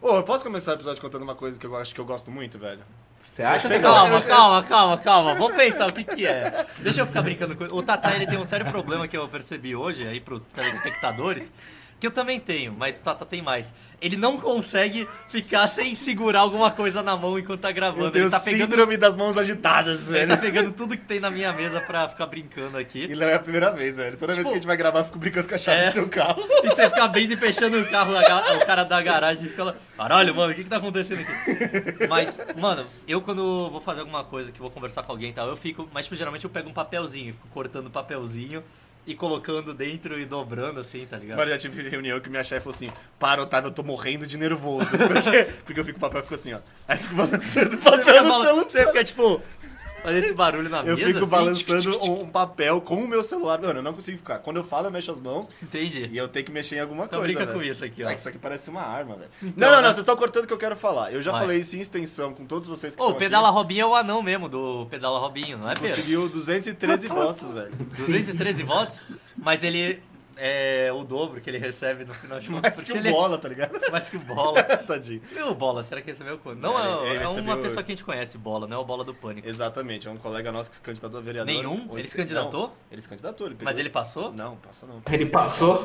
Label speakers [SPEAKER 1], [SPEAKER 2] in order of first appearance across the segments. [SPEAKER 1] Porra, eu posso começar o episódio contando uma coisa que eu acho que eu gosto muito, velho?
[SPEAKER 2] Você acha né?
[SPEAKER 1] sei
[SPEAKER 2] que
[SPEAKER 1] lá.
[SPEAKER 3] Calma, calma, calma, calma. Vamos pensar o que que é. Deixa eu ficar brincando com... O Tata, ele tem um sério problema que eu percebi hoje aí pros telespectadores, que eu também tenho, mas o Tata tem mais. Ele não consegue ficar sem segurar alguma coisa na mão enquanto tá
[SPEAKER 1] Eu
[SPEAKER 3] gravando.
[SPEAKER 1] tenho
[SPEAKER 3] Ele tá pegando...
[SPEAKER 1] síndrome das mãos agitadas,
[SPEAKER 3] Ele tá
[SPEAKER 1] velho.
[SPEAKER 3] pegando tudo que tem na minha mesa pra ficar brincando aqui.
[SPEAKER 1] E não é a primeira vez, velho. Toda vez que a gente vai gravar, eu fico brincando com a chave
[SPEAKER 3] Tipo- É.
[SPEAKER 1] do seu carro.
[SPEAKER 3] E você fica abrindo e fechando o carro, a ga- o cara da garagem fica lá, caralho, mano, o que que tá acontecendo aqui? Mas, mano, eu quando vou fazer alguma coisa que vou conversar com alguém e tal, eu fico, mas tipo, geralmente eu pego um papelzinho, fico cortando o papelzinho e colocando dentro e dobrando assim, tá ligado?
[SPEAKER 1] Mano, já tive reunião que minha chefe falou assim: Para, Otávio, eu tô morrendo de nervoso. Porque, porque eu fico com o papel e fico assim, ó. Aí fico balançando o
[SPEAKER 3] Você fica,
[SPEAKER 1] papel no
[SPEAKER 3] bala-
[SPEAKER 1] celular.
[SPEAKER 3] você fica, tipo, fazendo esse barulho na
[SPEAKER 1] Eu
[SPEAKER 3] mesa
[SPEAKER 1] fico
[SPEAKER 3] assim,
[SPEAKER 1] balançando um papel com o meu celular. Mano, eu não consigo ficar. Quando eu falo, eu mexo as mãos e
[SPEAKER 3] Entende?
[SPEAKER 1] eu tenho que mexer em alguma
[SPEAKER 3] Então
[SPEAKER 1] coisa.
[SPEAKER 3] brinca
[SPEAKER 1] velho.
[SPEAKER 3] com isso aqui, ó.
[SPEAKER 1] É que isso aqui parece uma arma, velho. não, não, não,
[SPEAKER 3] né?
[SPEAKER 1] vocês estão cortando o que eu quero falar. Eu já
[SPEAKER 3] Vai.
[SPEAKER 1] falei isso em extensão com todos vocês que
[SPEAKER 3] Ô, o
[SPEAKER 1] estão aqui.
[SPEAKER 3] Pedala Robinho é o anão mesmo do Pedala Robinho, não é, Pedro?
[SPEAKER 1] Conseguiu 213 votos, velho.
[SPEAKER 3] 213 votos, mas ele é o dobro que ele recebe no final de contas.
[SPEAKER 1] Mais que
[SPEAKER 3] porque
[SPEAKER 1] o
[SPEAKER 3] ele é-
[SPEAKER 1] bola, tá ligado?
[SPEAKER 3] Mais que o Bola.
[SPEAKER 1] Tadinho.
[SPEAKER 3] E o Bola, será que recebeu quando? Não,
[SPEAKER 1] Ele-
[SPEAKER 3] é,
[SPEAKER 1] ele
[SPEAKER 3] é uma
[SPEAKER 1] recebeu-
[SPEAKER 3] pessoa que a gente conhece, Bola, não é o Bola do Pânico.
[SPEAKER 1] Exatamente, é um colega nosso que se candidatou a vereador.
[SPEAKER 3] Nenhum?
[SPEAKER 1] Ou
[SPEAKER 3] Ele se candidatou?
[SPEAKER 1] Não, ele se candidatou. Ele pegou-
[SPEAKER 3] Mas ele passou?
[SPEAKER 1] Não, passou não.
[SPEAKER 2] ele passou?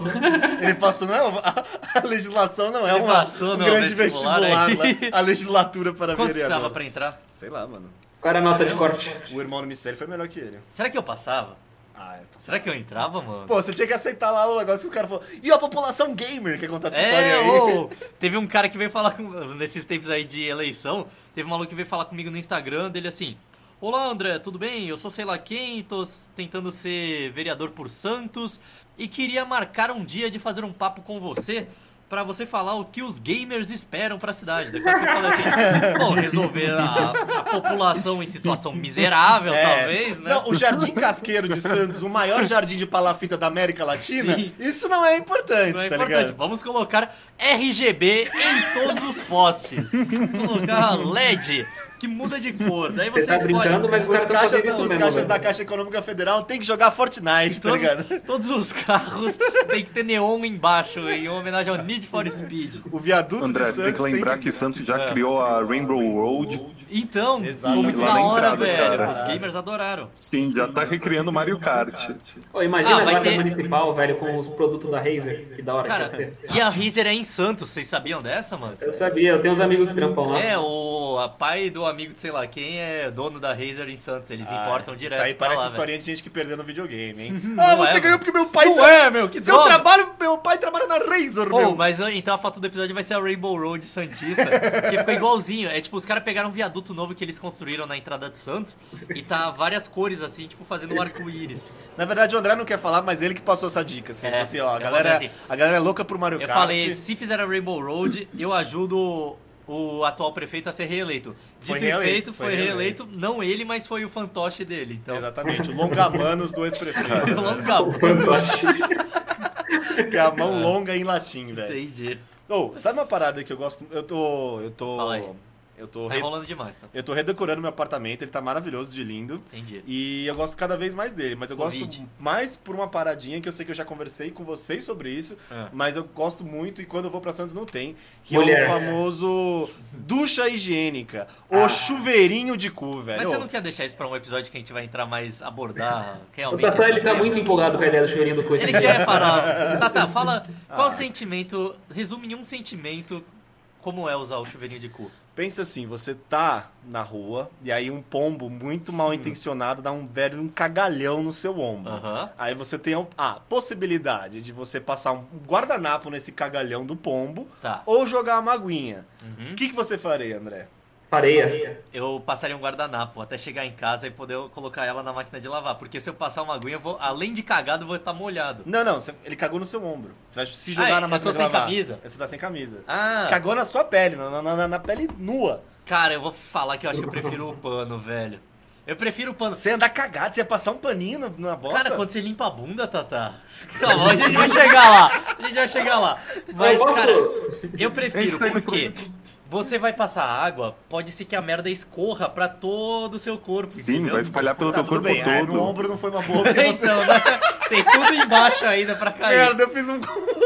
[SPEAKER 1] Ele passou, não é uma- a, legislação não é
[SPEAKER 3] Ele
[SPEAKER 1] uma,
[SPEAKER 3] passou,
[SPEAKER 1] um
[SPEAKER 3] não,
[SPEAKER 1] grande
[SPEAKER 3] vestibular
[SPEAKER 1] vestibular,
[SPEAKER 3] aí.
[SPEAKER 1] lá, a legislatura para
[SPEAKER 3] Quanto
[SPEAKER 1] vereador.
[SPEAKER 3] precisava pra entrar?
[SPEAKER 1] Sei lá, mano.
[SPEAKER 2] Qual era a nota de corte?
[SPEAKER 1] O irmão do Michele foi melhor que ele.
[SPEAKER 3] Será que eu passava?
[SPEAKER 1] Ah, é.
[SPEAKER 3] Será que eu entrava, mano?
[SPEAKER 1] Pô, você tinha que aceitar lá o negócio que os caras falaram. E a população gamer que conta essa
[SPEAKER 3] é,
[SPEAKER 1] história aí.
[SPEAKER 3] ou teve um cara que veio falar com, nesses tempos aí de eleição, teve um maluco que veio falar comigo no Instagram dele assim: Olá André, tudo bem? Eu sou sei lá quem, tô s- tentando ser vereador por Santos e queria marcar um dia de fazer um papo com você. Pra você falar o que os gamers esperam pra cidade. Depois que eu falei assim, bom, resolver a, a população em situação miserável,
[SPEAKER 1] É.
[SPEAKER 3] talvez, né?
[SPEAKER 1] Não, o Jardim Casqueiro de Santos, o maior jardim de palafita da América Latina,
[SPEAKER 3] Sim.
[SPEAKER 1] isso não é importante,
[SPEAKER 3] Não é
[SPEAKER 1] tá
[SPEAKER 3] importante.
[SPEAKER 1] ligado?
[SPEAKER 3] Vamos colocar RGB em todos os postes. colocar LED que muda de cor. Daí você,
[SPEAKER 2] Você tá
[SPEAKER 3] escolhe
[SPEAKER 2] brincando, mas
[SPEAKER 1] Os
[SPEAKER 2] os caras tão
[SPEAKER 1] caixas,
[SPEAKER 2] fazendo isso
[SPEAKER 1] os
[SPEAKER 2] mesmo, né?
[SPEAKER 1] caixas
[SPEAKER 2] velho.
[SPEAKER 1] da Caixa Econômica Federal tem que jogar Fortnite, tá ligado?
[SPEAKER 3] todos, todos os carros tem que ter neon embaixo em homenagem ao Need for Speed.
[SPEAKER 1] O viaduto
[SPEAKER 4] André,
[SPEAKER 1] de
[SPEAKER 4] você tem
[SPEAKER 1] Santos
[SPEAKER 4] que lembrar que Santos já
[SPEAKER 3] É.
[SPEAKER 4] criou a Rainbow Road.
[SPEAKER 3] Então,
[SPEAKER 1] Exato.
[SPEAKER 3] ficou muito
[SPEAKER 4] Lá
[SPEAKER 3] da
[SPEAKER 4] na
[SPEAKER 3] hora,
[SPEAKER 4] entrada,
[SPEAKER 3] velho.
[SPEAKER 4] cara.
[SPEAKER 3] Os gamers adoraram.
[SPEAKER 4] Sim, já tá recriando Mario Kart.
[SPEAKER 2] Ô, imagina
[SPEAKER 3] Ah,
[SPEAKER 2] a
[SPEAKER 3] vai
[SPEAKER 2] guarda
[SPEAKER 3] ser-
[SPEAKER 2] municipal, velho, com os produtos da Razer. Que da hora
[SPEAKER 3] Cara,
[SPEAKER 2] que ia ser.
[SPEAKER 3] e a Razer é em Santos, vocês sabiam dessa, mano?
[SPEAKER 2] Eu sabia, eu tenho uns amigos que trampam lá.
[SPEAKER 3] É, o a pai do amigo de sei lá quem é dono da Razer em Santos, eles importam direto.
[SPEAKER 1] Ah, Isso aí
[SPEAKER 3] pra
[SPEAKER 1] parece
[SPEAKER 3] lá, velho.
[SPEAKER 1] historinha de gente que perdeu no videogame, hein? ah,
[SPEAKER 3] Não
[SPEAKER 1] você
[SPEAKER 3] é,
[SPEAKER 1] ganhou
[SPEAKER 3] mano.
[SPEAKER 1] porque meu pai.
[SPEAKER 3] Não
[SPEAKER 1] tra-
[SPEAKER 3] é, meu, que
[SPEAKER 1] Seu
[SPEAKER 3] droga.
[SPEAKER 1] trabalho, meu pai trabalha na Razor,
[SPEAKER 3] Ô,
[SPEAKER 1] meu.
[SPEAKER 3] mas ó, então a foto do episódio vai ser a Rainbow Road Santista, que ficou igualzinho. É tipo, os caras pegaram um viaduto novo que eles construíram na entrada de Santos e tá várias cores assim, tipo, fazendo um arco-íris.
[SPEAKER 1] Na verdade, o André não quer falar, mas ele que passou essa dica. Assim,
[SPEAKER 3] É,
[SPEAKER 1] Falou assim, ó, a
[SPEAKER 3] eu
[SPEAKER 1] galera,
[SPEAKER 3] mandei assim.
[SPEAKER 1] a galera é louca pro Mario
[SPEAKER 3] Eu
[SPEAKER 1] Kart.
[SPEAKER 3] falei, se fizer a Rainbow Road, eu ajudo o atual prefeito a ser reeleito. Dito
[SPEAKER 1] Foi
[SPEAKER 3] e
[SPEAKER 1] reeleito,
[SPEAKER 3] feito,
[SPEAKER 1] foi
[SPEAKER 3] foi reeleito, não ele, mas foi o fantoche dele. Então, um
[SPEAKER 1] Exatamente, o Longamanos do ex-prefeito. né?
[SPEAKER 3] longa
[SPEAKER 1] Que é a mão longa em latim, velho.
[SPEAKER 3] Entendi.
[SPEAKER 1] Ô, sabe uma parada que eu gosto? Eu tô. Eu tô.
[SPEAKER 3] Fala aí.
[SPEAKER 1] Eu tô.
[SPEAKER 3] Tá
[SPEAKER 1] re-
[SPEAKER 3] enrolando demais, tá?
[SPEAKER 1] Eu tô redecorando meu apartamento, ele tá maravilhoso de lindo.
[SPEAKER 3] Entendi.
[SPEAKER 1] E eu gosto cada vez mais dele, mas eu gosto
[SPEAKER 3] Covid.
[SPEAKER 1] mais por uma paradinha que eu sei que eu já conversei com vocês sobre isso,
[SPEAKER 3] Ah.
[SPEAKER 1] mas eu gosto muito e quando eu vou pra Santos não tem, que é
[SPEAKER 2] Mulher.
[SPEAKER 1] o famoso ducha higiênica, ou chuveirinho de cu, velho.
[SPEAKER 3] Ah. Mas você
[SPEAKER 1] Ô,
[SPEAKER 3] não quer deixar isso pra um episódio que a gente vai entrar mais abordar
[SPEAKER 2] O
[SPEAKER 3] realmente
[SPEAKER 2] Tatá,
[SPEAKER 3] esse
[SPEAKER 2] ele tá
[SPEAKER 3] tema?
[SPEAKER 2] muito empolgado com a ideia do cheirinho do coisa.
[SPEAKER 3] é Ele quer falar. Tata, fala qual sentimento. Resume em um sentimento como é usar o chuveirinho de cu.
[SPEAKER 1] Pensa assim, você tá na rua e aí um pombo muito mal intencionado dá um velho um cagalhão no seu ombro.
[SPEAKER 3] Aham.
[SPEAKER 1] Aí você tem a- a possibilidade de você passar um guardanapo nesse cagalhão do pombo
[SPEAKER 3] Tá.
[SPEAKER 1] ou jogar uma aguinha.
[SPEAKER 3] Uhum.
[SPEAKER 1] O que, que você faria, André?
[SPEAKER 2] Pareia.
[SPEAKER 3] Eu passaria um guardanapo até chegar em casa e poder colocar ela na máquina de lavar. Porque se eu passar uma aguinha, eu vou, além de cagado, eu vou estar molhado.
[SPEAKER 1] Não, não, você- ele cagou no seu ombro. Você vai se jogar
[SPEAKER 3] Ah,
[SPEAKER 1] na
[SPEAKER 3] eu
[SPEAKER 1] máquina
[SPEAKER 3] tô
[SPEAKER 1] de
[SPEAKER 3] sem
[SPEAKER 1] lavar.
[SPEAKER 3] camisa?
[SPEAKER 1] Você tá sem camisa.
[SPEAKER 3] Ah,
[SPEAKER 1] Cagou na sua pele, na, na- na- na pele nua.
[SPEAKER 3] cara, eu vou falar que eu acho que eu prefiro o pano, velho. Eu prefiro o pano.
[SPEAKER 1] Você ia andar cagado, você ia passar um paninho na, na bosta.
[SPEAKER 3] Cara, quando você limpa a bunda, Tata. Calma, a gente vai chegar lá. A gente vai chegar lá. Mas,
[SPEAKER 2] Eu gosto.
[SPEAKER 3] cara, eu prefiro, porque você vai passar água, pode ser que a merda escorra pra todo o seu corpo.
[SPEAKER 4] Sim,
[SPEAKER 3] entendeu?
[SPEAKER 4] vai espalhar pelo
[SPEAKER 1] tá,
[SPEAKER 4] teu
[SPEAKER 1] tudo
[SPEAKER 4] corpo
[SPEAKER 1] bem,
[SPEAKER 3] Ah,
[SPEAKER 1] é, no
[SPEAKER 4] todo.
[SPEAKER 1] ombro não foi uma boa. porque você-
[SPEAKER 3] Então, né? tem tudo embaixo ainda pra cair.
[SPEAKER 1] Merda, eu fiz um,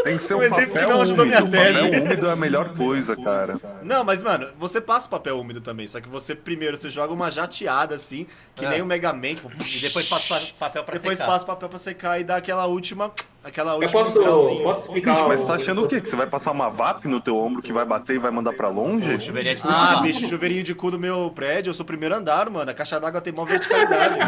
[SPEAKER 4] Tem que ser um,
[SPEAKER 1] Um exemplo que
[SPEAKER 4] papel
[SPEAKER 1] não ajudou minha
[SPEAKER 4] úmido.
[SPEAKER 1] tese.
[SPEAKER 4] Papel úmido é a melhor coisa, cara.
[SPEAKER 1] Não, mas mano, você passa o papel úmido também, só que você primeiro você joga uma jateada assim, que
[SPEAKER 3] É.
[SPEAKER 1] nem o Mega Man, tipo,
[SPEAKER 3] E depois passa pa- papel pra
[SPEAKER 1] depois
[SPEAKER 3] secar.
[SPEAKER 1] passa o papel pra secar e dá aquela última, aquela
[SPEAKER 2] Eu
[SPEAKER 1] última
[SPEAKER 2] posso, posso explicar.
[SPEAKER 4] Bicho, mas
[SPEAKER 2] o-
[SPEAKER 4] você tá achando o quê? Que você vai passar uma VAP no teu ombro que vai bater e vai mandar pra longe?
[SPEAKER 3] Deveria, tipo,
[SPEAKER 1] Ah,
[SPEAKER 3] uma-
[SPEAKER 1] bicho, chuveirinho de cu do meu prédio, eu sou o primeiro andar, mano. A caixa d'água tem maior verticalidade.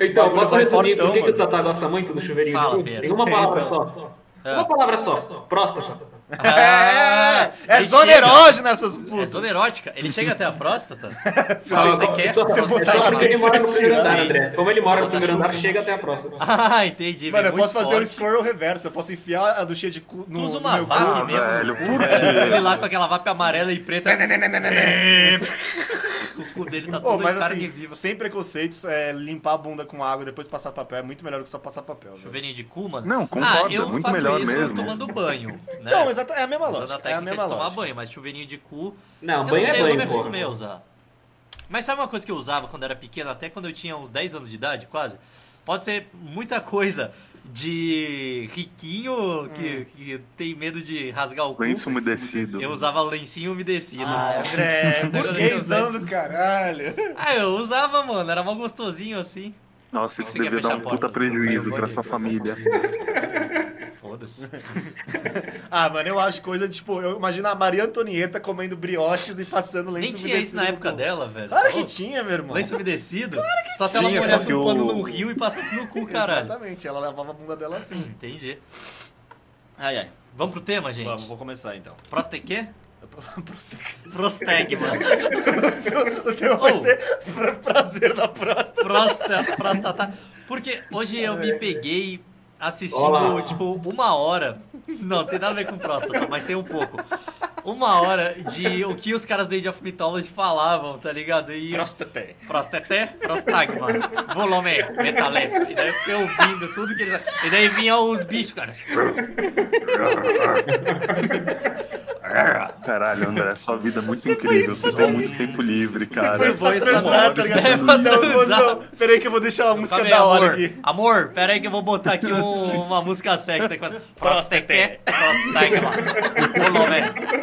[SPEAKER 2] Então,
[SPEAKER 1] bagulho
[SPEAKER 2] posso
[SPEAKER 1] vai
[SPEAKER 2] resumir
[SPEAKER 1] fortão,
[SPEAKER 2] por que que o
[SPEAKER 1] mano.
[SPEAKER 2] Tatá gosta muito do chuveirinho?
[SPEAKER 3] Fala,
[SPEAKER 2] de cu?
[SPEAKER 3] Pedro. É,
[SPEAKER 2] Tem uma palavra
[SPEAKER 1] Então.
[SPEAKER 2] só. Uma palavra só. Próstata.
[SPEAKER 1] é,
[SPEAKER 3] Ah,
[SPEAKER 1] é
[SPEAKER 3] ele
[SPEAKER 1] zona
[SPEAKER 3] chega-
[SPEAKER 1] erógena, seus putos.
[SPEAKER 3] É zona erótica. Ele chega até a próstata? é
[SPEAKER 2] Fala,
[SPEAKER 1] tá-
[SPEAKER 3] Você quer?
[SPEAKER 2] só-
[SPEAKER 3] Você
[SPEAKER 2] só-
[SPEAKER 1] botar
[SPEAKER 2] só
[SPEAKER 1] lá
[SPEAKER 2] porque ele
[SPEAKER 1] dentro
[SPEAKER 2] mora no
[SPEAKER 1] de
[SPEAKER 2] primeiro andar,
[SPEAKER 3] si.
[SPEAKER 2] André. Como ele mora no
[SPEAKER 3] Nossa,
[SPEAKER 2] primeiro andar,
[SPEAKER 3] chuca.
[SPEAKER 2] chega até a próxima.
[SPEAKER 3] Ah, entendi.
[SPEAKER 1] Mano, eu
[SPEAKER 3] vem
[SPEAKER 1] posso
[SPEAKER 3] muito
[SPEAKER 1] fazer o
[SPEAKER 3] forte.
[SPEAKER 1] squirrel reverso. Eu posso enfiar a duchinha de cu no,
[SPEAKER 3] Tu usa
[SPEAKER 1] no
[SPEAKER 3] uma
[SPEAKER 1] meu cu.
[SPEAKER 3] vape
[SPEAKER 4] Ah,
[SPEAKER 3] mesmo? É.
[SPEAKER 4] velho, por
[SPEAKER 3] Ele
[SPEAKER 4] quê?
[SPEAKER 3] lá com aquela vape amarela e
[SPEAKER 1] Né,
[SPEAKER 3] preta. o cu dele tá
[SPEAKER 1] Ô,
[SPEAKER 3] todo
[SPEAKER 1] mas
[SPEAKER 3] cara que
[SPEAKER 1] assim,
[SPEAKER 3] viva.
[SPEAKER 1] sem preconceitos, é, limpar a bunda com água e depois passar papel é muito melhor que só passar papel. né?
[SPEAKER 3] Chuveirinho de cu, mano?
[SPEAKER 4] Não, concordo,
[SPEAKER 3] Ah, eu
[SPEAKER 4] é muito
[SPEAKER 3] faço
[SPEAKER 4] melhor
[SPEAKER 3] isso
[SPEAKER 4] mesmo.
[SPEAKER 3] tomando banho, né?
[SPEAKER 1] Então, exata- é a mesma
[SPEAKER 3] Usando a
[SPEAKER 1] lógica. É a
[SPEAKER 3] técnica
[SPEAKER 1] mesma
[SPEAKER 3] de tomar
[SPEAKER 1] lógica.
[SPEAKER 3] banho, mas chuveirinho de cu...
[SPEAKER 2] Não,
[SPEAKER 3] eu
[SPEAKER 2] banho
[SPEAKER 3] não sei,
[SPEAKER 2] é
[SPEAKER 3] eu não me
[SPEAKER 2] banho, pô.
[SPEAKER 3] acostumei a usar. Mas sabe uma coisa que eu usava quando era pequeno, até quando eu tinha uns 10 anos de idade, quase? Pode ser muita coisa de riquinho
[SPEAKER 1] Hum.
[SPEAKER 3] que, que tem medo de rasgar o cu.
[SPEAKER 4] Lenço umedecido.
[SPEAKER 3] Eu usava lencinho umedecido. Né?
[SPEAKER 1] Ah, André, é burguesão
[SPEAKER 3] Eu
[SPEAKER 1] do caralho.
[SPEAKER 3] Ah, eu usava, mano, era mal gostosinho assim.
[SPEAKER 4] Nossa, isso
[SPEAKER 3] Você quer
[SPEAKER 4] devia
[SPEAKER 3] fechar
[SPEAKER 4] dar
[SPEAKER 3] a
[SPEAKER 4] um
[SPEAKER 3] porta?
[SPEAKER 4] puta prejuízo pra sua família.
[SPEAKER 3] Foda-se.
[SPEAKER 1] Ah, mano, eu acho coisa tipo. Eu imagino a Maria Antonieta comendo brioches e passando lenço
[SPEAKER 3] Nem tinha isso
[SPEAKER 1] umedecido
[SPEAKER 3] na
[SPEAKER 1] no
[SPEAKER 3] época
[SPEAKER 1] cu.
[SPEAKER 3] dela, velho. Tá
[SPEAKER 1] Claro
[SPEAKER 3] Ô,
[SPEAKER 1] que tinha, meu irmão.
[SPEAKER 3] Lenço umedecido? Claro que Só se
[SPEAKER 4] tinha,
[SPEAKER 3] ela molhasse
[SPEAKER 4] porque
[SPEAKER 3] um pano
[SPEAKER 4] o-
[SPEAKER 3] num rio e passasse no cu, caralho.
[SPEAKER 1] Exatamente, ela lavava a bunda dela assim.
[SPEAKER 3] Entendi.
[SPEAKER 1] Ai, ai.
[SPEAKER 3] Vamos pro tema, gente.
[SPEAKER 1] Vamos, vou começar então.
[SPEAKER 3] Prostequê? Prostec, mano.
[SPEAKER 1] o tema vai
[SPEAKER 3] Oh.
[SPEAKER 1] ser pra- prazer na próstata.
[SPEAKER 3] Prosta, prostata. Porque hoje eu me peguei assistindo,
[SPEAKER 2] Olá.
[SPEAKER 3] tipo, uma hora. Não, tem nada a ver com próstata, mas tem um pouco. Uma hora de o que os caras do Age of Mythology falavam, tá ligado? E
[SPEAKER 1] Próstata.
[SPEAKER 3] Prosteté, prostagma, volume, metalef. E daí eu fiquei ouvindo tudo que eles. E daí vinham os bichos, cara.
[SPEAKER 1] é
[SPEAKER 4] Caralho, André, sua vida é muito incrível. Você tem muito tempo livre, cara.
[SPEAKER 1] Depois pra
[SPEAKER 3] isso
[SPEAKER 1] transar,
[SPEAKER 4] namoro,
[SPEAKER 1] tá
[SPEAKER 4] isso
[SPEAKER 1] ligado?
[SPEAKER 4] pra
[SPEAKER 1] Não,
[SPEAKER 3] transar.
[SPEAKER 1] não, Peraí que eu vou deixar uma música
[SPEAKER 3] Calma aí,
[SPEAKER 1] da
[SPEAKER 3] amor.
[SPEAKER 1] hora aqui.
[SPEAKER 3] Amor, pera aí que eu vou botar aqui um- uma música sexy. Né, com as- Prosteté, prostagma, volume,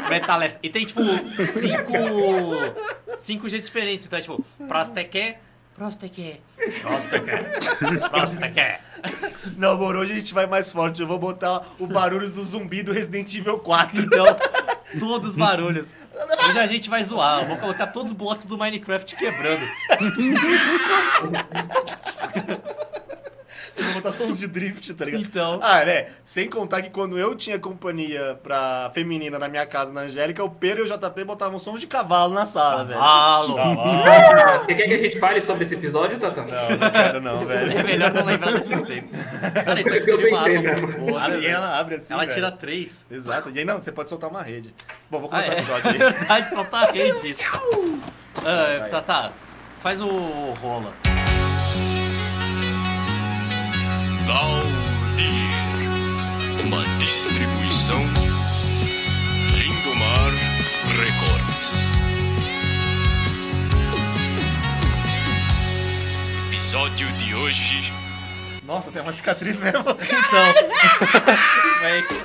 [SPEAKER 3] metalef. E tem, tipo, cinco. Cinco jeitos diferentes. Então é tipo, prostequé, prostequé, prostequé, prostequé.
[SPEAKER 1] Não, amor, hoje a gente vai mais forte. Eu vou botar o barulho do zumbi do Resident Evil 4.
[SPEAKER 3] Então, todos os barulhos. Hoje a gente vai zoar. Eu vou colocar todos os blocos do Minecraft quebrando.
[SPEAKER 1] Eu vou botar sons de drift, tá ligado?
[SPEAKER 3] Então.
[SPEAKER 1] Ah, né? Sem contar que quando eu tinha companhia pra feminina na minha casa, na Angélica, o Pedro e o JP botavam sons de cavalo na sala, velho.
[SPEAKER 3] Alô.
[SPEAKER 1] Tá,
[SPEAKER 2] Você quer que a gente fale sobre esse episódio, Tatá?
[SPEAKER 1] Não, não quero não, velho.
[SPEAKER 3] É melhor não lembrar desses tempos. Cara, isso aqui
[SPEAKER 2] Eu
[SPEAKER 3] seria uma
[SPEAKER 2] pensei,
[SPEAKER 3] arma
[SPEAKER 2] cara.
[SPEAKER 3] muito boa. né,
[SPEAKER 1] Abre,
[SPEAKER 3] velho?
[SPEAKER 1] ela abre assim,
[SPEAKER 3] Ela
[SPEAKER 1] velho.
[SPEAKER 3] tira três.
[SPEAKER 1] Exato. E aí, não, você pode soltar uma rede. Bom, vou
[SPEAKER 3] Ah,
[SPEAKER 1] começar o
[SPEAKER 3] é.
[SPEAKER 1] episódio
[SPEAKER 3] Na
[SPEAKER 1] aí.
[SPEAKER 3] verdade, só tá rei disso. Ah, tá, tá. Faz o rola.
[SPEAKER 5] Valdir. Uma distribuição Lindomar Records. Episódio de hoje.
[SPEAKER 1] Nossa, tem uma cicatriz mesmo.
[SPEAKER 3] Então. Vai aqui.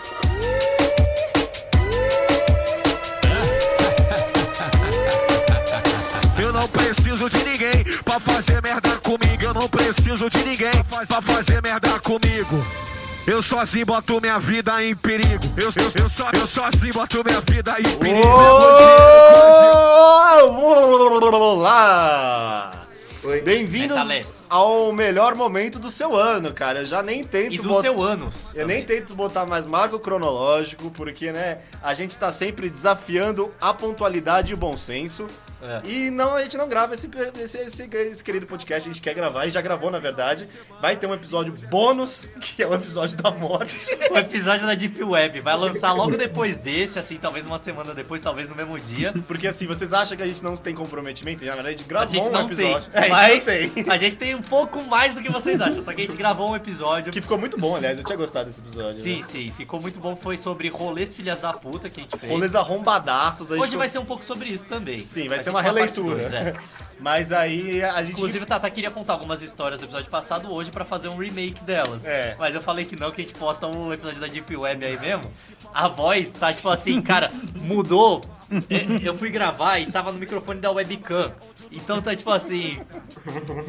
[SPEAKER 6] Eu não preciso de ninguém pra fazer merda comigo. Eu não preciso de ninguém pra fazer merda comigo. Eu sozinho boto minha vida em perigo. Eu, eu, eu, só, eu sozinho boto minha vida em perigo.
[SPEAKER 1] Olá!
[SPEAKER 2] Oi.
[SPEAKER 1] É Bem-vindos
[SPEAKER 3] Metalex.
[SPEAKER 1] ao melhor momento do seu ano, cara. Eu já nem
[SPEAKER 3] E
[SPEAKER 1] tento
[SPEAKER 3] do
[SPEAKER 1] botar.
[SPEAKER 3] seu ânus.
[SPEAKER 1] Eu nem
[SPEAKER 3] também.
[SPEAKER 1] tento botar mais marco cronológico, porque, né, a gente tá sempre desafiando a pontualidade e o bom senso.
[SPEAKER 3] É.
[SPEAKER 1] E não, a gente não grava esse, esse, esse, esse querido podcast, a gente quer gravar, e já gravou, na verdade. Vai ter um episódio bônus, que é o episódio da morte.
[SPEAKER 3] O episódio da Deep Web vai lançar logo depois desse, assim, talvez uma semana depois, talvez no mesmo dia.
[SPEAKER 1] Porque assim, vocês acham que a gente não tem comprometimento? Na verdade, a gente
[SPEAKER 3] A
[SPEAKER 1] gravou
[SPEAKER 3] gente
[SPEAKER 1] um
[SPEAKER 3] não tem,
[SPEAKER 1] episódio. É, a
[SPEAKER 3] mas
[SPEAKER 1] gente não tem.
[SPEAKER 3] a gente tem um pouco mais do que vocês acham, só que a gente gravou um episódio.
[SPEAKER 1] Que ficou muito bom, aliás. Eu tinha gostado desse episódio.
[SPEAKER 3] Sim,
[SPEAKER 1] Né?
[SPEAKER 3] sim, ficou muito bom. Foi sobre rolês filhas da puta que a gente fez.
[SPEAKER 1] Rolês arrombadaços. a gente
[SPEAKER 3] Hoje vai ser um pouco sobre isso também.
[SPEAKER 1] Sim, vai
[SPEAKER 3] a
[SPEAKER 1] ser uma
[SPEAKER 3] pra parte
[SPEAKER 1] releitura.
[SPEAKER 3] dois, é.
[SPEAKER 1] Mas aí a gente.
[SPEAKER 3] Inclusive, Tata queria contar algumas histórias do episódio passado hoje pra fazer um remake delas.
[SPEAKER 1] É.
[SPEAKER 3] Mas eu falei que não, que a gente posta um episódio da Deep Web aí mesmo. A voz tá tipo assim, cara, mudou. É, Eu fui gravar e tava no microfone da webcam. Então tá tipo assim.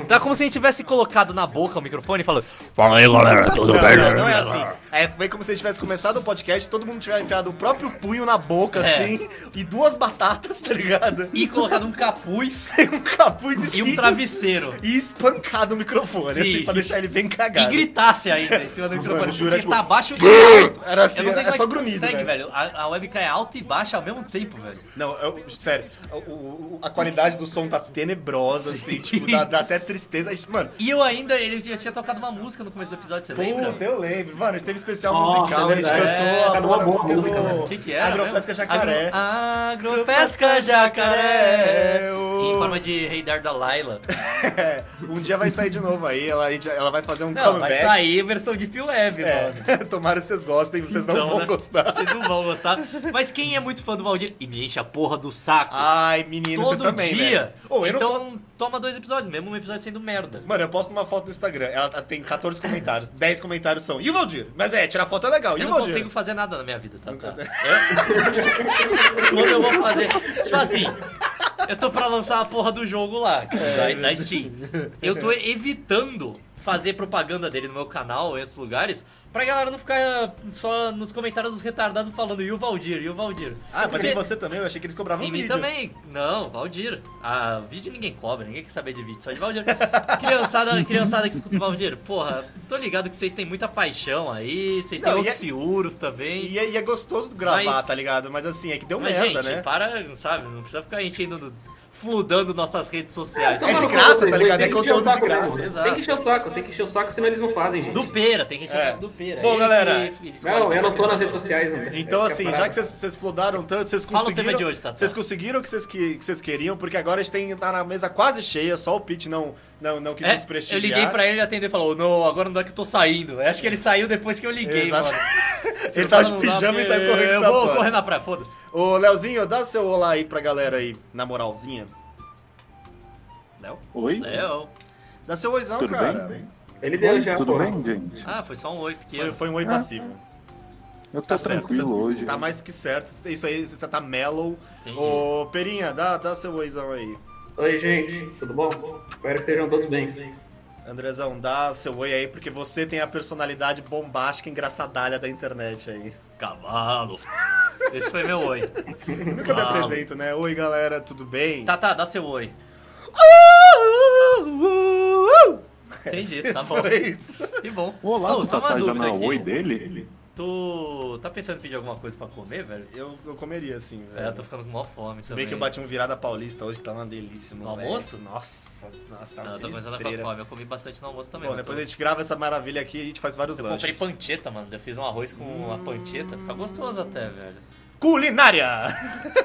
[SPEAKER 3] Tá como se a gente tivesse colocado na boca o microfone e falando.
[SPEAKER 7] Fala aí, galera, tudo
[SPEAKER 1] Não,
[SPEAKER 7] bem?
[SPEAKER 1] não, não é assim. É bem como se a gente tivesse começado o podcast, todo mundo tiver enfiado o próprio punho na boca,
[SPEAKER 3] É.
[SPEAKER 1] assim, e duas batatas, tá ligado?
[SPEAKER 3] E colocado um capuz
[SPEAKER 1] E um capuz
[SPEAKER 3] e um
[SPEAKER 1] esquivo
[SPEAKER 3] travesseiro.
[SPEAKER 1] E espancado o microfone,
[SPEAKER 3] Sim.
[SPEAKER 1] assim, pra deixar ele bem
[SPEAKER 3] E
[SPEAKER 1] cagado.
[SPEAKER 3] gritasse ainda em cima do microfone.
[SPEAKER 1] Mano, jura,
[SPEAKER 3] porque
[SPEAKER 1] tipo,
[SPEAKER 3] tá baixo e.
[SPEAKER 1] Era assim,
[SPEAKER 3] Eu não sei
[SPEAKER 1] é
[SPEAKER 3] como
[SPEAKER 1] só
[SPEAKER 3] que
[SPEAKER 1] grunhido,
[SPEAKER 3] consegue,
[SPEAKER 1] velho.
[SPEAKER 3] velho. A, a webcam é alta e baixa ao mesmo tempo, velho.
[SPEAKER 1] Não, eu- sério, o- o- a qualidade do som tá tenebrosa, assim, tipo, dá, dá até tristeza. A gente- Mano,
[SPEAKER 3] E eu ainda, ele já tinha tocado uma música no começo do episódio, você lembra?
[SPEAKER 1] Puta, eu lembro. Mano, a gente teve especial
[SPEAKER 2] Nossa,
[SPEAKER 1] musical,
[SPEAKER 2] é
[SPEAKER 1] a gente
[SPEAKER 2] verdade.
[SPEAKER 1] cantou
[SPEAKER 3] um
[SPEAKER 2] É,
[SPEAKER 1] a boa
[SPEAKER 2] acabou a
[SPEAKER 1] música
[SPEAKER 2] música, né?
[SPEAKER 1] do
[SPEAKER 3] O que que era?
[SPEAKER 1] um Agropesca
[SPEAKER 3] mesmo?
[SPEAKER 1] Jacaré.
[SPEAKER 3] Agro- Agropesca Jacaré.
[SPEAKER 1] O-
[SPEAKER 3] Em forma de Rei Dar da Laila.
[SPEAKER 1] É, um dia vai sair de novo aí, ela, a gente- ela vai fazer um
[SPEAKER 3] Não, vai
[SPEAKER 1] comeback.
[SPEAKER 3] sair versão de Pio Web, mano.
[SPEAKER 1] É, tomara que vocês gostem, vocês não
[SPEAKER 3] Então,
[SPEAKER 1] vão
[SPEAKER 3] né?
[SPEAKER 1] gostar.
[SPEAKER 3] Vocês não vão gostar. Mas quem é muito fã do Valdir e me enche a porra do saco
[SPEAKER 1] Ai, menino, Ah, vocês
[SPEAKER 3] todo
[SPEAKER 1] também,
[SPEAKER 3] dia.
[SPEAKER 1] velho. Ô, eu não
[SPEAKER 3] então
[SPEAKER 1] posso-
[SPEAKER 3] toma dois episódios, mesmo um episódio sendo merda.
[SPEAKER 1] Mano, eu posto uma foto no Instagram, ela ela tem 14 comentários, 10 comentários são, e o Valdir? Mas é, tirar foto é legal, e
[SPEAKER 3] Eu
[SPEAKER 1] o
[SPEAKER 3] não
[SPEAKER 1] Valdir?
[SPEAKER 3] consigo fazer nada na minha vida, tá? tá. É? Quando eu vou fazer. Tipo assim, eu tô pra lançar a porra do jogo lá,
[SPEAKER 1] É.
[SPEAKER 3] da, da Steam. Eu tô evitando fazer propaganda dele no meu canal, em outros lugares, pra galera não ficar só nos comentários dos retardados falando e o Valdir, e o Valdir.
[SPEAKER 1] Ah, mas
[SPEAKER 3] Porque
[SPEAKER 1] em você também, eu achei que eles cobravam
[SPEAKER 3] Em mim
[SPEAKER 1] vídeo.
[SPEAKER 3] também. Não, Valdir. Ah, vídeo ninguém cobra, ninguém quer saber de vídeo, só de Valdir. criançada, criançada que escuta o Valdir, porra, tô ligado que vocês têm muita paixão aí, vocês têm
[SPEAKER 1] Não, e
[SPEAKER 3] outros
[SPEAKER 1] é-
[SPEAKER 3] ciúros também.
[SPEAKER 1] E é, e é gostoso gravar,
[SPEAKER 3] Mas-
[SPEAKER 1] tá ligado? Mas assim, é que deu
[SPEAKER 3] Mas,
[SPEAKER 1] merda,
[SPEAKER 3] gente,
[SPEAKER 1] né?
[SPEAKER 3] para, sabe, não precisa ficar enchendo, do- fludando nossas redes sociais.
[SPEAKER 2] Então
[SPEAKER 1] É de graça, tá ligado? É conteúdo de graça.
[SPEAKER 3] Exato.
[SPEAKER 2] né? Tem que encher o saco, tem que encher o saco, senão eles não fazem, gente.
[SPEAKER 3] Do pera, tem que encher
[SPEAKER 1] É.
[SPEAKER 3] do pera.
[SPEAKER 1] Bom,
[SPEAKER 3] Ele
[SPEAKER 1] galera,
[SPEAKER 3] que escolhe
[SPEAKER 2] Não, eu não tô
[SPEAKER 3] qualquer
[SPEAKER 2] nas redes sociais, não.
[SPEAKER 1] tá Então,
[SPEAKER 2] Essa é
[SPEAKER 1] assim,
[SPEAKER 2] a
[SPEAKER 1] já
[SPEAKER 2] parada.
[SPEAKER 1] que vocês, vocês flodaram tanto, vocês
[SPEAKER 3] Fala o tema
[SPEAKER 1] conseguiram.
[SPEAKER 3] de hoje, Tatá.
[SPEAKER 1] Vocês conseguiram o que vocês, que, que vocês queriam, porque agora a gente tem, tá na mesa quase cheia, só o Pete não, não, não quis
[SPEAKER 3] É,
[SPEAKER 1] nos
[SPEAKER 3] eu
[SPEAKER 1] prestigiar.
[SPEAKER 3] liguei pra ele, ele atendeu e falou, não, agora não dá que eu tô saindo. Eu acho que ele saiu depois que eu liguei,
[SPEAKER 1] Exato.
[SPEAKER 3] mano. Você
[SPEAKER 1] Ele tava de
[SPEAKER 3] falou, não dá
[SPEAKER 1] pijama e
[SPEAKER 3] porque
[SPEAKER 1] saiu correndo
[SPEAKER 3] é, Eu
[SPEAKER 1] pra
[SPEAKER 3] vou
[SPEAKER 1] fora.
[SPEAKER 3] correr na praia, foda-se.
[SPEAKER 1] Ô, Leozinho, dá seu olá aí pra galera aí, na moralzinha. Léo?
[SPEAKER 4] Oi?
[SPEAKER 3] Léo.
[SPEAKER 1] Dá seu oizão,
[SPEAKER 4] Tudo
[SPEAKER 1] cara.
[SPEAKER 4] bem?
[SPEAKER 2] Ele deu
[SPEAKER 4] Oi,
[SPEAKER 2] já,
[SPEAKER 4] tudo
[SPEAKER 2] pô.
[SPEAKER 4] bem, gente?
[SPEAKER 3] Ah, foi só um oi
[SPEAKER 1] Foi,
[SPEAKER 3] pequeno.
[SPEAKER 1] foi um oi passivo.
[SPEAKER 4] Eu tô
[SPEAKER 1] Tá certo.
[SPEAKER 4] tranquilo
[SPEAKER 1] você-
[SPEAKER 4] hoje.
[SPEAKER 1] Tá mais que certo. Isso aí, você tá mellow.
[SPEAKER 3] Entendi.
[SPEAKER 1] Ô, Perinha, dá, dá seu oizão aí.
[SPEAKER 2] Oi, gente, tudo bom? Espero que estejam todos bem.
[SPEAKER 1] Andrezão, dá seu oi aí, porque você tem a personalidade bombástica, engraçadalha da internet aí.
[SPEAKER 3] Cavalo. Esse foi meu oi.
[SPEAKER 1] Eu nunca me
[SPEAKER 3] Ah.
[SPEAKER 1] apresento, né? Oi, galera, tudo bem?
[SPEAKER 3] Tá, tá, dá seu oi. Entendi, tá bom.
[SPEAKER 1] É isso.
[SPEAKER 3] Que bom.
[SPEAKER 4] Olá,
[SPEAKER 3] Ô,
[SPEAKER 4] o
[SPEAKER 3] só uma
[SPEAKER 4] Tatá já
[SPEAKER 1] é um
[SPEAKER 3] dúvida
[SPEAKER 4] na
[SPEAKER 3] aqui.
[SPEAKER 4] oi dele?
[SPEAKER 3] Tu tá pensando em pedir alguma coisa pra comer, velho?
[SPEAKER 1] Eu, eu comeria assim,
[SPEAKER 3] É,
[SPEAKER 1] velho.
[SPEAKER 3] eu tô ficando com maior fome
[SPEAKER 1] Se
[SPEAKER 3] também.
[SPEAKER 1] bem que eu bati um virada paulista hoje, que tá uma delícia, mano.
[SPEAKER 3] No almoço?
[SPEAKER 1] Nossa, nossa, tá
[SPEAKER 3] Ah,
[SPEAKER 1] uma
[SPEAKER 3] Eu tô começando a ficar com
[SPEAKER 1] sinistreira.
[SPEAKER 3] fome. Eu comi bastante no almoço também.
[SPEAKER 1] Bom,
[SPEAKER 3] eu
[SPEAKER 1] depois
[SPEAKER 3] tô-
[SPEAKER 1] a gente grava essa maravilha aqui e a gente Hum. faz vários
[SPEAKER 3] Eu comprei
[SPEAKER 1] lanches.
[SPEAKER 3] pancheta, mano. Eu fiz um arroz com a pancheta. Fica gostoso até, velho.
[SPEAKER 1] Culinária!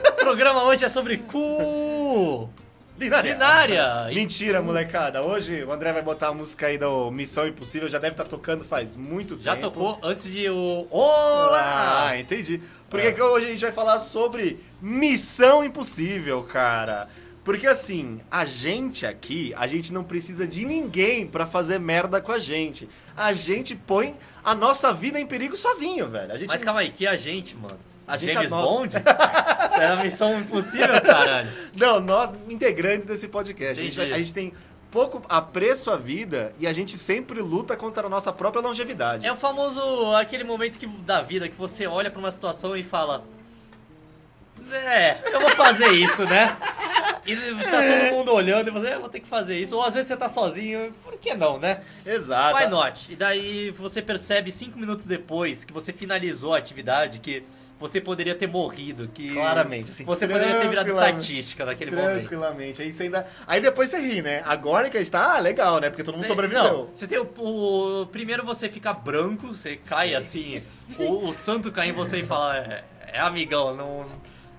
[SPEAKER 3] O programa hoje é sobre cu...
[SPEAKER 1] Linária!
[SPEAKER 3] Culinária! E-
[SPEAKER 1] Mentira, molecada. Hoje o André vai botar a música aí do Missão Impossível. Já deve estar tocando faz muito
[SPEAKER 3] Já
[SPEAKER 1] tempo.
[SPEAKER 3] tocou antes de o... Olá!
[SPEAKER 1] Ah, entendi. Porque que hoje a gente vai falar sobre Missão Impossível, cara. Porque assim, a gente aqui, a gente não precisa de ninguém pra fazer merda com a gente. A gente põe a nossa vida em perigo sozinho, velho. A gente
[SPEAKER 3] Mas calma aí, que a gente, mano?
[SPEAKER 1] A gente é
[SPEAKER 3] James
[SPEAKER 1] nosso.
[SPEAKER 3] Bond? Era a missão impossível, caralho.
[SPEAKER 1] Não, nós, integrantes desse podcast. A gente,
[SPEAKER 3] Entendi.
[SPEAKER 1] a gente tem pouco apreço à vida e a gente sempre luta contra a nossa própria longevidade.
[SPEAKER 3] É o famoso, aquele momento que, da vida que você olha pra uma situação e fala... É, eu vou fazer isso, né? E tá todo mundo olhando e você, é, eu vou ter que fazer isso. Ou às vezes você tá sozinho, por que não, né?
[SPEAKER 1] Exato.
[SPEAKER 3] Why not? E daí você percebe cinco minutos depois que você finalizou a atividade que você poderia ter morrido, que
[SPEAKER 1] Claramente, assim,
[SPEAKER 3] você poderia ter virado
[SPEAKER 1] tranquilamente.
[SPEAKER 3] estatística naquele momento.
[SPEAKER 1] Tranquilamente. Aí você ainda. Aí depois você ri, né? Agora que a gente tá, ah, legal, né? Porque todo mundo
[SPEAKER 3] Cê- Não,
[SPEAKER 1] sobreviveu.
[SPEAKER 3] você tem o, o- Primeiro você fica branco, você cai assim. O, o santo cai em você e fala: É, é amigão, não.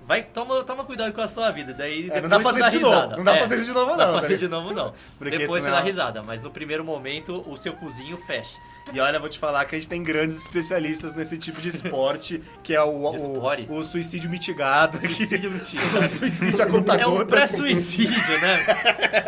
[SPEAKER 3] Vai, toma, toma cuidado com a sua vida. Daí
[SPEAKER 1] É, não
[SPEAKER 3] depois
[SPEAKER 1] dá pra
[SPEAKER 3] você
[SPEAKER 1] fazer isso de novo,
[SPEAKER 3] risada.
[SPEAKER 1] não dá pra
[SPEAKER 3] É,
[SPEAKER 1] fazer isso de novo
[SPEAKER 3] Não dá
[SPEAKER 1] não,
[SPEAKER 3] pra fazer
[SPEAKER 1] né?
[SPEAKER 3] de novo, não.
[SPEAKER 1] Porque
[SPEAKER 3] depois você
[SPEAKER 1] senão-
[SPEAKER 3] dá risada, mas no primeiro momento o seu cozinho fecha.
[SPEAKER 1] E olha, vou te falar que a gente tem grandes especialistas nesse tipo de esporte, que é o,
[SPEAKER 3] Esporte?
[SPEAKER 1] o, o suicídio mitigado. que- é
[SPEAKER 3] Suicídio mentira.
[SPEAKER 1] o suicídio a conta assim.
[SPEAKER 3] É um
[SPEAKER 1] gotas.
[SPEAKER 3] pré-suicídio, né?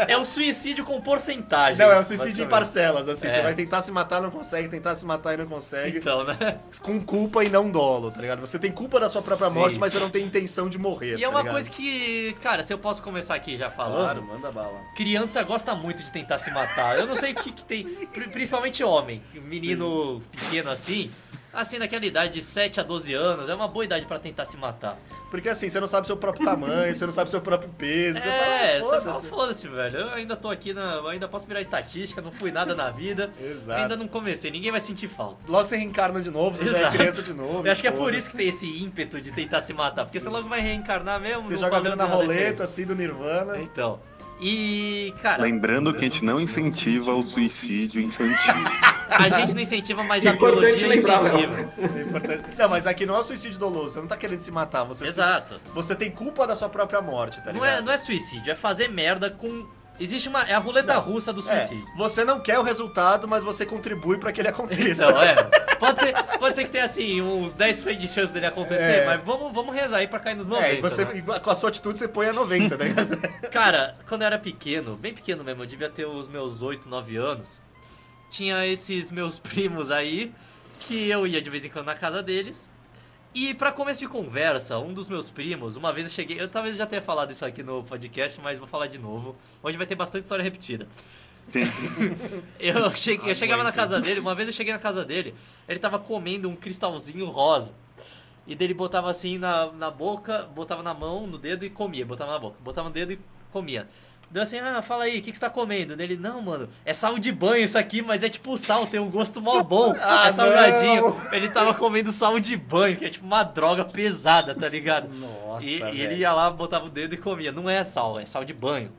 [SPEAKER 3] É o suicídio com porcentagem.
[SPEAKER 1] Não, é o suicídio em
[SPEAKER 3] parcela.
[SPEAKER 1] parcelas, assim.
[SPEAKER 3] É.
[SPEAKER 1] Você vai tentar se matar, não consegue, tentar se matar e não consegue.
[SPEAKER 3] Então, né?
[SPEAKER 1] Com culpa e não dolo, tá ligado? Você tem culpa da sua própria
[SPEAKER 3] Sim.
[SPEAKER 1] morte, mas você não tem intenção de morrer. tá
[SPEAKER 3] E é uma coisa que, cara, se eu posso começar aqui já
[SPEAKER 1] Claro,
[SPEAKER 3] falando,
[SPEAKER 1] manda bala.
[SPEAKER 3] criança gosta muito de tentar se matar. Eu não sei o que, que tem, pri- principalmente homem, Um menino pequeno assim, assim naquela idade de 7 a 12 anos, é uma boa idade pra tentar se matar.
[SPEAKER 1] Porque assim, você não sabe seu próprio tamanho, você não sabe seu próprio peso. você
[SPEAKER 3] é,
[SPEAKER 1] fala, "Ah,
[SPEAKER 3] você fala,
[SPEAKER 1] foda-se.
[SPEAKER 3] foda-se, velho. Eu ainda tô aqui, na, eu ainda posso virar estatística, não fui nada na vida.
[SPEAKER 1] Exato.
[SPEAKER 3] Ainda não comecei, ninguém vai sentir falta.
[SPEAKER 1] Logo você reencarna de novo, você já é
[SPEAKER 3] Exato.
[SPEAKER 1] criança de novo.
[SPEAKER 3] Eu acho que é por
[SPEAKER 1] foda-se.
[SPEAKER 3] isso que tem esse ímpeto de tentar se matar, porque você logo vai reencarnar mesmo.
[SPEAKER 1] Você
[SPEAKER 3] não
[SPEAKER 1] joga a vida
[SPEAKER 3] valendo
[SPEAKER 1] na
[SPEAKER 3] nada a experiência.
[SPEAKER 1] roleta, assim, do Nirvana.
[SPEAKER 3] Então. E, cara,
[SPEAKER 4] Lembrando que a gente não incentiva o suicídio infantil.
[SPEAKER 3] a gente não incentiva, mas a
[SPEAKER 2] Importante
[SPEAKER 3] biologia é
[SPEAKER 2] lembrar, né?
[SPEAKER 3] incentiva.
[SPEAKER 2] Léo.
[SPEAKER 1] É importante. Não, mas aqui não é o suicídio doloso, você não tá querendo se matar. Você, se-
[SPEAKER 3] Exato.
[SPEAKER 1] você tem culpa da sua própria morte, tá ligado?
[SPEAKER 3] Não é, não é suicídio, é fazer merda com. Existe uma. É a roleta russa do
[SPEAKER 1] É,
[SPEAKER 3] suicídio.
[SPEAKER 1] você não quer o resultado, mas você contribui pra que ele aconteça.
[SPEAKER 3] Então, é. Pode ser, pode ser que tenha assim, uns 10% de chance dele acontecer,
[SPEAKER 1] É.
[SPEAKER 3] mas vamos, vamos rezar aí pra cair nos 90.
[SPEAKER 1] É, e você,
[SPEAKER 3] né?
[SPEAKER 1] com a sua atitude você põe a 90, né?
[SPEAKER 3] Cara, quando eu era pequeno, bem pequeno mesmo, eu devia ter os meus 8, 9 anos, tinha esses meus primos aí, que eu ia de vez em quando na casa deles. E pra começo de conversa, um dos meus primos, uma vez eu cheguei, eu talvez já tenha falado isso aqui no podcast, mas vou falar de novo. Hoje vai ter bastante história repetida.
[SPEAKER 4] Sim.
[SPEAKER 3] Eu, cheguei, eu chegava na casa dele, uma vez eu cheguei na casa dele, ele tava comendo um cristalzinho rosa. E dele botava assim na, na boca, botava na mão, no dedo e comia. Botava na boca, botava no dedo e comia. Deu assim, ah, fala aí, o que, que você tá comendo? Dele, não, mano, é sal de banho isso aqui, mas é tipo sal, tem um gosto mal bom.
[SPEAKER 1] Ah,
[SPEAKER 3] é salgadinho.
[SPEAKER 1] não.
[SPEAKER 3] Ele tava comendo sal de banho, que é tipo uma droga pesada, tá ligado?
[SPEAKER 1] Nossa,
[SPEAKER 3] E, e
[SPEAKER 1] velho.
[SPEAKER 3] ele ia lá, botava o dedo e comia. Não é sal, é sal de banho.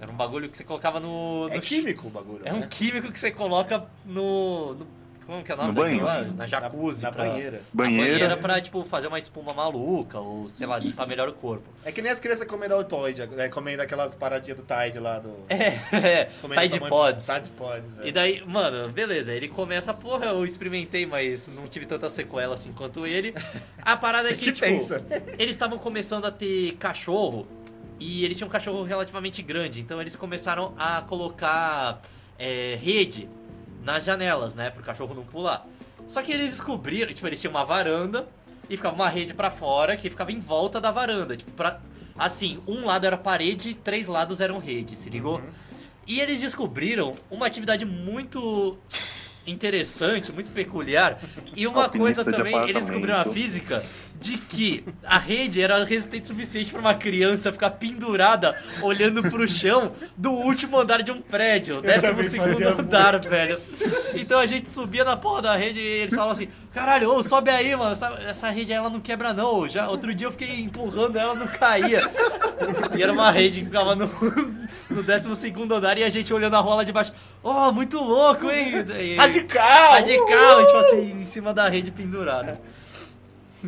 [SPEAKER 3] Era um bagulho que você colocava no.
[SPEAKER 1] É
[SPEAKER 3] no
[SPEAKER 1] químico o bagulho.
[SPEAKER 3] é um
[SPEAKER 1] né?
[SPEAKER 3] químico que você coloca no. no- como que é o nome
[SPEAKER 4] No banho?
[SPEAKER 3] daquilo lá? Na jacuzzi.
[SPEAKER 1] na
[SPEAKER 3] pra-
[SPEAKER 1] banheira.
[SPEAKER 3] na banheira.
[SPEAKER 4] Banheira.
[SPEAKER 3] pra, tipo, fazer uma espuma maluca ou, sei lá, limpar melhor o corpo.
[SPEAKER 1] É que nem as crianças comendo altoide, é, comendo aquelas paradinhas do Tide lá do.
[SPEAKER 3] É, é.
[SPEAKER 1] comendo
[SPEAKER 3] Tide
[SPEAKER 1] sabão-
[SPEAKER 3] Pods.
[SPEAKER 1] Tide Pods,
[SPEAKER 3] E
[SPEAKER 1] velho.
[SPEAKER 3] daí, mano, beleza, ele começa, porra, eu experimentei, mas não tive tanta sequela assim quanto ele. A parada é
[SPEAKER 1] Você
[SPEAKER 3] que,
[SPEAKER 1] que
[SPEAKER 3] tipo,
[SPEAKER 1] pensa.
[SPEAKER 3] eles estavam começando a ter cachorro e eles tinham um cachorro relativamente grande, então eles começaram a colocar é, rede nas janelas, né, pro cachorro não pular. Só que eles descobriram, tipo, eles tinham uma varanda e ficava uma rede pra fora que ficava em volta da varanda, tipo, pra... Assim, um lado era parede, três lados eram rede, se ligou? E eles descobriram uma atividade muito interessante, muito peculiar. E uma
[SPEAKER 4] Alpinista
[SPEAKER 3] coisa
[SPEAKER 4] de
[SPEAKER 3] também, eles
[SPEAKER 4] apartamento.
[SPEAKER 3] descobriram a física de que a rede era resistente o suficiente para uma criança ficar pendurada olhando pro chão do último andar de um prédio, décimo
[SPEAKER 1] também
[SPEAKER 3] segundo
[SPEAKER 1] fazia
[SPEAKER 3] andar, velho. Então a gente subia na porra da rede e eles falavam assim: caralho, ô, sobe aí, mano, essa, essa rede ela não quebra não. Já, outro dia eu fiquei empurrando ela, não caía. E era uma rede que ficava no, no 12 andar e a gente olhando a rola de baixo. Oh, muito louco, hein? E-
[SPEAKER 1] Radical! Uh!
[SPEAKER 3] Radical! E, tipo assim, em cima da rede pendurada.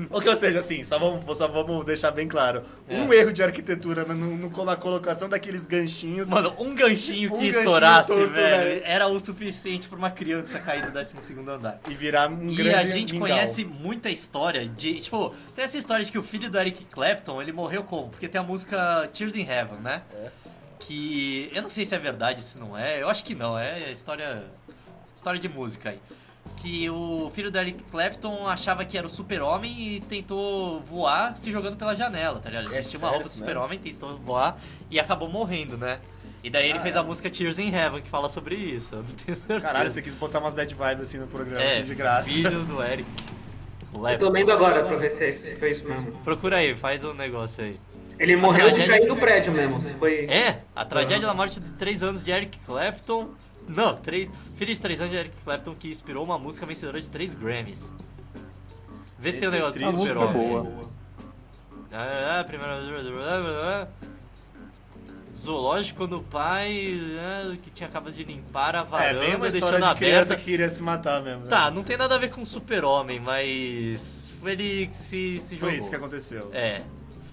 [SPEAKER 1] Ou que, ou seja, assim, só vamos, só vamos deixar bem claro.
[SPEAKER 3] É.
[SPEAKER 1] Um erro de arquitetura no- no- na colocação daqueles ganchinhos.
[SPEAKER 3] Mano, um ganchinho
[SPEAKER 1] Um
[SPEAKER 3] que
[SPEAKER 1] ganchinho
[SPEAKER 3] estourasse,
[SPEAKER 1] torto,
[SPEAKER 3] velho,
[SPEAKER 1] velho.
[SPEAKER 3] era o suficiente pra uma criança cair do 12 andar.
[SPEAKER 1] E virar um
[SPEAKER 3] E
[SPEAKER 1] grande
[SPEAKER 3] a gente
[SPEAKER 1] mingau.
[SPEAKER 3] conhece muita história de. Tipo, tem essa história de que o filho do Eric Clapton ele morreu como? Porque tem a música Tears in Heaven, né?
[SPEAKER 1] É.
[SPEAKER 3] Que. Eu não sei se é verdade, se não é. Eu acho que não, é história. História de música aí. Que o filho do Eric Clapton achava que era o super-homem e tentou voar se jogando pela janela, tá ligado? Ele
[SPEAKER 1] É
[SPEAKER 3] vestiu
[SPEAKER 1] sério
[SPEAKER 3] uma roupa do
[SPEAKER 1] isso
[SPEAKER 3] super-homem, tentou voar e acabou morrendo, né? E daí ele fez a música Tears in Heaven, que fala sobre isso. Eu não tenho certeza.
[SPEAKER 1] Ah. Caralho, você quis botar umas bad vibes assim no programa,
[SPEAKER 3] É,
[SPEAKER 1] assim, de graça.
[SPEAKER 3] filho do Eric.
[SPEAKER 2] Eu tô
[SPEAKER 3] Clapton.
[SPEAKER 2] lendo agora pra ver se é isso- se foi isso mesmo.
[SPEAKER 3] Procura aí, faz um negócio aí.
[SPEAKER 2] Ele morreu de
[SPEAKER 3] tragédia-
[SPEAKER 2] cair do prédio mesmo. se Foi...
[SPEAKER 3] É, a tragédia da morte de 3 anos de Eric Clapton. Não, três, filho de 3 anos de Eric Clapton que inspirou uma música vencedora de 3 Grammys. Vê se tem um
[SPEAKER 1] Gente,
[SPEAKER 3] negócio
[SPEAKER 1] que
[SPEAKER 3] que
[SPEAKER 1] triste,
[SPEAKER 3] superou.
[SPEAKER 4] boa.
[SPEAKER 3] Ah, primeira. Zoológico quando o pai né, que tinha acabado de limpar a
[SPEAKER 1] É,
[SPEAKER 3] varanda,
[SPEAKER 1] bem uma história de
[SPEAKER 3] deixando
[SPEAKER 1] criança
[SPEAKER 3] aberta.
[SPEAKER 1] que iria se matar mesmo. né?
[SPEAKER 3] Tá, não tem nada a ver com super-homem, mas ele se, se jogou.
[SPEAKER 1] Foi isso que aconteceu.
[SPEAKER 3] É.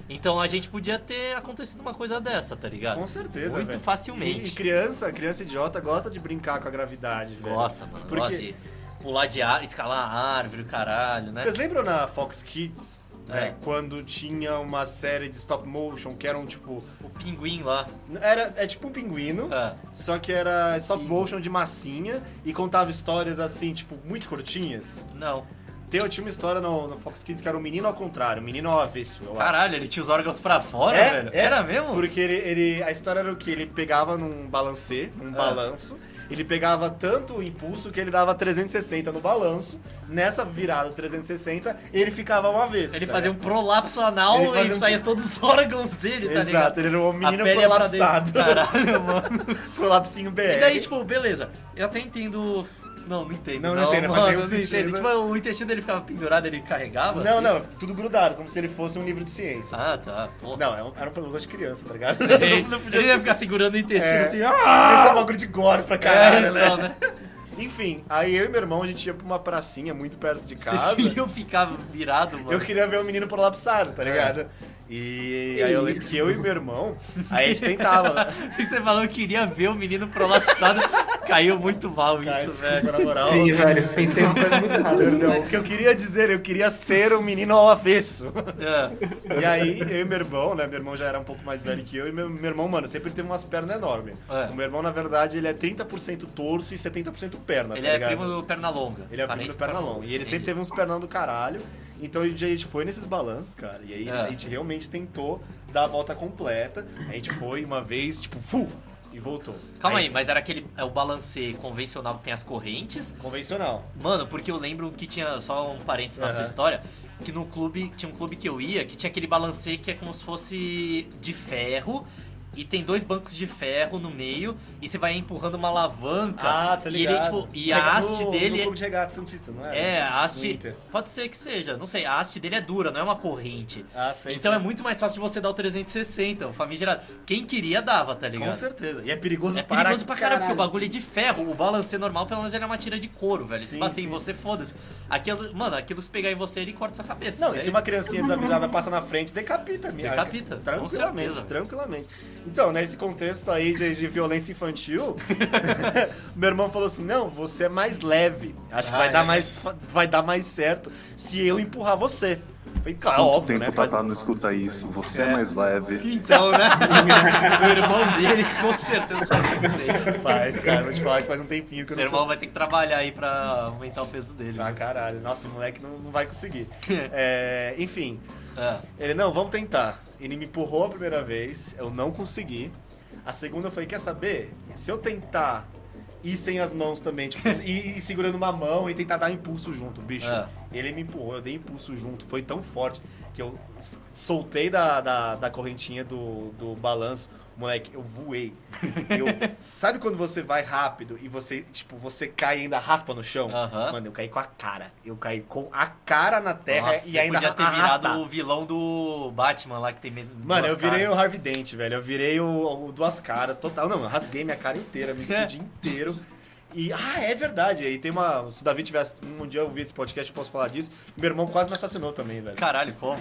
[SPEAKER 3] Então a gente podia ter acontecido uma coisa dessa, tá ligado?
[SPEAKER 1] Com certeza,
[SPEAKER 3] Muito
[SPEAKER 1] velho. E
[SPEAKER 3] facilmente.
[SPEAKER 1] criança, criança idiota gosta de brincar com a gravidade, velho.
[SPEAKER 3] Gosta, mano.
[SPEAKER 1] Porque
[SPEAKER 3] Gosta de pular de ar, escalar a árvore, caralho, né?
[SPEAKER 1] Vocês lembram na Fox Kids? né,
[SPEAKER 3] É.
[SPEAKER 1] Quando tinha uma série de stop motion que eram tipo.
[SPEAKER 3] O pinguim lá.
[SPEAKER 1] Era, é tipo um pinguino,
[SPEAKER 3] Ah.
[SPEAKER 1] só que era stop motion de massinha e contava histórias assim, tipo, muito curtinhas.
[SPEAKER 3] Não.
[SPEAKER 1] Tem, eu tinha uma história no, no Fox Kids que era um menino ao contrário, um menino ao avesso. eu acho.
[SPEAKER 3] Caralho, ele tinha os órgãos pra fora,
[SPEAKER 1] É,
[SPEAKER 3] velho?
[SPEAKER 1] é.
[SPEAKER 3] Era mesmo?
[SPEAKER 1] Porque ele, ele- A história era o que? Ele pegava num balancê,
[SPEAKER 3] Ah.
[SPEAKER 1] num balanço. Ele pegava tanto o impulso que ele dava 360 no balanço. Nessa virada 360, ele ficava uma vez.
[SPEAKER 3] Ele fazia um prolapso anal
[SPEAKER 1] tá Ele
[SPEAKER 3] e
[SPEAKER 1] fazia um-
[SPEAKER 3] saía todos os órgãos dele, tá
[SPEAKER 1] Exato,
[SPEAKER 3] ligado?
[SPEAKER 1] ele era um
[SPEAKER 3] A
[SPEAKER 1] menino
[SPEAKER 3] pele ia pra
[SPEAKER 1] prolapsado.
[SPEAKER 3] dentro. Caralho, mano.
[SPEAKER 1] Prolapsinho BR.
[SPEAKER 3] E daí, tipo, beleza. Eu até entendo. Não, não entendo.
[SPEAKER 1] É. Não, não entendo, faz
[SPEAKER 3] mano,
[SPEAKER 1] nenhum
[SPEAKER 3] eu não entendo.
[SPEAKER 1] sentido.
[SPEAKER 3] Tipo, o intestino dele ficava pendurado, ele carregava?
[SPEAKER 1] Não,
[SPEAKER 3] assim?
[SPEAKER 1] não, tudo grudado, como se ele fosse um livro de ciências.
[SPEAKER 3] Ah, tá. Porra.
[SPEAKER 1] Não, é um- era um problema de criança, tá ligado?
[SPEAKER 3] Ele, ele ia ficar segurando o intestino
[SPEAKER 1] É.
[SPEAKER 3] assim. Ah,
[SPEAKER 1] Esse é um bagulho de gore pra caralho,
[SPEAKER 3] é,
[SPEAKER 1] né?
[SPEAKER 3] então, né?
[SPEAKER 1] Enfim, aí eu e meu irmão, a gente ia pra uma pracinha muito perto de casa.
[SPEAKER 3] Vocês queriam ficar virado, mano.
[SPEAKER 1] Eu queria ver o menino prolapsado,
[SPEAKER 3] É.
[SPEAKER 1] tá ligado? E aí eu lembro que eu e meu irmão, aí a gente tentava, né?
[SPEAKER 3] Você falou que queria ver o menino prolapsado. Caiu muito mal
[SPEAKER 1] Cara,
[SPEAKER 3] isso,
[SPEAKER 1] desculpa,
[SPEAKER 3] velho.
[SPEAKER 1] na moral.
[SPEAKER 2] Sim, velho, pensei uma coisa muito errada.
[SPEAKER 1] Perdão, o que eu queria dizer, eu queria ser um menino ao avesso.
[SPEAKER 3] É.
[SPEAKER 1] E aí, eu e meu irmão, né? Meu irmão já era um pouco mais velho que eu, e meu, meu irmão, mano, sempre teve umas pernas enormes.
[SPEAKER 3] É.
[SPEAKER 1] O meu irmão, na verdade, ele é 30% torso e 70% perna,
[SPEAKER 3] Ele
[SPEAKER 1] tá
[SPEAKER 3] é
[SPEAKER 1] ligado?
[SPEAKER 3] primo do Pernalonga.
[SPEAKER 1] Ele é o primo
[SPEAKER 3] parente
[SPEAKER 1] do Pernalong. E ele sempre teve uns pernão do caralho. Então a gente foi nesses balanços, cara. E aí
[SPEAKER 3] É.
[SPEAKER 1] a gente realmente tentou dar a volta completa. A gente foi uma vez, tipo, fu! E voltou.
[SPEAKER 3] Calma aí, mas era aquele. É o balancê convencional que tem as correntes.
[SPEAKER 1] Convencional.
[SPEAKER 3] Mano, porque eu lembro que tinha. Só um parênteses na
[SPEAKER 1] Aham.
[SPEAKER 3] sua história. Que no clube. Tinha um clube que eu ia que tinha aquele balancê que é como se fosse de ferro. E tem dois bancos de ferro no meio. E você vai empurrando uma alavanca.
[SPEAKER 1] Ah, tá ligado.
[SPEAKER 3] E ele, tipo. E
[SPEAKER 1] Pega
[SPEAKER 3] a haste
[SPEAKER 1] no,
[SPEAKER 3] dele.
[SPEAKER 1] No clube de regata Santista, não era?
[SPEAKER 3] É, a haste.
[SPEAKER 1] No Inter.
[SPEAKER 3] Pode ser que seja, não sei. A haste dele é dura, não é uma corrente.
[SPEAKER 1] Ah, sei,
[SPEAKER 3] então
[SPEAKER 1] sei.
[SPEAKER 3] é muito mais fácil de você dar o 360, o famigerado. Quem queria dava, tá ligado?
[SPEAKER 1] Com certeza. E é perigoso
[SPEAKER 3] É
[SPEAKER 1] para
[SPEAKER 3] perigoso pra caralho, porque o bagulho é de ferro. O balancê normal, pelo menos, ele é uma tira de couro, velho.
[SPEAKER 1] Sim,
[SPEAKER 3] se bater
[SPEAKER 1] sim.
[SPEAKER 3] em você, foda-se. Aquilo, mano, aquilo se pegar em você, ele corta sua cabeça.
[SPEAKER 1] Não,
[SPEAKER 3] É
[SPEAKER 1] e se
[SPEAKER 3] isso.
[SPEAKER 1] uma criancinha desavisada passa na frente, decapita, minha.
[SPEAKER 3] Decapita, com
[SPEAKER 1] Tranquilamente,
[SPEAKER 3] certeza.
[SPEAKER 1] tranquilamente. Então, nesse contexto aí de, de violência infantil, meu irmão falou assim: não, você é mais leve. Acho que vai
[SPEAKER 3] Ai.
[SPEAKER 1] dar mais, fa- vai dar mais certo se eu empurrar você. Falei, claro,
[SPEAKER 4] Quanto
[SPEAKER 1] óbvio,
[SPEAKER 4] tempo
[SPEAKER 1] né?
[SPEAKER 4] o Tatá não escuta isso? Você é, mais leve.
[SPEAKER 3] Então, né? o irmão dele, com certeza, faz muito tempo.
[SPEAKER 1] Faz, cara, vou te falar que faz um tempinho que eu
[SPEAKER 3] Seu
[SPEAKER 1] não sou
[SPEAKER 3] irmão vai ter que trabalhar aí pra aumentar o peso dele.
[SPEAKER 1] Ah,
[SPEAKER 3] né?
[SPEAKER 1] caralho. Nossa, o moleque não, não vai conseguir. É, enfim.
[SPEAKER 3] Ah.
[SPEAKER 1] Ele, não, vamos tentar. Ele me empurrou a primeira vez, eu não consegui. A segunda eu falei, quer saber? Se eu tentar ir sem as mãos também, tipo, ir, ir segurando uma mão e tentar dar impulso junto, bicho.
[SPEAKER 3] É.
[SPEAKER 1] Ele me empurrou, eu dei impulso junto, foi tão forte que eu s- soltei da, da, da correntinha do, do balanço. Moleque, eu voei. Eu- sabe quando você vai rápido e você, tipo, você cai e ainda raspa no chão?
[SPEAKER 3] Aham.
[SPEAKER 1] Mano, eu caí com a cara. Eu caí com a cara na terra
[SPEAKER 3] Nossa,
[SPEAKER 1] e
[SPEAKER 3] você
[SPEAKER 1] ainda
[SPEAKER 3] podia ter
[SPEAKER 1] arrasta.
[SPEAKER 3] virado o vilão do Batman lá que tem medo.
[SPEAKER 1] Mano,
[SPEAKER 3] duas
[SPEAKER 1] eu virei
[SPEAKER 3] caras.
[SPEAKER 1] o Harvey Dent, velho. Eu virei o, o duas caras total. Não, eu rasguei minha cara inteira, me explodi inteiro. E, ah, é verdade. Aí tem uma. Se o Davi tivesse. Um dia eu ouvir esse podcast, eu posso falar disso. Meu irmão quase me assassinou também, velho.
[SPEAKER 3] Caralho, como?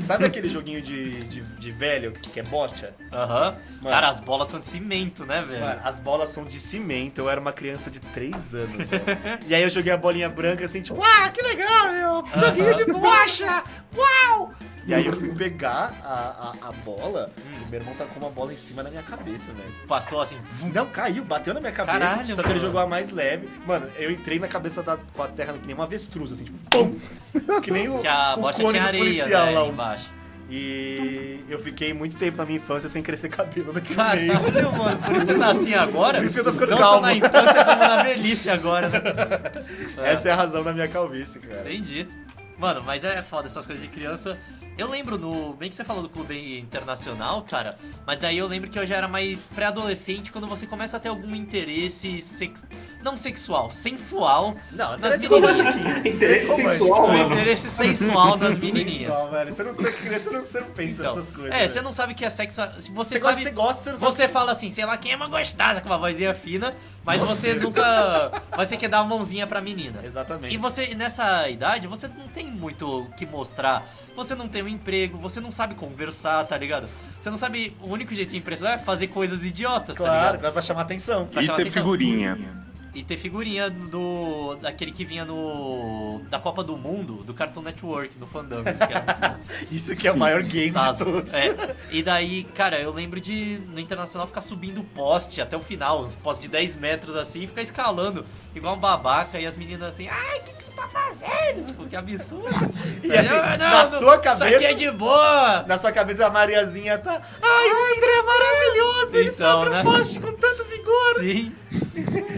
[SPEAKER 1] Sabe aquele joguinho de, de, de velho que é bocha?
[SPEAKER 3] Aham. Cara, as bolas são de cimento, né, velho?
[SPEAKER 1] Mano, as bolas são de cimento. Eu era uma criança de 3 anos, velho. E aí eu joguei a bolinha branca assim, tipo, ah, que legal, meu! Joguinho de bocha! Uau! E aí eu fui pegar a, a, a bola
[SPEAKER 3] Hum.
[SPEAKER 1] e meu irmão tacou uma bola em cima da minha cabeça, velho.
[SPEAKER 3] Passou assim.
[SPEAKER 1] Vum. Não, caiu, bateu na minha cabeça,
[SPEAKER 3] Caralho,
[SPEAKER 1] só que ele
[SPEAKER 3] mano.
[SPEAKER 1] jogou a mais leve. Mano, eu entrei na cabeça da, com a terra que nem uma avestruz, assim, tipo, pum! Que nem o,
[SPEAKER 3] Que a
[SPEAKER 1] o
[SPEAKER 3] bocha
[SPEAKER 1] cone
[SPEAKER 3] tinha
[SPEAKER 1] do
[SPEAKER 3] areia
[SPEAKER 1] policial
[SPEAKER 3] né,
[SPEAKER 1] lá.
[SPEAKER 3] ali
[SPEAKER 1] o-
[SPEAKER 3] embaixo.
[SPEAKER 1] E eu fiquei muito tempo na minha infância sem crescer cabelo daquele meio.
[SPEAKER 3] Caralho, mano, por isso você tá assim agora?
[SPEAKER 1] Por isso que eu tô ficando
[SPEAKER 3] Não
[SPEAKER 1] calmo.
[SPEAKER 3] só na infância, como na velhice agora, né?
[SPEAKER 1] Essa é a razão da minha calvície, cara.
[SPEAKER 3] Entendi. Mano, mas é foda essas coisas de criança. Eu lembro no. Bem que você falou do clube internacional, cara. Mas daí eu lembro que eu já era mais pré-adolescente quando você começa a ter algum interesse sex... não sexual, sensual.
[SPEAKER 1] Não,
[SPEAKER 3] nas
[SPEAKER 1] interesse
[SPEAKER 3] menininhas.
[SPEAKER 1] é romântico. É
[SPEAKER 2] Interesse
[SPEAKER 1] romântico.
[SPEAKER 2] sexual,
[SPEAKER 3] Um
[SPEAKER 2] mano.
[SPEAKER 3] interesse sensual nas menininhas.
[SPEAKER 1] Sensual, velho. Você não, você, você não, você não pensa
[SPEAKER 3] Então,
[SPEAKER 1] nessas coisas.
[SPEAKER 3] é,
[SPEAKER 1] velho.
[SPEAKER 3] você não sabe o que é sexo. Você,
[SPEAKER 1] Você
[SPEAKER 3] sabe.
[SPEAKER 1] gosta, você gosta, você não sabe.
[SPEAKER 3] Você fala assim, sei lá, quem é uma gostosa com uma vozinha fina, mas você nunca. mas Você quer dar uma mãozinha pra menina.
[SPEAKER 1] Exatamente.
[SPEAKER 3] E você, nessa idade, você não tem muito o que mostrar. Você não tem um emprego, você não sabe conversar, tá ligado? Você não sabe. O único jeito de impressionar é fazer coisas idiotas, tá
[SPEAKER 1] Claro,
[SPEAKER 3] ligado?
[SPEAKER 1] vai pra chamar atenção.
[SPEAKER 3] Tá
[SPEAKER 4] E
[SPEAKER 3] chamando
[SPEAKER 4] ter
[SPEAKER 3] atenção.
[SPEAKER 4] figurinha.
[SPEAKER 3] E ter figurinha do. daquele que vinha no. da Copa do Mundo, do Cartoon Network, no Fandango. Isso que era muito bom.
[SPEAKER 1] Isso que é o maior game de
[SPEAKER 3] Tazo.
[SPEAKER 1] todos.
[SPEAKER 3] É. E daí, cara, eu lembro de no Internacional ficar subindo o poste até o final, uns postes de 10 metros assim, e ficar escalando, igual um babaca, e as meninas assim, ai, o que, que você tá fazendo? Tipo, que absurdo.
[SPEAKER 1] E assim, na sua
[SPEAKER 3] Isso aqui
[SPEAKER 1] cabeça-
[SPEAKER 3] é de boa!
[SPEAKER 1] Na sua cabeça a Mariazinha tá. Ai, o André é maravilhoso! Ele
[SPEAKER 3] Então,
[SPEAKER 1] sobe
[SPEAKER 3] né?
[SPEAKER 1] o poste com tanto vigor!
[SPEAKER 3] Sim,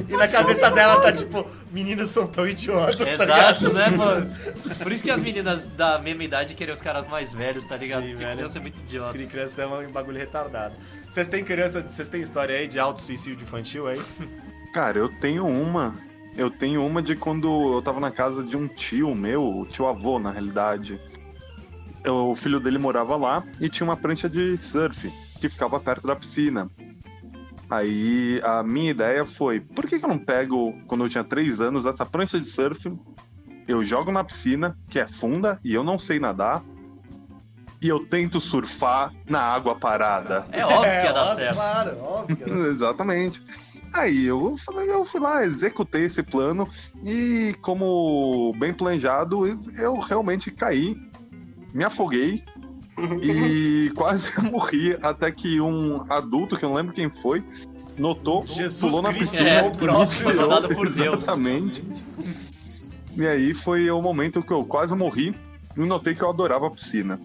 [SPEAKER 1] E na
[SPEAKER 4] é
[SPEAKER 1] cabeça dela tá tipo, meninos são tão idiotas, tá ligado?
[SPEAKER 3] exato, né, mano? Por isso que as meninas da mesma idade queriam os caras mais velhos, tá ligado?
[SPEAKER 1] Sim,
[SPEAKER 3] Porque
[SPEAKER 1] velho.
[SPEAKER 3] criança é muito idiota.
[SPEAKER 1] Cri- Criança é um bagulho retardado. Vocês têm criança, vocês têm história aí de auto-suicídio infantil é aí?
[SPEAKER 4] Cara, eu tenho uma. Eu tenho uma de quando eu tava na casa de um tio meu, o tio avô, na realidade. Eu- O filho dele morava lá e tinha uma prancha de surf que ficava perto da piscina. Aí a minha ideia foi: por que, que eu não pego, quando eu tinha três anos, essa prancha de surf? Eu jogo na piscina, que é funda, e eu não sei nadar. E eu tento surfar na água parada.
[SPEAKER 3] É óbvio que ia dar
[SPEAKER 1] óbvio,
[SPEAKER 3] certo.
[SPEAKER 1] Claro, óbvio. que ia dar-
[SPEAKER 4] Exatamente. Aí eu falei, eu fui lá, executei esse plano e como bem planejado, eu realmente caí, me afoguei e quase morri até que um adulto, que eu não lembro quem foi, notou,
[SPEAKER 1] Jesus Cristo,
[SPEAKER 3] é,
[SPEAKER 1] o próprio.
[SPEAKER 3] foi mandado por Deus.
[SPEAKER 4] Exatamente. E aí foi o momento que eu quase morri e notei que eu adorava a piscina.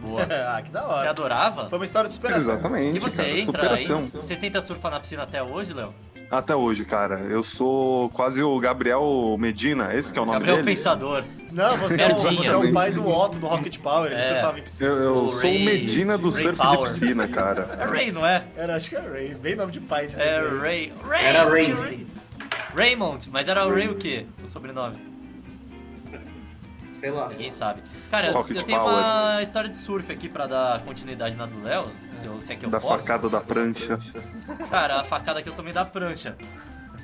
[SPEAKER 3] Boa.
[SPEAKER 1] ah, que da
[SPEAKER 3] Você
[SPEAKER 1] hora.
[SPEAKER 3] adorava?
[SPEAKER 1] Foi uma história de superação.
[SPEAKER 4] Exatamente,
[SPEAKER 3] E você
[SPEAKER 4] cara,
[SPEAKER 3] entra aí?
[SPEAKER 4] superação.
[SPEAKER 3] Você tenta surfar na piscina até hoje, Léo?
[SPEAKER 4] Até hoje, cara. Eu sou quase o Gabriel Medina, esse que é o nome
[SPEAKER 3] Gabriel
[SPEAKER 4] dele.
[SPEAKER 3] Pensador.
[SPEAKER 1] Não, você é, o,
[SPEAKER 3] Merdinha.
[SPEAKER 1] você é o pai do Otto, do Rocket Power, ele
[SPEAKER 3] É.
[SPEAKER 1] surfava em piscina.
[SPEAKER 4] Eu, eu
[SPEAKER 3] O
[SPEAKER 4] sou
[SPEAKER 3] Ray-
[SPEAKER 4] o Medina do
[SPEAKER 3] Ray
[SPEAKER 4] surf
[SPEAKER 3] Power.
[SPEAKER 4] de piscina,
[SPEAKER 3] É
[SPEAKER 4] cara.
[SPEAKER 3] Ray, não é?
[SPEAKER 1] Era, acho que era Ray, bem nome de pai de
[SPEAKER 3] É
[SPEAKER 1] desenho.
[SPEAKER 3] Ray. Ray
[SPEAKER 2] Era
[SPEAKER 3] de
[SPEAKER 2] Ray.
[SPEAKER 3] Raymond, mas era Ray o quê? O sobrenome?
[SPEAKER 2] Sei lá.
[SPEAKER 3] Ninguém sabe. Cara, eu-
[SPEAKER 4] Rocket
[SPEAKER 3] eu tenho
[SPEAKER 4] Power.
[SPEAKER 3] uma história de surf aqui pra dar continuidade na do Léo, se, eu- se é que eu
[SPEAKER 4] Da
[SPEAKER 3] posso.
[SPEAKER 4] facada da prancha.
[SPEAKER 3] Cara, a facada que eu tomei da prancha.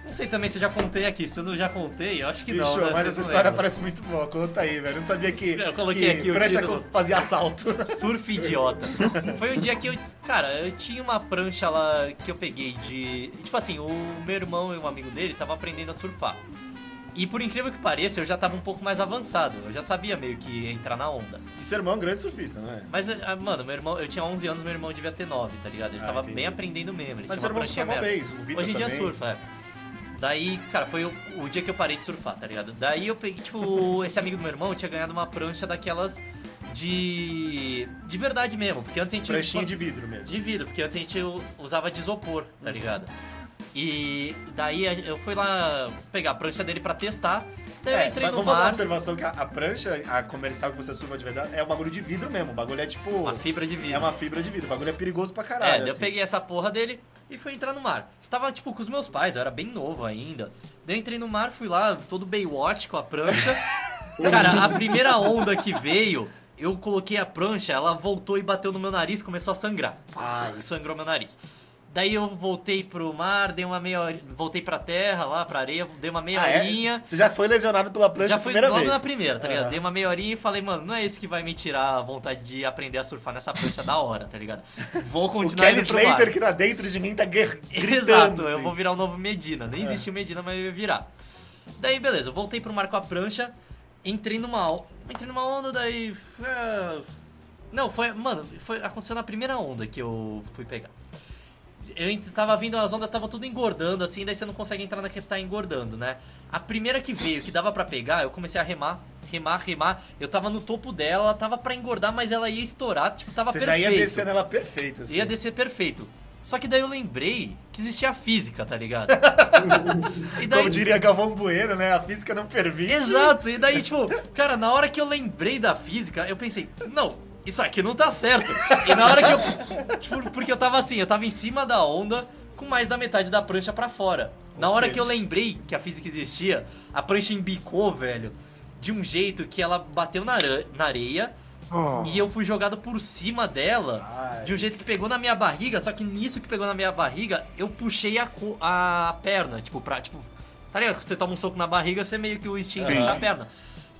[SPEAKER 3] Não sei também se eu já contei aqui. Se eu não já contei, eu acho que não.
[SPEAKER 1] Bicho,
[SPEAKER 3] né?
[SPEAKER 1] mas
[SPEAKER 3] Vocês
[SPEAKER 1] essa
[SPEAKER 3] não
[SPEAKER 1] história
[SPEAKER 3] lembram.
[SPEAKER 1] parece muito boa, conta aí, velho. Eu não sabia que,
[SPEAKER 3] Eu coloquei
[SPEAKER 1] que
[SPEAKER 3] aqui o
[SPEAKER 1] prancha
[SPEAKER 3] título.
[SPEAKER 1] co- fazia assalto.
[SPEAKER 3] Surf idiota. Foi um dia que eu. Cara, eu tinha uma prancha lá que eu peguei de. Tipo assim, o meu irmão e um amigo dele estavam aprendendo a surfar. E por incrível que pareça, eu já tava um pouco mais avançado. Eu já sabia meio que entrar na onda.
[SPEAKER 1] E seu irmão é um grande surfista, não é?
[SPEAKER 3] Mas, ah, mano, meu irmão, eu tinha 11 anos, meu irmão devia ter 9, tá ligado? Ele
[SPEAKER 1] Ah,
[SPEAKER 3] tava
[SPEAKER 1] entendi.
[SPEAKER 3] bem aprendendo mesmo. Ele
[SPEAKER 1] Mas
[SPEAKER 3] tinha
[SPEAKER 1] seu
[SPEAKER 3] uma
[SPEAKER 1] irmão
[SPEAKER 3] pranchinha
[SPEAKER 1] surfa mó
[SPEAKER 3] merda.
[SPEAKER 1] bem, o Vitor
[SPEAKER 3] Hoje em dia
[SPEAKER 1] também.
[SPEAKER 3] surfa, é. Daí, cara, foi o, o dia que eu parei de surfar, tá ligado? Daí eu peguei, tipo, esse amigo do meu irmão tinha ganhado uma prancha daquelas de. de verdade mesmo, porque antes a gente.
[SPEAKER 1] Pranchinha de Uhum. vidro mesmo.
[SPEAKER 3] De vidro, porque antes a gente u- usava de isopor, tá ligado? E daí a- eu fui lá pegar a prancha dele pra testar. Daí eu
[SPEAKER 1] É,
[SPEAKER 3] entrei
[SPEAKER 1] mas
[SPEAKER 3] no
[SPEAKER 1] vamos fazer uma
[SPEAKER 3] mar,
[SPEAKER 1] observação que a, a prancha, a comercial que você surfa de verdade, é um bagulho de vidro mesmo. O bagulho é tipo.
[SPEAKER 3] uma fibra de vidro.
[SPEAKER 1] É uma fibra de vidro. O bagulho é perigoso pra
[SPEAKER 3] É,
[SPEAKER 1] caralho.
[SPEAKER 3] daí eu
[SPEAKER 1] assim.
[SPEAKER 3] peguei essa porra dele e fui entrar no mar. Tava, tipo, com os meus pais, eu era bem novo ainda. Daí eu entrei no mar, fui lá, todo Baywatch com a prancha. Cara, a primeira onda que veio, eu coloquei a prancha, ela voltou e bateu no meu nariz, começou a sangrar. Ai. Sangrou meu nariz. Daí eu voltei pro mar, dei uma meia hora, voltei pra terra lá, pra areia, dei uma meia
[SPEAKER 1] Ah, é?
[SPEAKER 3] horinha.
[SPEAKER 1] Você já foi lesionado pela prancha é
[SPEAKER 3] Já
[SPEAKER 1] a
[SPEAKER 3] fui
[SPEAKER 1] primeira
[SPEAKER 3] logo
[SPEAKER 1] vez.
[SPEAKER 3] na primeira, tá ligado?
[SPEAKER 1] Aham.
[SPEAKER 3] Dei uma meia horinha e falei, mano, não é esse que vai me tirar a vontade de aprender a surfar nessa prancha da hora, tá ligado? Vou
[SPEAKER 1] O
[SPEAKER 3] continuar
[SPEAKER 1] Kelly
[SPEAKER 3] indo pro mar.
[SPEAKER 1] Slater que tá dentro de mim tá guer- gritando. É.
[SPEAKER 3] Exato, eu
[SPEAKER 1] assim.
[SPEAKER 3] vou virar o novo Medina. Nem existiu Medina, mas eu ia virar. Daí, beleza, eu voltei pro mar com a prancha, entrei numa, on- entrei numa onda, daí... f- é, Não, foi... Mano, foi, aconteceu na primeira onda que eu fui pegar. Eu ent- tava vindo, as ondas estavam tudo engordando, assim, daí você não consegue entrar na que tá engordando, né? A primeira que veio, que dava pra pegar, eu comecei a remar, remar, remar. Eu tava no topo dela, ela tava pra engordar, mas ela ia estourar, tipo, tava
[SPEAKER 1] Você já
[SPEAKER 3] perfeito.
[SPEAKER 1] ia descendo ela perfeita. Assim.
[SPEAKER 3] Ia descer perfeito. Só que daí eu lembrei que existia a física, tá ligado? e daí.
[SPEAKER 1] Como diria Galvão Bueno, né? A física não permite.
[SPEAKER 3] Exato, e daí, tipo, cara, na hora que eu lembrei da física, eu pensei, não, isso aqui não tá certo. E na hora que eu. Tipo, porque eu tava assim, eu tava em cima da onda com mais da metade da prancha pra fora. Na
[SPEAKER 1] Ou
[SPEAKER 3] hora
[SPEAKER 1] seja-
[SPEAKER 3] que eu lembrei que a física existia, a prancha embicou, velho, de um jeito que ela bateu na, ara- na areia. E eu fui jogado por cima dela,
[SPEAKER 1] Oh. Ai.
[SPEAKER 3] de um jeito que pegou na minha barriga, só que nisso que pegou na minha barriga, eu puxei a, co- a perna, tipo, pra, tipo, tá ligado? Você toma um soco na barriga, você meio que o instinto
[SPEAKER 4] Sim.
[SPEAKER 3] puxa a perna.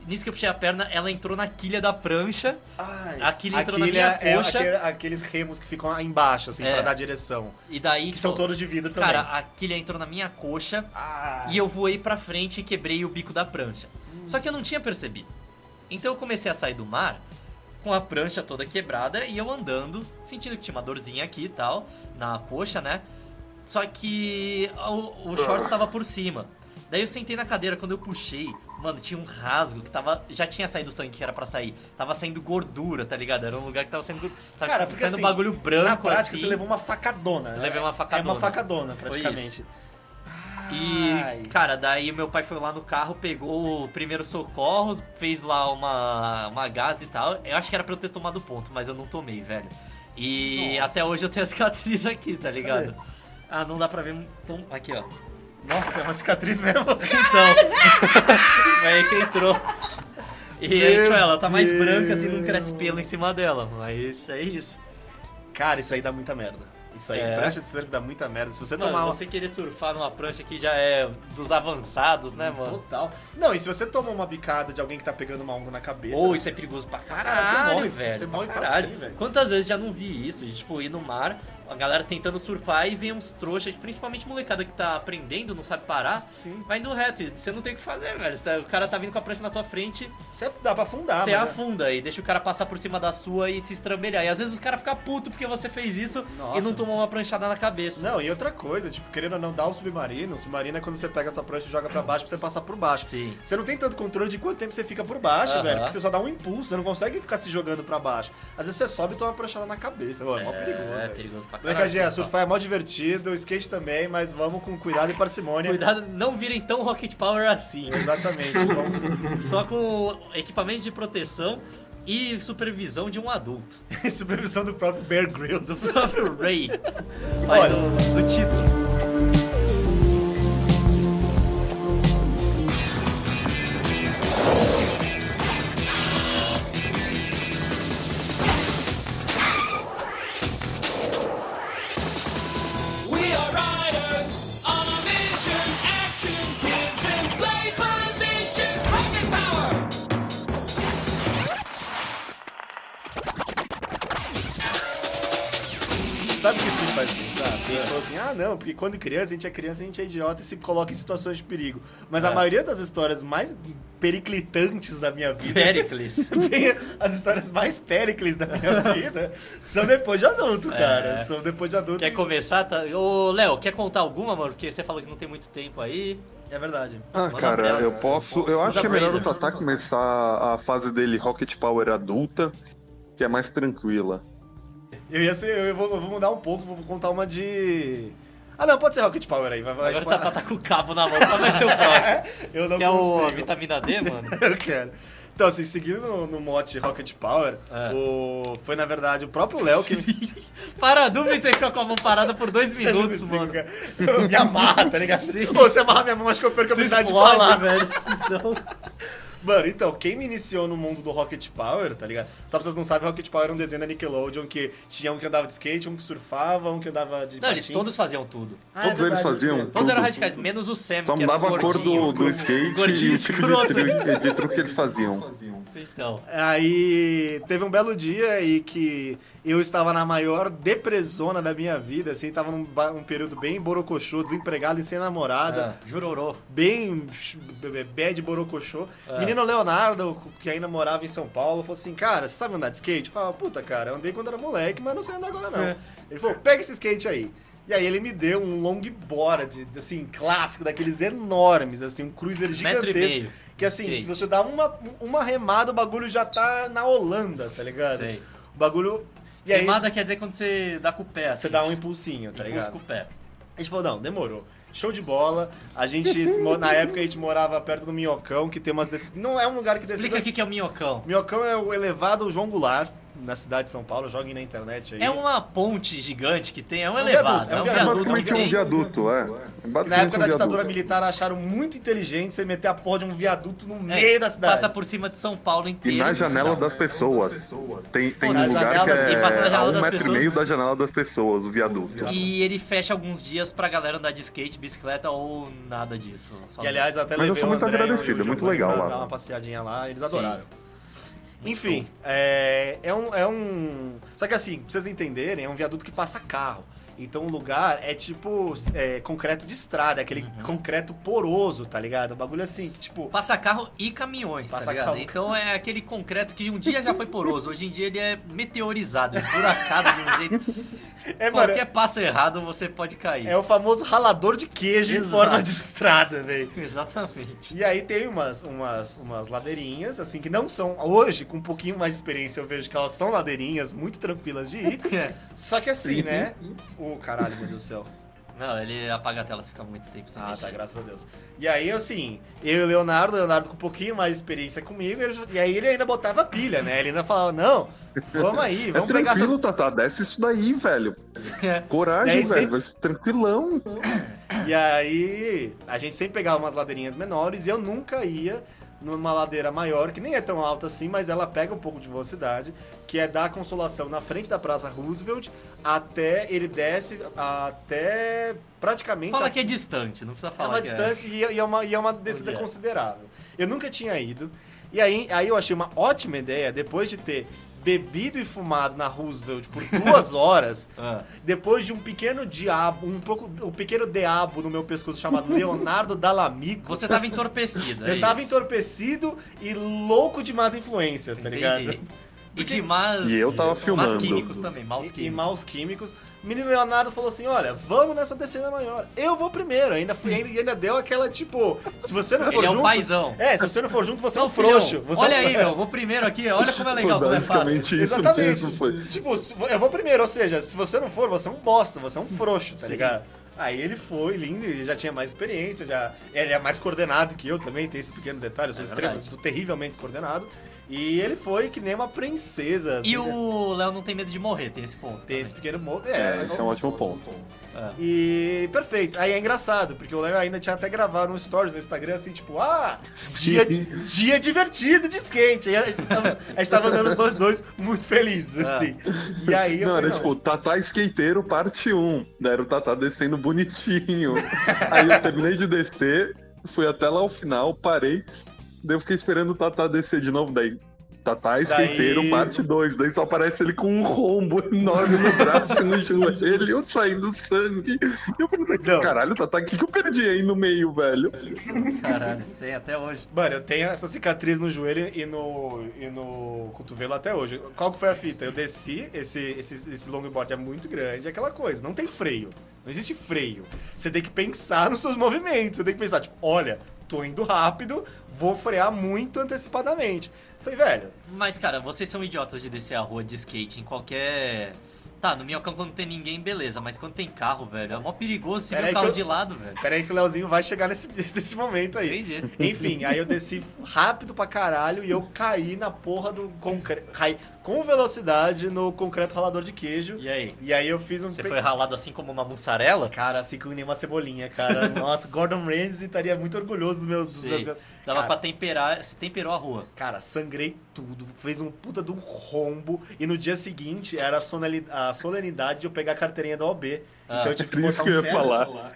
[SPEAKER 3] nisso que eu puxei a perna, ela entrou na quilha da prancha.
[SPEAKER 1] Ai,
[SPEAKER 3] A quilha entrou na minha
[SPEAKER 1] é
[SPEAKER 3] coxa.
[SPEAKER 1] aquele- aqueles remos que ficam aí embaixo, assim,
[SPEAKER 3] É.
[SPEAKER 1] pra dar direção.
[SPEAKER 3] E daí.
[SPEAKER 1] Que são
[SPEAKER 3] tipo,
[SPEAKER 1] todos de vidro também.
[SPEAKER 3] Cara, a quilha entrou na minha coxa
[SPEAKER 1] Ah.
[SPEAKER 3] e eu voei pra frente e quebrei o bico da prancha.
[SPEAKER 1] Hum.
[SPEAKER 3] Só que eu não tinha percebido. Então eu comecei a sair do mar com a prancha toda quebrada e eu andando, sentindo que tinha uma dorzinha aqui e tal, na coxa, né? Só que o, o shorts tava por cima. Daí eu sentei na cadeira, quando eu puxei, mano, tinha um rasgo que tava. Já tinha saído o sangue que era pra sair. Tava saindo gordura, tá ligado? Era um lugar que tava saindo. Tava
[SPEAKER 1] Cara, porque
[SPEAKER 3] saindo
[SPEAKER 1] assim,
[SPEAKER 3] um bagulho branco
[SPEAKER 1] Na prática,
[SPEAKER 3] assim.
[SPEAKER 1] você levou uma facadona. né?
[SPEAKER 3] Levei uma facadona.
[SPEAKER 1] É uma facadona,
[SPEAKER 3] Foi
[SPEAKER 1] praticamente.
[SPEAKER 3] E,
[SPEAKER 1] Ai.
[SPEAKER 3] cara, daí meu pai foi lá no carro, pegou o primeiro socorro, fez lá uma, uma gás e tal. Eu acho que era pra eu ter tomado ponto, mas eu não tomei, velho. E
[SPEAKER 1] Nossa.
[SPEAKER 3] até hoje eu tenho a cicatriz aqui, tá ligado? Ah, não dá pra ver. Então, aqui, ó.
[SPEAKER 1] Nossa, tem uma cicatriz mesmo.
[SPEAKER 3] Então. Foi aí que entrou. E aí,
[SPEAKER 1] Meu
[SPEAKER 3] tipo, ela tá mais
[SPEAKER 1] Deus.
[SPEAKER 3] branca, assim, não cresce pelo em cima dela. Mas é isso.
[SPEAKER 1] Cara, isso aí dá muita merda. Isso aí,
[SPEAKER 3] É.
[SPEAKER 1] prancha de surf dá muita merda. Se você
[SPEAKER 3] Mano,
[SPEAKER 1] tomar uma
[SPEAKER 3] você querer surfar numa prancha que já é dos avançados, né, mano?
[SPEAKER 1] Total. Não, e se você tomar uma bicada de alguém que tá pegando uma onda na cabeça.
[SPEAKER 3] Ou isso é perigoso pra caralho,
[SPEAKER 1] Cara, você morre,
[SPEAKER 3] velho.
[SPEAKER 1] você
[SPEAKER 3] pra
[SPEAKER 1] morre
[SPEAKER 3] caralho.
[SPEAKER 1] facinho, velho.
[SPEAKER 3] Quantas vezes já não vi isso? De, tipo, ir no mar, a galera tentando surfar e vem uns trouxas, principalmente molecada que tá aprendendo, não sabe parar,
[SPEAKER 1] Sim.
[SPEAKER 3] vai indo reto e você não tem o que fazer, velho. Você tá- o cara tá vindo com a prancha na tua frente,
[SPEAKER 1] Você dá pra afundar,
[SPEAKER 3] você
[SPEAKER 1] mas é-
[SPEAKER 3] afunda e deixa o cara passar por cima da sua e se estrambelhar. E às vezes os caras ficam puto porque você fez isso
[SPEAKER 1] Nossa.
[SPEAKER 3] e não tomou uma pranchada na cabeça.
[SPEAKER 1] Não, e outra coisa, tipo, querendo ou não dar o submarino, o submarino é quando você pega a tua prancha e joga pra baixo pra você passar por baixo.
[SPEAKER 3] Sim.
[SPEAKER 1] Você não tem tanto controle de quanto tempo você fica por baixo,
[SPEAKER 3] Aham.
[SPEAKER 1] velho. Porque você só dá um impulso, você não consegue ficar se jogando pra baixo. Às vezes você sobe e toma uma pranchada na cabeça. Ó, é mó perigoso,
[SPEAKER 3] É,
[SPEAKER 1] velho.
[SPEAKER 3] perigoso pra caralho. assim,
[SPEAKER 1] Moleque, Gê,
[SPEAKER 3] surfar.
[SPEAKER 1] surfar é mó divertido, o skate também, mas vamos com cuidado e parcimônia.
[SPEAKER 3] Cuidado, não virem tão Rocket Power assim.
[SPEAKER 1] Exatamente. vamos-
[SPEAKER 3] Só com equipamento de proteção e supervisão de um adulto.
[SPEAKER 1] Supervisão do próprio Bear Grylls.
[SPEAKER 3] Do próprio Ray. um Mas
[SPEAKER 1] Olha.
[SPEAKER 3] do, do título.
[SPEAKER 1] Sabe o que isso me faz pensar?
[SPEAKER 3] É.
[SPEAKER 1] A gente falou assim, ah não, porque quando criança, a gente é criança, a gente é idiota e se coloca em situações de perigo. Mas a
[SPEAKER 3] É.
[SPEAKER 1] maioria das histórias mais periclitantes da minha vida...
[SPEAKER 3] Pericles.
[SPEAKER 1] Tem as histórias mais Pericles da minha vida são depois de adulto, cara. São depois de adulto.
[SPEAKER 3] É. Quer
[SPEAKER 1] e-
[SPEAKER 3] começar? Tá? Ô, Léo, quer contar alguma, mano? Porque você falou que não tem muito tempo aí.
[SPEAKER 1] É verdade.
[SPEAKER 4] Ah,
[SPEAKER 3] Manda
[SPEAKER 4] cara,
[SPEAKER 3] brasa,
[SPEAKER 4] eu
[SPEAKER 3] assim,
[SPEAKER 4] posso.
[SPEAKER 3] pô.
[SPEAKER 4] Eu
[SPEAKER 3] Manda
[SPEAKER 4] acho que é melhor o
[SPEAKER 3] brasa.
[SPEAKER 4] Tatá começar a fase dele Rocket Power adulta, que é mais tranquila.
[SPEAKER 1] Eu ia ser, eu vou, eu vou mudar um pouco, vou contar uma de... Ah não, pode ser Rocket Power aí. Vai, vai,
[SPEAKER 3] Agora o
[SPEAKER 1] tipo,
[SPEAKER 3] Tatá tá com o cabo na mão. Qual vai ser o próximo?
[SPEAKER 1] Eu não
[SPEAKER 3] Que é o a
[SPEAKER 1] consigo.
[SPEAKER 3] vitamina D, mano?
[SPEAKER 1] Eu quero. Então, assim, seguindo no, no mote Rocket Power,
[SPEAKER 3] É.
[SPEAKER 1] o- foi na verdade o próprio Léo que.
[SPEAKER 3] Para a dúvida, você ficou com a mão parada por dois
[SPEAKER 1] Eu não
[SPEAKER 3] minutos,
[SPEAKER 1] consigo,
[SPEAKER 3] mano.
[SPEAKER 1] cara. Eu me amarra, tá ligado?
[SPEAKER 3] Sim.
[SPEAKER 1] Ou você amarra minha mão, acho que eu perco a
[SPEAKER 3] Você
[SPEAKER 1] habilidade de
[SPEAKER 3] explode,
[SPEAKER 1] falar.
[SPEAKER 3] velho. Então,
[SPEAKER 1] Mano, então, quem me iniciou no mundo do Rocket Power, tá ligado? Só pra vocês não sabem, Rocket Power era um desenho da Nickelodeon que tinha um que andava de skate, um que surfava, um que andava de.
[SPEAKER 3] não, eles
[SPEAKER 1] patins.
[SPEAKER 3] todos faziam tudo.
[SPEAKER 1] Ah,
[SPEAKER 4] Todos
[SPEAKER 1] é
[SPEAKER 4] eles
[SPEAKER 1] verdade,
[SPEAKER 4] faziam.
[SPEAKER 1] mesmo.
[SPEAKER 3] Todos
[SPEAKER 4] Tudo,
[SPEAKER 3] eram radicais, menos o Sam,
[SPEAKER 4] Só
[SPEAKER 3] que era
[SPEAKER 4] mudava a cor
[SPEAKER 3] gordinho,
[SPEAKER 4] do,
[SPEAKER 3] escroto.
[SPEAKER 4] do skate e
[SPEAKER 3] gordinho
[SPEAKER 4] o tipo
[SPEAKER 3] escroto.
[SPEAKER 4] de, tru- de truque que eles faziam.
[SPEAKER 3] Então.
[SPEAKER 1] Aí teve um belo dia e que eu estava na maior depressona da minha vida, assim, tava num ba- um período bem borocochô, desempregado e sem namorada.
[SPEAKER 3] Ah, jurorô.
[SPEAKER 1] bem ch- b- b- bad borocochô.
[SPEAKER 3] É.
[SPEAKER 1] Menino Leonardo, que ainda morava em São Paulo, falou assim, cara, você sabe andar de skate? Eu falava, puta, cara, eu andei quando era moleque, mas não sei andar agora não.
[SPEAKER 3] É.
[SPEAKER 1] Ele falou, pega esse skate aí. E aí ele me deu um longboard, assim, clássico, daqueles enormes, assim, um cruiser
[SPEAKER 3] Metro e
[SPEAKER 1] gigantesco.
[SPEAKER 3] meio.
[SPEAKER 1] Que assim,
[SPEAKER 3] Skate.
[SPEAKER 1] se você dá uma, uma remada, o bagulho já tá na Holanda, tá ligado?
[SPEAKER 3] Sei.
[SPEAKER 1] O bagulho... E aí
[SPEAKER 3] Queimada quer dizer quando você dá com o pé, assim.
[SPEAKER 1] você dá um impulsinho, tá
[SPEAKER 3] impulso
[SPEAKER 1] ligado?
[SPEAKER 3] com o pé.
[SPEAKER 1] A gente falou, não, demorou. Show de bola. A gente, mo- na época, a gente morava perto do Minhocão, que tem umas... Desse... Não é um lugar que descida...
[SPEAKER 3] Explica o que que é o minhocão.
[SPEAKER 1] Minhocão é o elevado João Goulart. na cidade de São Paulo, joguem na internet aí.
[SPEAKER 3] É uma ponte gigante que tem, é um
[SPEAKER 1] É um
[SPEAKER 3] elevado.
[SPEAKER 1] viaduto, é um
[SPEAKER 3] É um
[SPEAKER 1] viaduto,
[SPEAKER 3] viaduto.
[SPEAKER 4] basicamente
[SPEAKER 3] que
[SPEAKER 4] é um
[SPEAKER 3] tem.
[SPEAKER 4] viaduto, é. É
[SPEAKER 1] Na
[SPEAKER 4] basicamente
[SPEAKER 1] época
[SPEAKER 4] um
[SPEAKER 1] da
[SPEAKER 4] viaduto.
[SPEAKER 1] ditadura militar, acharam muito inteligente você meter a porra de um viaduto no
[SPEAKER 3] É,
[SPEAKER 1] meio da cidade.
[SPEAKER 3] Passa por cima de São Paulo
[SPEAKER 4] E
[SPEAKER 3] inteiro. então,
[SPEAKER 4] na janela das pessoas. Tem, tem
[SPEAKER 1] Nas
[SPEAKER 4] um lugar que
[SPEAKER 1] janelas, e
[SPEAKER 3] passa na
[SPEAKER 4] é
[SPEAKER 3] janela
[SPEAKER 4] a um
[SPEAKER 3] das
[SPEAKER 4] metro né? e
[SPEAKER 3] pessoas.
[SPEAKER 4] meio da janela das pessoas, o viaduto.
[SPEAKER 3] E ele fecha alguns dias pra galera andar de skate, bicicleta ou nada disso. Só
[SPEAKER 1] Que, aliás, até
[SPEAKER 4] Mas eu
[SPEAKER 1] levei
[SPEAKER 4] sou
[SPEAKER 1] o
[SPEAKER 4] muito
[SPEAKER 1] André e o
[SPEAKER 4] agradecido, é muito
[SPEAKER 1] Giovanni
[SPEAKER 4] legal
[SPEAKER 1] pra
[SPEAKER 4] lá.
[SPEAKER 1] Dar uma passeadinha lá, eles
[SPEAKER 3] Sim.
[SPEAKER 1] adoraram. Enfim, é, é um, é um- Só que assim, pra vocês entenderem, é um viaduto que passa carro. Então o lugar é tipo é, concreto de estrada, aquele
[SPEAKER 3] Uhum.
[SPEAKER 1] concreto poroso, tá ligado? Um bagulho assim, que tipo.
[SPEAKER 3] Passa carro e caminhões,
[SPEAKER 1] Passa
[SPEAKER 3] tá ligado?
[SPEAKER 1] carro.
[SPEAKER 3] Então é aquele concreto que um dia já foi poroso, hoje em dia ele é meteorizado, esburacado de um jeito.
[SPEAKER 1] É, mano,
[SPEAKER 3] Qualquer passo errado você pode cair.
[SPEAKER 1] é o famoso ralador de queijo em
[SPEAKER 3] Exato.
[SPEAKER 1] forma de estrada, velho.
[SPEAKER 3] Exatamente.
[SPEAKER 1] E aí tem umas, umas, umas ladeirinhas, assim, que não são. Hoje, com um pouquinho mais de experiência, eu vejo que elas são ladeirinhas muito tranquilas de ir.
[SPEAKER 3] É.
[SPEAKER 1] Só que assim,
[SPEAKER 4] Sim.
[SPEAKER 1] né? Ô, caralho, meu Deus do céu.
[SPEAKER 3] Não, ele apaga a tela se fica muito tempo sem
[SPEAKER 1] Ah, tá,
[SPEAKER 3] mexer.
[SPEAKER 1] graças a Deus. E aí, assim, eu e o Leonardo, o Leonardo com um pouquinho mais de experiência comigo, ele- e aí ele ainda botava pilha, né? Ele ainda falava, não, vamos aí,
[SPEAKER 4] É
[SPEAKER 1] vamos pegar essas...
[SPEAKER 4] tranquilo, Tata, desce isso daí, velho.
[SPEAKER 1] Daí
[SPEAKER 4] É. Coragem,
[SPEAKER 1] sempre-
[SPEAKER 4] velho, vai ser tranquilão.
[SPEAKER 1] E aí, a gente sempre pegava umas ladeirinhas menores e eu nunca ia numa ladeira maior, que nem é tão alta assim, mas ela pega um pouco de velocidade, que é da Consolação na frente da Praça Roosevelt até ele desce até praticamente
[SPEAKER 3] Fala
[SPEAKER 1] a-
[SPEAKER 3] que é distante, não precisa
[SPEAKER 1] É
[SPEAKER 3] falar
[SPEAKER 1] uma
[SPEAKER 3] que
[SPEAKER 1] distância e é- e é uma, e é uma descida
[SPEAKER 3] é.
[SPEAKER 1] considerável. Eu nunca tinha ido. E aí, aí eu achei uma ótima ideia, depois de ter bebido e fumado na Roosevelt por duas horas,
[SPEAKER 3] Ah.
[SPEAKER 1] depois de um pequeno diabo, um pouco, um pequeno diabo no meu pescoço chamado Leonardo Dalamico,
[SPEAKER 3] Você tava entorpecido, é
[SPEAKER 1] eu tava
[SPEAKER 3] isso.
[SPEAKER 1] entorpecido e louco de más influências, tá ligado?
[SPEAKER 3] Entendi. E de más...
[SPEAKER 4] E eu tava
[SPEAKER 3] Maus
[SPEAKER 4] filmando.
[SPEAKER 3] químicos também, maus
[SPEAKER 1] E, e
[SPEAKER 3] químicos.
[SPEAKER 1] maus químicos. O menino Leonardo falou assim: olha, vamos nessa descida maior. Eu vou primeiro. Ainda, fui, ainda, ainda deu aquela tipo: se você não for
[SPEAKER 3] Ele é
[SPEAKER 1] junto.
[SPEAKER 3] um paizão.
[SPEAKER 1] É, se você não for junto, você é um
[SPEAKER 3] Não, filhão,
[SPEAKER 1] frouxo. Você
[SPEAKER 3] Olha
[SPEAKER 1] é um-
[SPEAKER 3] aí, meu, vou primeiro aqui, olha como é legal,
[SPEAKER 4] foi
[SPEAKER 3] como é fácil.
[SPEAKER 4] basicamente isso
[SPEAKER 1] Exatamente.
[SPEAKER 4] mesmo, foi.
[SPEAKER 1] Tipo, se- eu vou primeiro, ou seja, se você não for, você é um bosta, você é um frouxo, tá
[SPEAKER 3] Sim.
[SPEAKER 1] ligado? Aí ele foi, lindo, ele já tinha mais experiência, já ele é mais coordenado que eu também, tem esse pequeno detalhe, eu sou
[SPEAKER 3] É
[SPEAKER 1] extremo,
[SPEAKER 3] verdade.
[SPEAKER 1] sou terrivelmente descoordenado. E ele foi que nem uma princesa. assim,
[SPEAKER 3] E
[SPEAKER 1] né?
[SPEAKER 3] o Léo não tem medo de morrer, tem esse ponto.
[SPEAKER 1] Tem
[SPEAKER 3] também.
[SPEAKER 1] esse pequeno modo.
[SPEAKER 4] É,
[SPEAKER 1] É,
[SPEAKER 4] esse é um ótimo ponto.
[SPEAKER 1] E perfeito. Aí é engraçado, porque o Léo ainda tinha até gravado um stories no Instagram assim, tipo, ah, dia,
[SPEAKER 4] Sim.
[SPEAKER 1] dia divertido de skate. Aí a gente tava, a gente tava andando os dois muito felizes, assim. E aí eu
[SPEAKER 4] Não,
[SPEAKER 1] falei,
[SPEAKER 4] era tipo, Tatá Skateiro, parte 1. Daí Era o Tatá descendo bonitinho. Aí eu terminei de descer, fui até lá ao final, parei. Daí eu fiquei esperando o Tatá descer de novo. Daí, Tatá Skateiro,
[SPEAKER 1] Daí-
[SPEAKER 4] parte 2. Daí só aparece ele com um rombo enorme no braço e no joelho, eu saindo sangue. E eu perguntei,
[SPEAKER 1] Não.
[SPEAKER 4] caralho, Tatá, o que, que eu perdi aí no meio, velho?
[SPEAKER 3] Caralho, você tem até hoje.
[SPEAKER 1] Mano, eu tenho essa cicatriz no joelho e no, e no cotovelo até hoje. Qual que foi a fita? Eu desci, esse, esse, esse longboard é muito grande, é aquela coisa, não tem freio. Não existe freio. Você tem que pensar nos seus movimentos. Você tem que pensar, tipo, olha, tô indo rápido, vou frear muito antecipadamente. Falei, velho,
[SPEAKER 3] Mas, cara, vocês são idiotas de descer a rua de skate em qualquer. Tá, no minhocão quando tem ninguém, beleza, mas quando tem carro, velho, é mó perigoso se
[SPEAKER 1] Pera
[SPEAKER 3] vê
[SPEAKER 1] aí
[SPEAKER 3] o carro
[SPEAKER 1] que eu-
[SPEAKER 3] de lado, velho.
[SPEAKER 1] peraí que o Leozinho vai chegar nesse, nesse momento aí.
[SPEAKER 3] Tem jeito.
[SPEAKER 1] Enfim, aí eu desci rápido pra caralho e eu caí na porra do concreto. Com velocidade no concreto ralador de queijo.
[SPEAKER 3] E aí?
[SPEAKER 1] E aí eu fiz uns.
[SPEAKER 3] Você
[SPEAKER 1] pe-
[SPEAKER 3] foi ralado assim como uma mussarela?
[SPEAKER 1] Cara, assim com nenhuma cebolinha, cara. Nossa, Gordon Ramsay estaria muito orgulhoso dos meus. das
[SPEAKER 3] Sim.
[SPEAKER 1] minhas-
[SPEAKER 3] Dava
[SPEAKER 1] cara,
[SPEAKER 3] pra temperar, se temperou a rua.
[SPEAKER 1] cara, sangrei tudo, fez um puta de um rombo. E no dia seguinte era a sonali- a solenidade de eu pegar a carteirinha da OB.
[SPEAKER 3] Ah,
[SPEAKER 1] então eu tive que
[SPEAKER 4] por
[SPEAKER 1] botar
[SPEAKER 4] É isso
[SPEAKER 1] um
[SPEAKER 4] que eu ia
[SPEAKER 1] terno,
[SPEAKER 4] falar.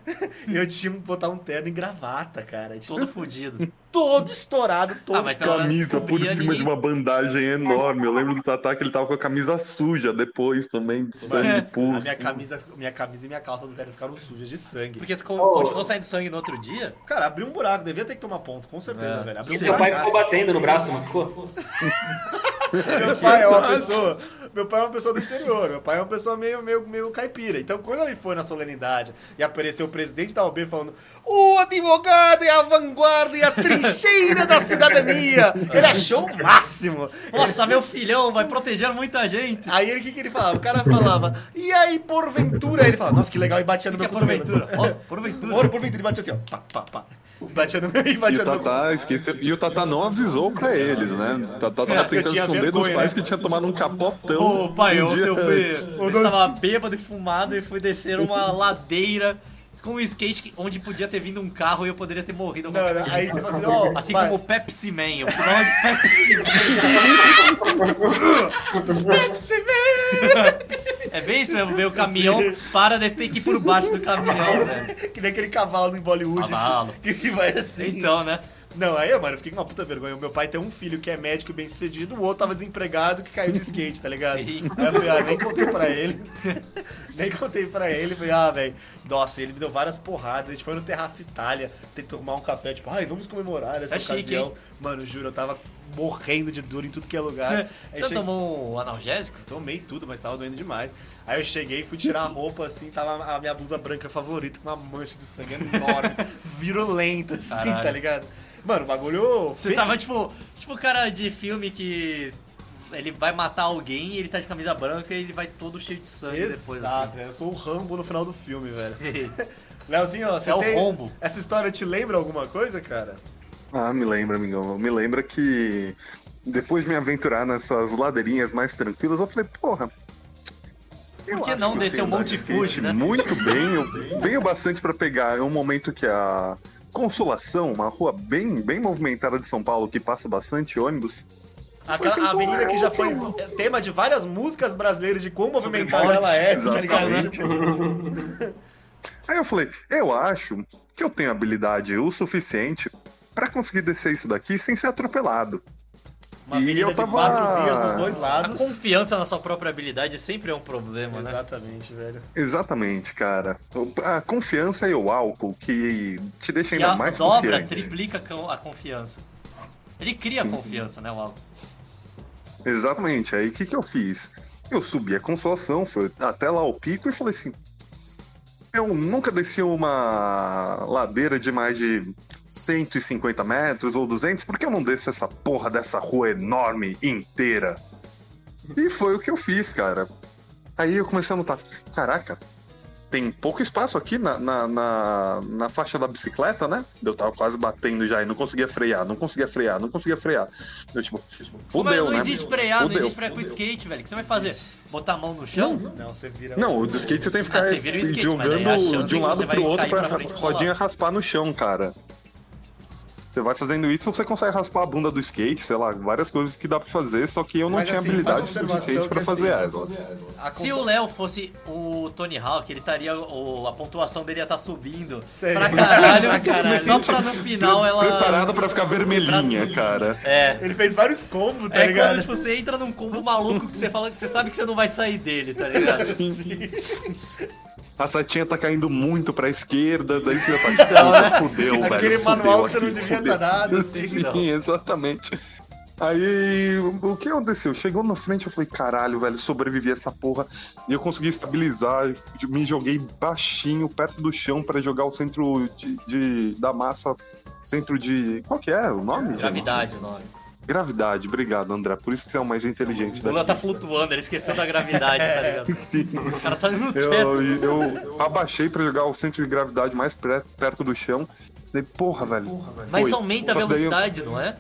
[SPEAKER 1] Eu tinha que botar um terno e gravata, cara. Tipo,
[SPEAKER 3] Todo fudido.
[SPEAKER 1] todo estourado, todo.
[SPEAKER 3] Ah, mas pelo menos
[SPEAKER 4] Camisa por
[SPEAKER 3] cobria
[SPEAKER 4] cima
[SPEAKER 3] ali.
[SPEAKER 4] de uma bandagem enorme. Eu lembro do Tatá que ele tava com a camisa suja depois também, de
[SPEAKER 1] É.
[SPEAKER 4] sangue puro.
[SPEAKER 1] a minha camisa, minha camisa e minha calça do terno ficaram sujas de sangue.
[SPEAKER 3] Porque co- continuou saindo sangue no outro dia?
[SPEAKER 1] Cara, abriu um buraco, devia ter que tomar ponto, com certeza,
[SPEAKER 3] É.
[SPEAKER 1] velho. Abriu
[SPEAKER 3] Sim.
[SPEAKER 1] um
[SPEAKER 2] E
[SPEAKER 3] Seu
[SPEAKER 2] seu
[SPEAKER 1] buraco.
[SPEAKER 2] pai ficou batendo no braço, não ficou?
[SPEAKER 1] Meu pai é uma pessoa. Meu pai é uma pessoa do interior. Meu pai é uma pessoa meio, meio, meio caipira. Então, quando ele foi na solenidade e apareceu o presidente da OB falando: O advogado é a vanguarda e a trincheira da cidadania. Ele achou o máximo.
[SPEAKER 3] Nossa, meu filhão, vai proteger muita gente.
[SPEAKER 1] Aí ele, o que, que ele falava? O cara falava, e aí, porventura? Aí ele falava, nossa, que legal, e batia no
[SPEAKER 3] Que
[SPEAKER 1] meu
[SPEAKER 3] é
[SPEAKER 1] cotovelo.
[SPEAKER 3] porventura. Ó, porventura.
[SPEAKER 1] Ora, porventura, ele batia assim, ó, pá, pá, pá. Batia no meu e
[SPEAKER 4] E
[SPEAKER 1] batia
[SPEAKER 4] o
[SPEAKER 1] no meu.
[SPEAKER 4] Tatá esqueceu. E o Tatá não avisou pra eles, né? O Tatá
[SPEAKER 3] É,
[SPEAKER 4] tava
[SPEAKER 3] porque
[SPEAKER 1] eu
[SPEAKER 4] tentando
[SPEAKER 1] tinha
[SPEAKER 4] esconder dos
[SPEAKER 1] vergonha,
[SPEAKER 4] pais
[SPEAKER 1] né?
[SPEAKER 4] que tinha tomado um capotão.
[SPEAKER 3] Ô, pai,
[SPEAKER 4] um
[SPEAKER 3] ontem
[SPEAKER 4] dia
[SPEAKER 3] eu fui.
[SPEAKER 4] antes.
[SPEAKER 3] Eu estava bêbado e fumado e fui descer uma ladeira com um skate que- onde podia ter vindo um carro e eu poderia ter morrido.
[SPEAKER 1] Não, não, aí você fala assim, ó.
[SPEAKER 3] Assim
[SPEAKER 1] pai,
[SPEAKER 3] como o Pepsi Man, eu fui dar uma de Pepsi Man.
[SPEAKER 1] Pepsi Man!
[SPEAKER 3] É bem isso mesmo, ver o caminhão, para de ter que ir por baixo do caminhão, né? velho.
[SPEAKER 1] Que nem aquele cavalo em Bollywood.
[SPEAKER 3] Cavalo.
[SPEAKER 1] Que, que vai assim.
[SPEAKER 3] Então, né?
[SPEAKER 1] Não, aí, mano, eu fiquei com uma puta vergonha. O meu pai tem um filho que é médico bem sucedido, o outro tava desempregado que caiu de skate, tá ligado?
[SPEAKER 3] Sim.
[SPEAKER 1] Aí eu falei, ah, nem contei pra ele. nem contei pra ele. Falei, ah, velho, nossa, ele me deu várias porradas. A gente foi no Terraço Itália, tem que tomar um café, tipo, ai, vamos comemorar essa
[SPEAKER 3] É chique,
[SPEAKER 1] ocasião.
[SPEAKER 3] hein?
[SPEAKER 1] mano, juro, eu tava morrendo de dor em tudo que é
[SPEAKER 4] Tá.
[SPEAKER 1] lugar.
[SPEAKER 3] Você tá
[SPEAKER 1] Aí cheguei-
[SPEAKER 3] tomou um analgésico?
[SPEAKER 1] Tomei tudo, mas tava doendo demais. Aí eu cheguei, fui tirar a roupa, assim, tava a minha blusa branca favorita, com uma mancha de sangue enorme, virulenta, assim,
[SPEAKER 3] Caralho.
[SPEAKER 1] tá ligado? Mano, o bagulho.
[SPEAKER 3] Você tava tipo, tipo o cara de filme que ele vai matar alguém, ele tá de camisa branca e ele vai todo cheio de sangue
[SPEAKER 1] Exato,
[SPEAKER 3] depois assim.
[SPEAKER 1] velho, eu sou o Rambo no final do filme, velho. Leozinho, ó, você
[SPEAKER 3] É o
[SPEAKER 1] tem...
[SPEAKER 3] Rombo.
[SPEAKER 1] Essa história te lembra alguma coisa, cara?
[SPEAKER 4] Ah, me lembra, amigão. Me lembra que depois de me aventurar nessas ladeirinhas mais tranquilas, eu falei, porra. eu
[SPEAKER 3] Por que
[SPEAKER 4] acho
[SPEAKER 3] não
[SPEAKER 4] eu
[SPEAKER 3] descer
[SPEAKER 4] sei
[SPEAKER 3] o
[SPEAKER 4] andar de
[SPEAKER 3] Monte
[SPEAKER 4] skate
[SPEAKER 3] Fuji, né?
[SPEAKER 4] Muito bem, eu venho bastante pra pegar. É um momento que a Consolação, uma rua bem, bem movimentada de São Paulo, que passa bastante ônibus.
[SPEAKER 1] Aquela
[SPEAKER 4] assim,
[SPEAKER 1] a avenida
[SPEAKER 4] pô,
[SPEAKER 1] que
[SPEAKER 4] eu
[SPEAKER 1] já
[SPEAKER 4] não
[SPEAKER 1] foi tema de várias músicas brasileiras de quão movimentada
[SPEAKER 4] morte,
[SPEAKER 1] ela é, tá ligado?
[SPEAKER 4] exatamente.
[SPEAKER 1] Tipo,
[SPEAKER 4] Aí eu falei, eu acho que eu tenho habilidade o suficiente pra conseguir descer isso daqui sem ser atropelado.
[SPEAKER 1] uma
[SPEAKER 4] E
[SPEAKER 1] avenida
[SPEAKER 4] eu
[SPEAKER 1] de
[SPEAKER 4] tava-
[SPEAKER 1] quatro vias nos dois
[SPEAKER 3] A
[SPEAKER 1] lados.
[SPEAKER 3] confiança na sua própria habilidade sempre é um problema, né?
[SPEAKER 1] Exatamente, velho.
[SPEAKER 4] Exatamente, cara. A confiança e o álcool que te deixa
[SPEAKER 3] Que
[SPEAKER 4] ainda
[SPEAKER 3] a
[SPEAKER 4] mais
[SPEAKER 3] dobra,
[SPEAKER 4] confiante.
[SPEAKER 3] triplica a confiança. Ele cria
[SPEAKER 4] Sim.
[SPEAKER 3] confiança, né, o álcool?
[SPEAKER 4] Exatamente. Aí o que, que eu fiz? Eu subi a consolação, fui até lá ao pico e falei assim: eu nunca desci uma ladeira de mais de 150 metros ou 200, por que eu não desço essa porra dessa rua enorme inteira? E foi o que eu fiz, cara. Aí eu comecei a notar: caraca, tem pouco espaço aqui na, na, na, na faixa da bicicleta, né? Eu tava quase batendo já e não conseguia frear, não conseguia frear, não conseguia frear. Eu, tipo,
[SPEAKER 3] Mas
[SPEAKER 4] fudeu,
[SPEAKER 3] não
[SPEAKER 4] né?
[SPEAKER 3] existe frear, não
[SPEAKER 4] Fudeu.
[SPEAKER 3] existe frear com skate, velho. O que você vai fazer? Botar a mão no chão?
[SPEAKER 1] Não, você vira.
[SPEAKER 4] Não, o do skate você tem que ficar
[SPEAKER 3] Então Ah, você vira o skate, mas daí a
[SPEAKER 4] jogando
[SPEAKER 3] chance
[SPEAKER 4] de um
[SPEAKER 3] que você
[SPEAKER 4] lado
[SPEAKER 3] vai
[SPEAKER 4] pro outro
[SPEAKER 3] cair
[SPEAKER 4] pra,
[SPEAKER 3] pra frente e pra
[SPEAKER 4] rodinha raspar no chão, cara. Você vai fazendo isso, você consegue raspar a bunda do skate, sei lá, várias coisas que dá pra fazer, só que eu não
[SPEAKER 1] Mas,
[SPEAKER 4] tinha
[SPEAKER 1] assim,
[SPEAKER 4] habilidade
[SPEAKER 1] faz uma
[SPEAKER 4] suficiente
[SPEAKER 1] observação
[SPEAKER 4] pra
[SPEAKER 1] que,
[SPEAKER 4] fazer
[SPEAKER 1] assim,
[SPEAKER 4] elas.
[SPEAKER 1] A
[SPEAKER 3] Se o
[SPEAKER 1] consol-
[SPEAKER 3] Léo fosse o Tony Hawk, ele estaria. o- A pontuação dele ia estar subindo
[SPEAKER 1] Sim.
[SPEAKER 3] pra caralho,
[SPEAKER 1] Pra caralho.
[SPEAKER 3] Só pra no final ela.
[SPEAKER 4] Preparada pra ficar vermelhinha, cara.
[SPEAKER 3] É.
[SPEAKER 1] Ele fez vários combos, tá
[SPEAKER 3] é
[SPEAKER 1] ligado?
[SPEAKER 3] quando tipo, você entra num combo maluco que você fala que você sabe que você não vai sair dele, tá ligado?
[SPEAKER 1] Assim.
[SPEAKER 4] A setinha tá caindo muito pra esquerda, daí você vai pra puta, fudeu, velho.
[SPEAKER 1] né?" Aquele
[SPEAKER 4] fudeu
[SPEAKER 1] manual que você não
[SPEAKER 4] aqui,
[SPEAKER 1] devia
[SPEAKER 4] fudeu.
[SPEAKER 1] ter dado, assim,
[SPEAKER 4] Sim,
[SPEAKER 3] não.
[SPEAKER 4] exatamente. Aí, o que aconteceu? Chegou na frente, eu falei, caralho, velho, sobrevivi a essa porra. E eu consegui estabilizar, eu me joguei baixinho, perto do chão, pra jogar o centro de, de- da massa, centro de... Qual que é o nome, gente?
[SPEAKER 3] Gravidade, o nome.
[SPEAKER 4] Gravidade, obrigado, André. Por isso que você é o mais inteligente
[SPEAKER 3] O Léo tá
[SPEAKER 4] daqui.
[SPEAKER 3] flutuando, ele esqueceu da gravidade, tá ligado?
[SPEAKER 4] É, Sim.
[SPEAKER 3] O cara tá no
[SPEAKER 4] Eu,
[SPEAKER 3] teto.
[SPEAKER 4] eu abaixei pra jogar o centro de gravidade mais pre- perto do chão. Daí, porra, velho.
[SPEAKER 3] Mas
[SPEAKER 4] foi.
[SPEAKER 3] aumenta a
[SPEAKER 4] Só um que daí eu-
[SPEAKER 3] velocidade, não é?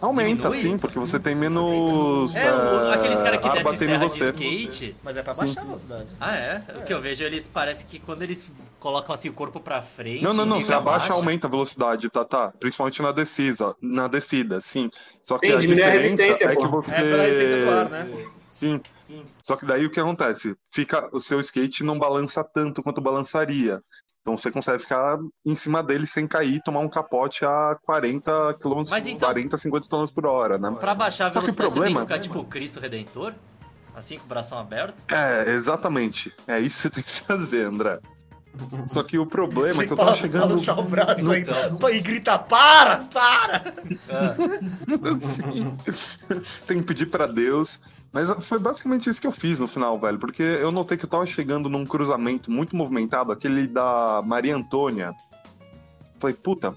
[SPEAKER 4] Aumenta,
[SPEAKER 3] Diminui?
[SPEAKER 4] sim, porque você tem menos.
[SPEAKER 3] É, o-
[SPEAKER 4] eh,
[SPEAKER 3] aqueles caras que
[SPEAKER 4] ar
[SPEAKER 3] descem
[SPEAKER 4] batendo
[SPEAKER 3] serra
[SPEAKER 4] em
[SPEAKER 3] de
[SPEAKER 4] você.
[SPEAKER 3] skate.
[SPEAKER 1] Mas é pra
[SPEAKER 4] Sim.
[SPEAKER 1] baixar a velocidade.
[SPEAKER 3] Ah, é? O que eu vejo, eles parece que quando eles colocam assim o corpo pra frente.
[SPEAKER 4] Não, não, não.
[SPEAKER 3] nível
[SPEAKER 4] Você abaixa,
[SPEAKER 3] abaixo,
[SPEAKER 4] aumenta a velocidade, tá, tá. Principalmente na descida, na descida, sim. Só que
[SPEAKER 2] Sim,
[SPEAKER 4] a
[SPEAKER 2] diminui a
[SPEAKER 4] diferença
[SPEAKER 2] resistência,
[SPEAKER 4] é
[SPEAKER 2] pô.
[SPEAKER 4] que você.
[SPEAKER 1] É pela resistência do ar, né?
[SPEAKER 4] Sim. Só que daí o que acontece? Fica, o seu skate não balança tanto quanto balançaria. Então você consegue ficar em cima dele sem cair, tomar um capote a 40 km,
[SPEAKER 3] Mas então-
[SPEAKER 4] 40, 50 km por hora, né?
[SPEAKER 3] Pra baixar a
[SPEAKER 4] Só que
[SPEAKER 3] velocidade, você tem
[SPEAKER 4] o
[SPEAKER 3] que
[SPEAKER 4] problema-
[SPEAKER 3] ficar tipo Cristo Redentor? Assim, com o bração aberto?
[SPEAKER 4] É, exatamente. É isso que você tem que fazer, André. Só que o problema é que eu
[SPEAKER 1] Sem
[SPEAKER 4] tava
[SPEAKER 1] pa-
[SPEAKER 4] chegando.
[SPEAKER 1] balançar o braço aí
[SPEAKER 3] Então.
[SPEAKER 1] pá, e grita, para, para!
[SPEAKER 4] Tem que pedir pra Deus. Mas foi basicamente isso que eu fiz no final, velho. Porque eu notei que eu tava chegando num cruzamento muito movimentado, aquele da Maria Antônia. Falei, puta,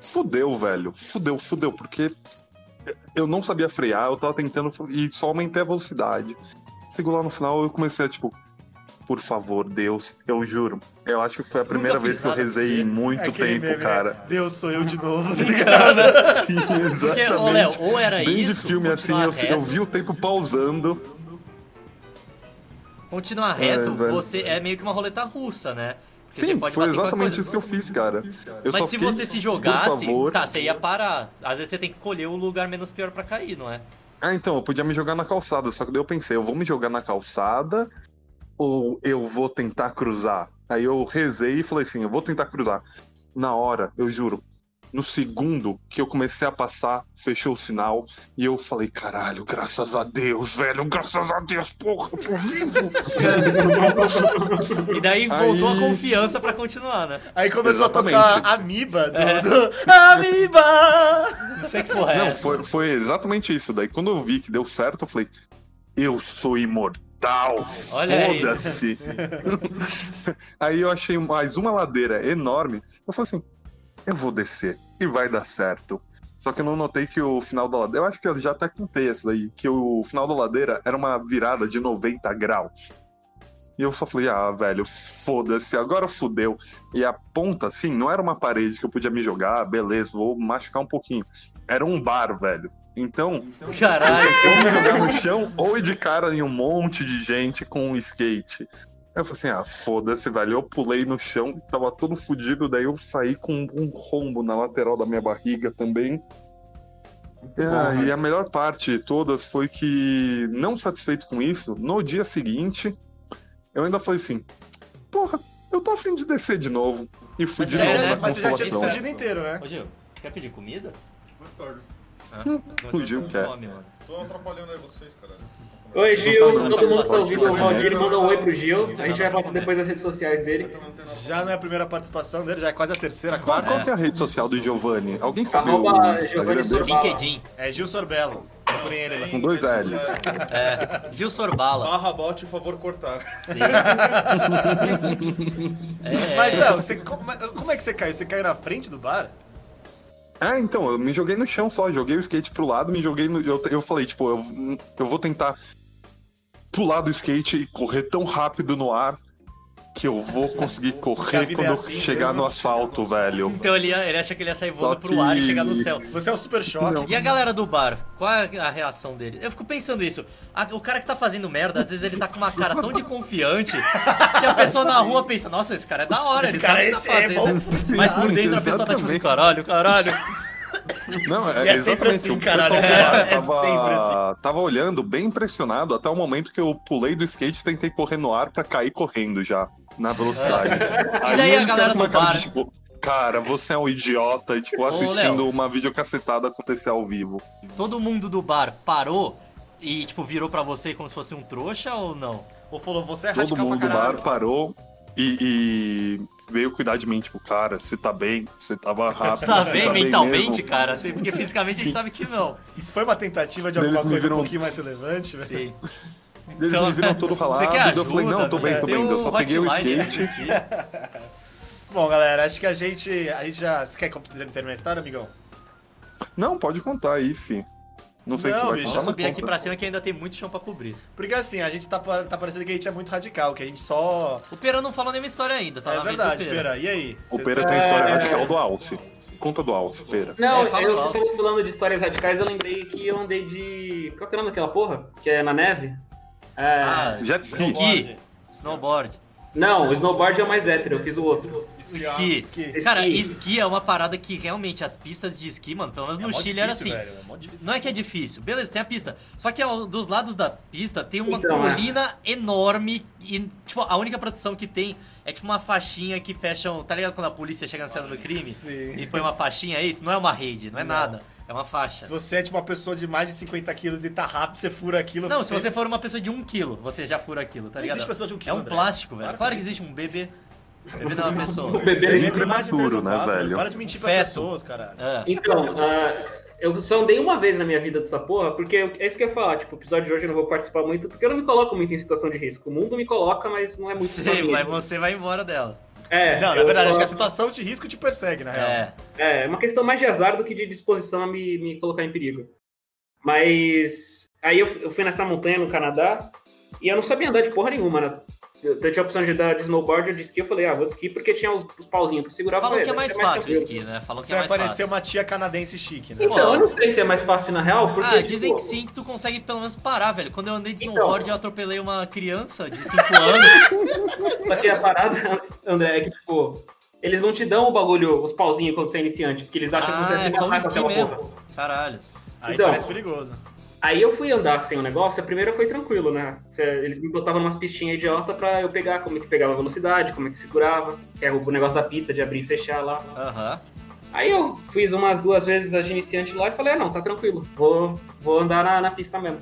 [SPEAKER 4] fudeu, velho. Fudeu, fudeu, porque eu não sabia frear, eu tava tentando e só aumentei a velocidade. Chegou lá no final, eu comecei a, tipo, Por favor, Deus, eu juro. Eu acho que foi a primeira
[SPEAKER 3] fiz
[SPEAKER 4] vez que eu
[SPEAKER 3] nada pra
[SPEAKER 4] rezei
[SPEAKER 3] você.
[SPEAKER 4] em muito
[SPEAKER 1] aquele
[SPEAKER 4] tempo,
[SPEAKER 1] meme, né?
[SPEAKER 4] cara.
[SPEAKER 1] Deus sou eu de novo, tá ligado?
[SPEAKER 3] Cara,
[SPEAKER 4] Sim,
[SPEAKER 3] Porque,
[SPEAKER 4] exatamente.
[SPEAKER 3] ô, Léo, ou era
[SPEAKER 4] Bem
[SPEAKER 3] É isso.
[SPEAKER 4] de filme assim,
[SPEAKER 3] continuar
[SPEAKER 4] eu,
[SPEAKER 3] reto-
[SPEAKER 4] eu vi o tempo pausando.
[SPEAKER 3] Continuar reto,
[SPEAKER 4] É, velho.
[SPEAKER 3] você é meio que uma roleta russa, né? Que
[SPEAKER 4] Sim,
[SPEAKER 3] você pode
[SPEAKER 4] foi
[SPEAKER 3] bater em qualquer
[SPEAKER 4] exatamente
[SPEAKER 3] coisa.
[SPEAKER 4] isso que eu fiz, cara. Eu só
[SPEAKER 3] Mas se
[SPEAKER 4] fiquei,
[SPEAKER 3] você se
[SPEAKER 4] Por
[SPEAKER 3] jogasse,
[SPEAKER 4] favor.
[SPEAKER 3] tá, você ia parar. Às vezes você tem que escolher o lugar menos pior pra cair, não é?
[SPEAKER 4] Ah, então, eu podia me jogar na calçada, só que daí eu pensei, eu vou me jogar na calçada ou eu vou tentar cruzar? Aí eu rezei e falei assim, eu vou tentar cruzar. Na hora, eu juro, no segundo que eu comecei a passar, fechou o sinal e eu falei, caralho, graças a Deus, velho, graças a Deus, porra, eu tô vivo.
[SPEAKER 3] E daí voltou
[SPEAKER 4] Aí-
[SPEAKER 3] a confiança pra continuar, né?
[SPEAKER 1] Aí começou a tocar
[SPEAKER 4] Exatamente.
[SPEAKER 1] Amiba do, do- Amiba!
[SPEAKER 3] Não sei que porra é
[SPEAKER 4] Não,
[SPEAKER 3] essa.
[SPEAKER 4] foi, foi exatamente isso. Daí quando eu vi que deu certo, eu falei, eu sou imortal,
[SPEAKER 3] Olha aí.
[SPEAKER 4] foda-se. aí eu achei mais uma ladeira enorme. Eu falei assim, eu vou descer e vai dar certo. Só que eu não notei que o final da ladeira. Eu acho que eu já até contei essa daí, que o final da ladeira era uma virada de 90 graus. E eu só falei, ah, velho, foda-se, agora fudeu. E a ponta, assim, não era uma parede que eu podia me jogar, "Ah, beleza, vou machucar um pouquinho. Era um bar, velho. Então,
[SPEAKER 3] Caralho.
[SPEAKER 4] eu me jogar no chão ou ir de cara em um monte de gente com um skate. Eu falei assim, ah, foda-se, velho. Eu pulei no chão, tava todo fudido, daí eu saí com um rombo na lateral da minha barriga também. Ah, e a melhor parte de todas foi que, não satisfeito com isso, no dia seguinte, eu ainda falei assim, porra, eu tô afim de descer de novo. E fui
[SPEAKER 3] Mas
[SPEAKER 4] de
[SPEAKER 1] Você
[SPEAKER 4] novo
[SPEAKER 1] já- é,
[SPEAKER 3] né?
[SPEAKER 4] na
[SPEAKER 1] mas você já tinha se
[SPEAKER 4] consolação.
[SPEAKER 1] fudido inteiro, né?
[SPEAKER 3] Ô, Gil, quer pedir comida?
[SPEAKER 4] O Gil quer.
[SPEAKER 7] Tô atrapalhando aí vocês, cara. Vocês tão conversando.
[SPEAKER 2] Oi, Gil.
[SPEAKER 4] Não tá-
[SPEAKER 2] Todo mundo que tá
[SPEAKER 4] pode
[SPEAKER 2] ouvindo
[SPEAKER 4] falar,
[SPEAKER 2] o Valdir
[SPEAKER 4] né?
[SPEAKER 2] manda um oi pro Gil.
[SPEAKER 3] Não,
[SPEAKER 2] A gente vai
[SPEAKER 3] não,
[SPEAKER 2] passar
[SPEAKER 3] não.
[SPEAKER 2] depois as redes sociais dele.
[SPEAKER 7] Então não tem nada pra
[SPEAKER 1] Já não é a primeira participação dele, já é quase a terceira,
[SPEAKER 4] Qual,
[SPEAKER 1] quarta.
[SPEAKER 4] qual que é a rede social do Giovanni? Alguém sabe
[SPEAKER 2] Arroba
[SPEAKER 4] o Instagram
[SPEAKER 2] Giovanni
[SPEAKER 4] dele?
[SPEAKER 3] LinkedIn.
[SPEAKER 1] É Gil Sorbello. Procurem ele lá.
[SPEAKER 4] Com dois L's.
[SPEAKER 3] Gil Sorbala.
[SPEAKER 7] Barra bot, por favor, cortar.
[SPEAKER 1] Mas, não, você, co- mas como é que você caiu? Você caiu na frente do bar?
[SPEAKER 4] Ah, então, eu me joguei no chão só, joguei o skate pro lado, me joguei no. Eu, eu falei, tipo, eu, eu vou tentar pular do skate e correr tão rápido no ar que eu vou conseguir
[SPEAKER 1] a
[SPEAKER 4] correr
[SPEAKER 1] vida
[SPEAKER 4] quando
[SPEAKER 1] é
[SPEAKER 4] eu
[SPEAKER 1] assim,
[SPEAKER 4] chegar
[SPEAKER 1] né?
[SPEAKER 4] no asfalto, velho.
[SPEAKER 3] Então ele, ia- ele acha que ele ia sair voando
[SPEAKER 4] Só
[SPEAKER 3] pro ar e
[SPEAKER 4] que-
[SPEAKER 3] chegar no céu.
[SPEAKER 1] Você é o super choque.
[SPEAKER 3] E a galera do bar, qual é a reação dele? Eu fico pensando isso. A- o cara que tá fazendo merda, às vezes ele tá com uma cara tão de confiante que a pessoa na rua pensa, nossa, esse cara é da hora, ele
[SPEAKER 1] cara
[SPEAKER 3] sabe o que tá
[SPEAKER 1] é- é
[SPEAKER 3] fazendo.
[SPEAKER 4] bom.
[SPEAKER 3] Mas por dentro a pessoa tá tipo assim, caralho, caralho.
[SPEAKER 4] Não, é,
[SPEAKER 1] E é sempre
[SPEAKER 4] exatamente.
[SPEAKER 1] assim,
[SPEAKER 4] o
[SPEAKER 1] caralho.
[SPEAKER 4] pessoal do bar
[SPEAKER 1] É
[SPEAKER 4] tava,
[SPEAKER 1] sempre
[SPEAKER 4] tava olhando, bem impressionado, até o momento que eu pulei do skate e tentei correr no ar pra cair correndo já, na velocidade.
[SPEAKER 3] E daí a
[SPEAKER 4] eles
[SPEAKER 3] galera
[SPEAKER 4] ficaram com uma
[SPEAKER 3] do
[SPEAKER 4] cara
[SPEAKER 3] bar?
[SPEAKER 4] de, tipo, cara, você é um idiota, e, tipo, assistindo
[SPEAKER 3] Léo.
[SPEAKER 4] uma videocacetada acontecer ao vivo.
[SPEAKER 3] Todo mundo do bar parou e, tipo, virou pra você como se fosse um trouxa ou não?
[SPEAKER 1] Ou falou, você é
[SPEAKER 4] Todo
[SPEAKER 1] radical
[SPEAKER 4] mundo
[SPEAKER 1] pra
[SPEAKER 4] do bar
[SPEAKER 1] caralho.
[SPEAKER 4] parou e, e veio cuidar de mim, tipo, cara, você tá bem, você tava rápido.
[SPEAKER 3] Você tá bem mentalmente,
[SPEAKER 4] mesmo?"
[SPEAKER 3] cara? Assim, Porque fisicamente a gente sabe que não.
[SPEAKER 1] Isso foi uma tentativa de
[SPEAKER 4] Eles
[SPEAKER 1] alguma
[SPEAKER 4] me
[SPEAKER 1] coisa
[SPEAKER 4] viram-
[SPEAKER 1] um pouquinho mais relevante, velho?
[SPEAKER 3] Sim.
[SPEAKER 4] Eles me viram todo ralado,
[SPEAKER 3] Então, Você quer ajuda,
[SPEAKER 4] eu falei, não, tô bem, tô
[SPEAKER 3] Tem
[SPEAKER 4] bem, eu
[SPEAKER 3] um
[SPEAKER 4] só peguei o
[SPEAKER 3] hotline, né?
[SPEAKER 4] skate.
[SPEAKER 1] Bom, galera, acho que a gente, a gente já... Você quer terminar a história, amigão?
[SPEAKER 4] Não, pode contar aí, fi. Não sei o que
[SPEAKER 1] Não, bicho,
[SPEAKER 4] vai contar,
[SPEAKER 3] Deixa eu
[SPEAKER 4] mas
[SPEAKER 3] subir aqui
[SPEAKER 4] conta.
[SPEAKER 3] pra cima que ainda tem muito chão pra cobrir.
[SPEAKER 1] Porque assim, a gente tá, pa- tá parecendo que a gente é muito radical, que a gente só...
[SPEAKER 3] O Pera não falou nenhuma história ainda, tá
[SPEAKER 1] é
[SPEAKER 3] na
[SPEAKER 1] verdade,
[SPEAKER 3] vez do Pera.
[SPEAKER 1] Pera. E aí?
[SPEAKER 4] O
[SPEAKER 1] Cê-
[SPEAKER 4] Pera
[SPEAKER 1] cê-
[SPEAKER 4] tem história né?
[SPEAKER 3] né?
[SPEAKER 2] É.
[SPEAKER 4] radical do Alce. Conta do Alce, Pera.
[SPEAKER 2] Não,
[SPEAKER 3] É, fala
[SPEAKER 2] eu
[SPEAKER 3] do
[SPEAKER 2] você tava falando de histórias radicais, eu lembrei que eu andei de. Qual que é o nome daquela porra? Que é na neve? É...
[SPEAKER 3] Ah,
[SPEAKER 4] Jet ski.
[SPEAKER 3] ski, snowboard,
[SPEAKER 2] Não, o snowboard é o mais hétero, eu fiz o outro.
[SPEAKER 3] ski.
[SPEAKER 1] Esqui.
[SPEAKER 3] Cara,
[SPEAKER 2] Esqui.
[SPEAKER 3] esqui é uma parada que realmente as pistas de esqui, mano, pelo menos no
[SPEAKER 1] mó
[SPEAKER 3] Chile era assim.
[SPEAKER 1] difícil, velho, é mó difícil.
[SPEAKER 3] Não é que é difícil, beleza, tem a pista. Só que ó, dos lados da pista tem uma
[SPEAKER 2] Então, é.
[SPEAKER 3] colina enorme e, tipo, a única proteção que tem é tipo uma faixinha que fecham. Tá ligado quando a polícia chega na cena do crime
[SPEAKER 1] Sim.
[SPEAKER 3] e põe uma faixinha? É isso? Não é uma rede, não é nada. É uma faixa.
[SPEAKER 1] Se você é tipo uma pessoa de mais de 50 quilos e tá rápido, você fura aquilo.
[SPEAKER 3] Não, se você for uma pessoa de 1 kg, você já fura aquilo, tá
[SPEAKER 1] Não
[SPEAKER 3] ligado?
[SPEAKER 1] existe pessoa de um
[SPEAKER 3] É
[SPEAKER 1] quilo,
[SPEAKER 3] um
[SPEAKER 1] André.
[SPEAKER 3] plástico, velho.
[SPEAKER 1] Para
[SPEAKER 3] Claro
[SPEAKER 1] com
[SPEAKER 3] que existe um bebê. Bebê não é uma pessoa.
[SPEAKER 2] O bebê.
[SPEAKER 1] Ele tem mais de três
[SPEAKER 4] Maduro,
[SPEAKER 1] ou
[SPEAKER 4] né,
[SPEAKER 1] quatro,
[SPEAKER 4] velho?
[SPEAKER 1] Para de mentir
[SPEAKER 3] Feto.
[SPEAKER 1] pras pessoas, cara.
[SPEAKER 3] É.
[SPEAKER 2] Então, ah, eu só andei uma vez na minha vida dessa porra, porque eu- é isso que eu ia falar, tipo, o episódio de hoje eu não vou participar muito, porque eu não me coloco muito em situação de risco. O mundo me coloca, mas não é muito pra
[SPEAKER 3] Você
[SPEAKER 2] mim.
[SPEAKER 3] vai, você vai embora dela.
[SPEAKER 2] É,
[SPEAKER 1] um- Não, na
[SPEAKER 2] eu
[SPEAKER 1] verdade,
[SPEAKER 2] só-
[SPEAKER 1] acho que a situação de risco te persegue, na real.
[SPEAKER 3] É.
[SPEAKER 2] É, é uma questão mais de azar do que de disposição a me, me colocar em perigo. Mas aí eu, eu fui nessa montanha no Canadá e eu não sabia andar de porra nenhuma, né? Eu, eu tinha a opção de dar de snowboard ou de esqui, eu falei, ah, vou de esqui porque tinha os, os pauzinhos pra segurar.
[SPEAKER 3] Falam
[SPEAKER 2] falei,
[SPEAKER 3] que é
[SPEAKER 2] vai
[SPEAKER 3] mais
[SPEAKER 2] ser
[SPEAKER 3] fácil o
[SPEAKER 2] tranquilo.
[SPEAKER 3] esqui, né? Falam que
[SPEAKER 1] Você
[SPEAKER 3] é
[SPEAKER 1] vai
[SPEAKER 3] mais
[SPEAKER 1] parecer
[SPEAKER 3] fácil.
[SPEAKER 1] uma tia canadense chique, né?
[SPEAKER 2] Então, eu não sei se é mais fácil na real, porque.
[SPEAKER 3] Ah, dizem
[SPEAKER 2] tipo,
[SPEAKER 3] que sim, que tu consegue pelo menos parar, velho. Quando eu andei de
[SPEAKER 2] Então.
[SPEAKER 3] snowboard, eu atropelei uma criança de 5 anos.
[SPEAKER 2] Só que a parada, André, é que, tipo, eles não te dão o bagulho, os pauzinhos quando você é iniciante, porque eles acham que você
[SPEAKER 3] ah, é
[SPEAKER 2] tem
[SPEAKER 3] só um
[SPEAKER 2] uma raiva
[SPEAKER 3] esqui
[SPEAKER 2] pela
[SPEAKER 3] mesmo.
[SPEAKER 2] boca.
[SPEAKER 3] Caralho.
[SPEAKER 1] Aí
[SPEAKER 2] Então.
[SPEAKER 1] parece perigoso.
[SPEAKER 2] Aí eu fui andar sem o negócio, a primeira foi tranquilo, né? Cê- Eles me botavam umas pistinhas idiota pra eu pegar como é que pegava a velocidade, como é que segurava, que é o negócio da pizza de abrir e fechar lá.
[SPEAKER 3] Aham.
[SPEAKER 2] Aí eu fiz umas duas vezes as de iniciante lá e falei, ah, não, tá tranquilo, vou, vou andar na, na pista mesmo.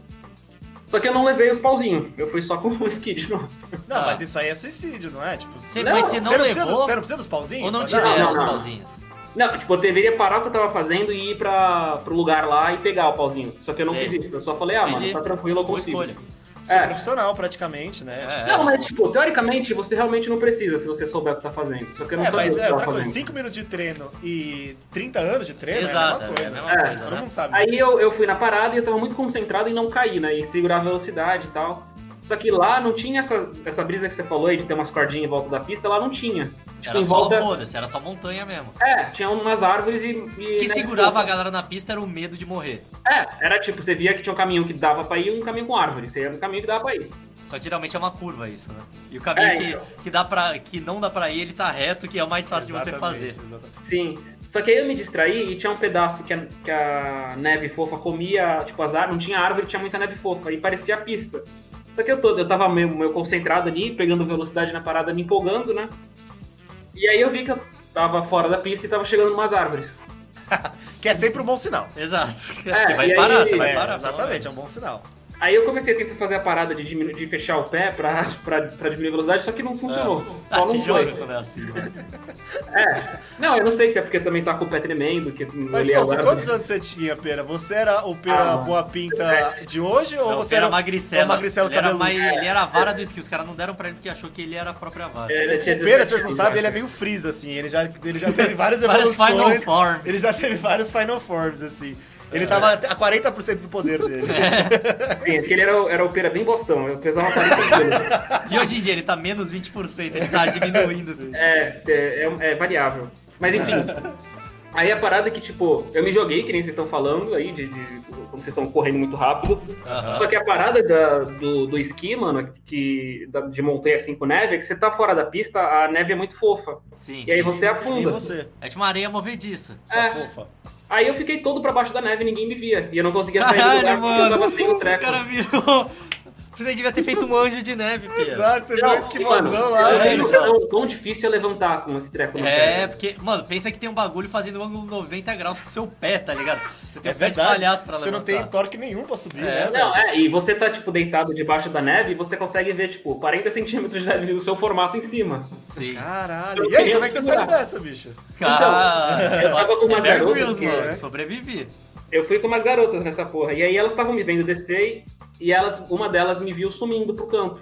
[SPEAKER 2] Só que eu não levei os pauzinhos, eu fui só com o esqui de novo.
[SPEAKER 1] Não,
[SPEAKER 3] Ah.
[SPEAKER 1] mas isso aí é suicídio, não é? Tipo,
[SPEAKER 3] Você-
[SPEAKER 2] Não,
[SPEAKER 3] mas você não,
[SPEAKER 1] precisa dos-
[SPEAKER 3] levou
[SPEAKER 1] você não precisa dos pauzinhos?
[SPEAKER 3] ou não
[SPEAKER 1] Mas,
[SPEAKER 3] tiveram
[SPEAKER 2] não,
[SPEAKER 3] os
[SPEAKER 2] não.
[SPEAKER 3] pauzinhos?
[SPEAKER 2] Não, tipo, eu deveria parar o que eu tava fazendo e ir pra, pro lugar lá e pegar o pauzinho. Só que eu não
[SPEAKER 3] Sei.
[SPEAKER 2] fiz isso, eu só falei, ah, mano,
[SPEAKER 3] Entendi.
[SPEAKER 2] tá tranquilo, eu
[SPEAKER 3] Boa
[SPEAKER 2] consigo.
[SPEAKER 3] escolha.
[SPEAKER 1] Você é
[SPEAKER 2] É.
[SPEAKER 1] profissional praticamente, né?
[SPEAKER 3] É.
[SPEAKER 2] Não, mas tipo, teoricamente você realmente não precisa se você souber o que tá fazendo. Só que eu não
[SPEAKER 1] É,
[SPEAKER 2] sabia o
[SPEAKER 1] mas
[SPEAKER 2] que
[SPEAKER 1] é
[SPEAKER 2] tava
[SPEAKER 1] outra coisa.
[SPEAKER 2] fazendo.
[SPEAKER 1] 5 minutos de treino e 30 anos de treino
[SPEAKER 3] Exato,
[SPEAKER 1] é a mesma coisa.
[SPEAKER 3] é a mesma
[SPEAKER 2] coisa,
[SPEAKER 1] Todo
[SPEAKER 3] né?
[SPEAKER 1] mundo sabe.
[SPEAKER 2] Aí eu, eu fui na parada e eu tava muito concentrado em não cair, né? E segurar a velocidade e tal. Só que lá não tinha essa, essa brisa que você falou aí de ter umas cordinhas em volta da pista, lá não tinha. Tipo,
[SPEAKER 3] Era
[SPEAKER 2] em
[SPEAKER 3] só
[SPEAKER 2] volta.
[SPEAKER 3] foda-se, era só montanha mesmo.
[SPEAKER 2] É, tinha umas árvores e. e
[SPEAKER 3] que
[SPEAKER 2] né,
[SPEAKER 3] segurava a
[SPEAKER 2] tipo,
[SPEAKER 3] galera na pista era o medo de morrer.
[SPEAKER 2] É, era tipo, você via que tinha um caminho que dava pra ir e um caminho com árvore. Você ia no caminho que dava pra ir.
[SPEAKER 3] Só que geralmente é uma curva isso, né? E o caminho
[SPEAKER 2] É,
[SPEAKER 3] que, que, dá pra, que não dá pra ir, ele tá reto, que é o mais fácil de você fazer.
[SPEAKER 2] Sim. Só que aí eu me distraí e tinha um pedaço que a, que a neve fofa comia, tipo, as árvores, não tinha árvore, tinha muita neve fofa, e parecia a pista. Só que eu todo, eu tava meio, meio concentrado ali, pegando velocidade na parada, me empolgando, né? E aí eu vi que eu tava fora da pista e tava chegando umas árvores.
[SPEAKER 1] Que é sempre um bom sinal.
[SPEAKER 3] Exato.
[SPEAKER 2] É,
[SPEAKER 3] Porque vai
[SPEAKER 2] e
[SPEAKER 3] parar,
[SPEAKER 2] aí-
[SPEAKER 3] você vai
[SPEAKER 1] É,
[SPEAKER 3] parar. pelo
[SPEAKER 1] exatamente, é um
[SPEAKER 3] menos.
[SPEAKER 1] bom sinal.
[SPEAKER 2] Aí eu comecei a tentar fazer a parada de, diminu- de fechar o pé pra, pra, pra diminuir a velocidade, só que não funcionou.
[SPEAKER 3] Ah,
[SPEAKER 2] Só
[SPEAKER 3] se
[SPEAKER 2] não foi.
[SPEAKER 3] joga quando é assim. né?
[SPEAKER 2] Não, eu não sei se é porque também tá com o pé tremendo, que
[SPEAKER 1] Mas
[SPEAKER 2] engoli a
[SPEAKER 1] ô,
[SPEAKER 2] árvore.
[SPEAKER 1] quantos anos você tinha, Pera? Você era o Pera
[SPEAKER 2] Ah,
[SPEAKER 1] Boa Pinta de hoje ou
[SPEAKER 3] Não,
[SPEAKER 1] você
[SPEAKER 3] né? era
[SPEAKER 1] era
[SPEAKER 3] magricela.
[SPEAKER 1] o magricelo
[SPEAKER 3] ele, era
[SPEAKER 1] cabeludo?
[SPEAKER 3] mais- ele era a vara do esqui. Os caras não deram pra ele porque achou que ele era a própria vara.
[SPEAKER 2] É, tinha
[SPEAKER 1] O Pera,
[SPEAKER 2] 17
[SPEAKER 1] vocês não
[SPEAKER 2] anos,
[SPEAKER 1] sabem,
[SPEAKER 2] acho.
[SPEAKER 1] ele é meio freeze, assim. Ele já, ele já teve várias
[SPEAKER 3] Várias
[SPEAKER 1] evoluções.
[SPEAKER 3] Final Forms. É.
[SPEAKER 1] Ele já teve vários Final Forms, assim. Ele tava a 40% do poder dele. É.
[SPEAKER 2] Sim, aquele era, o- era o pera bem bostão, eu pesava 40 quilos.
[SPEAKER 3] E hoje em dia ele tá menos 20%, ele tá diminuindo.
[SPEAKER 2] É, é, é- é variável. Mas enfim. aí a parada é que, tipo, eu me joguei, que nem vocês estão falando aí, de, de- como vocês estão correndo muito rápido.
[SPEAKER 3] Aham.
[SPEAKER 2] Só que a parada da- do, do esqui, mano, que, da- de montanha assim com neve, é que você tá fora da pista, a neve é muito fofa.
[SPEAKER 3] Sim,
[SPEAKER 2] E aí
[SPEAKER 3] sim.
[SPEAKER 2] você
[SPEAKER 1] E
[SPEAKER 2] afunda.
[SPEAKER 1] você,
[SPEAKER 3] É tipo uma areia movediça.
[SPEAKER 1] sua
[SPEAKER 2] É.
[SPEAKER 1] fofa.
[SPEAKER 2] Aí eu fiquei todo pra baixo da neve, ninguém me via. E eu não conseguia sair do lugar
[SPEAKER 3] Caralho,
[SPEAKER 2] porque eu
[SPEAKER 3] mano.
[SPEAKER 2] tava sem o
[SPEAKER 3] O
[SPEAKER 2] treco.
[SPEAKER 3] cara virou. Você devia ter feito um anjo de neve, Pedro.
[SPEAKER 1] Exato, você viu um esquimozão
[SPEAKER 2] mano,
[SPEAKER 1] lá.
[SPEAKER 2] Eu não
[SPEAKER 1] né?
[SPEAKER 2] tenho noção do quão difícil é levantar com esse treco. no
[SPEAKER 3] É,
[SPEAKER 2] pé.
[SPEAKER 3] porque, mano, pensa que tem um bagulho fazendo um ângulo 90 graus com o seu pé, tá ligado? Você tem
[SPEAKER 1] É
[SPEAKER 3] um pé de
[SPEAKER 1] verdade.
[SPEAKER 3] palhaço pra
[SPEAKER 1] você não
[SPEAKER 3] levantar.
[SPEAKER 1] tem torque nenhum pra subir,
[SPEAKER 3] É.
[SPEAKER 1] né? velho?
[SPEAKER 2] Não, é, e você tá, tipo, deitado debaixo da neve e você consegue ver, tipo, 40 centímetros de neve no seu formato em cima.
[SPEAKER 3] Sim.
[SPEAKER 1] Caralho. E aí, como é que você saiu dessa, bicho?
[SPEAKER 3] Cara,
[SPEAKER 2] eu tava com
[SPEAKER 3] é
[SPEAKER 2] umas
[SPEAKER 3] Bear
[SPEAKER 2] garotas
[SPEAKER 3] Grylls,
[SPEAKER 2] que- né?
[SPEAKER 3] mano. Sobrevivi.
[SPEAKER 2] Eu fui com umas garotas nessa porra. E aí elas estavam me vendo descer e elas, uma delas me viu sumindo pro canto.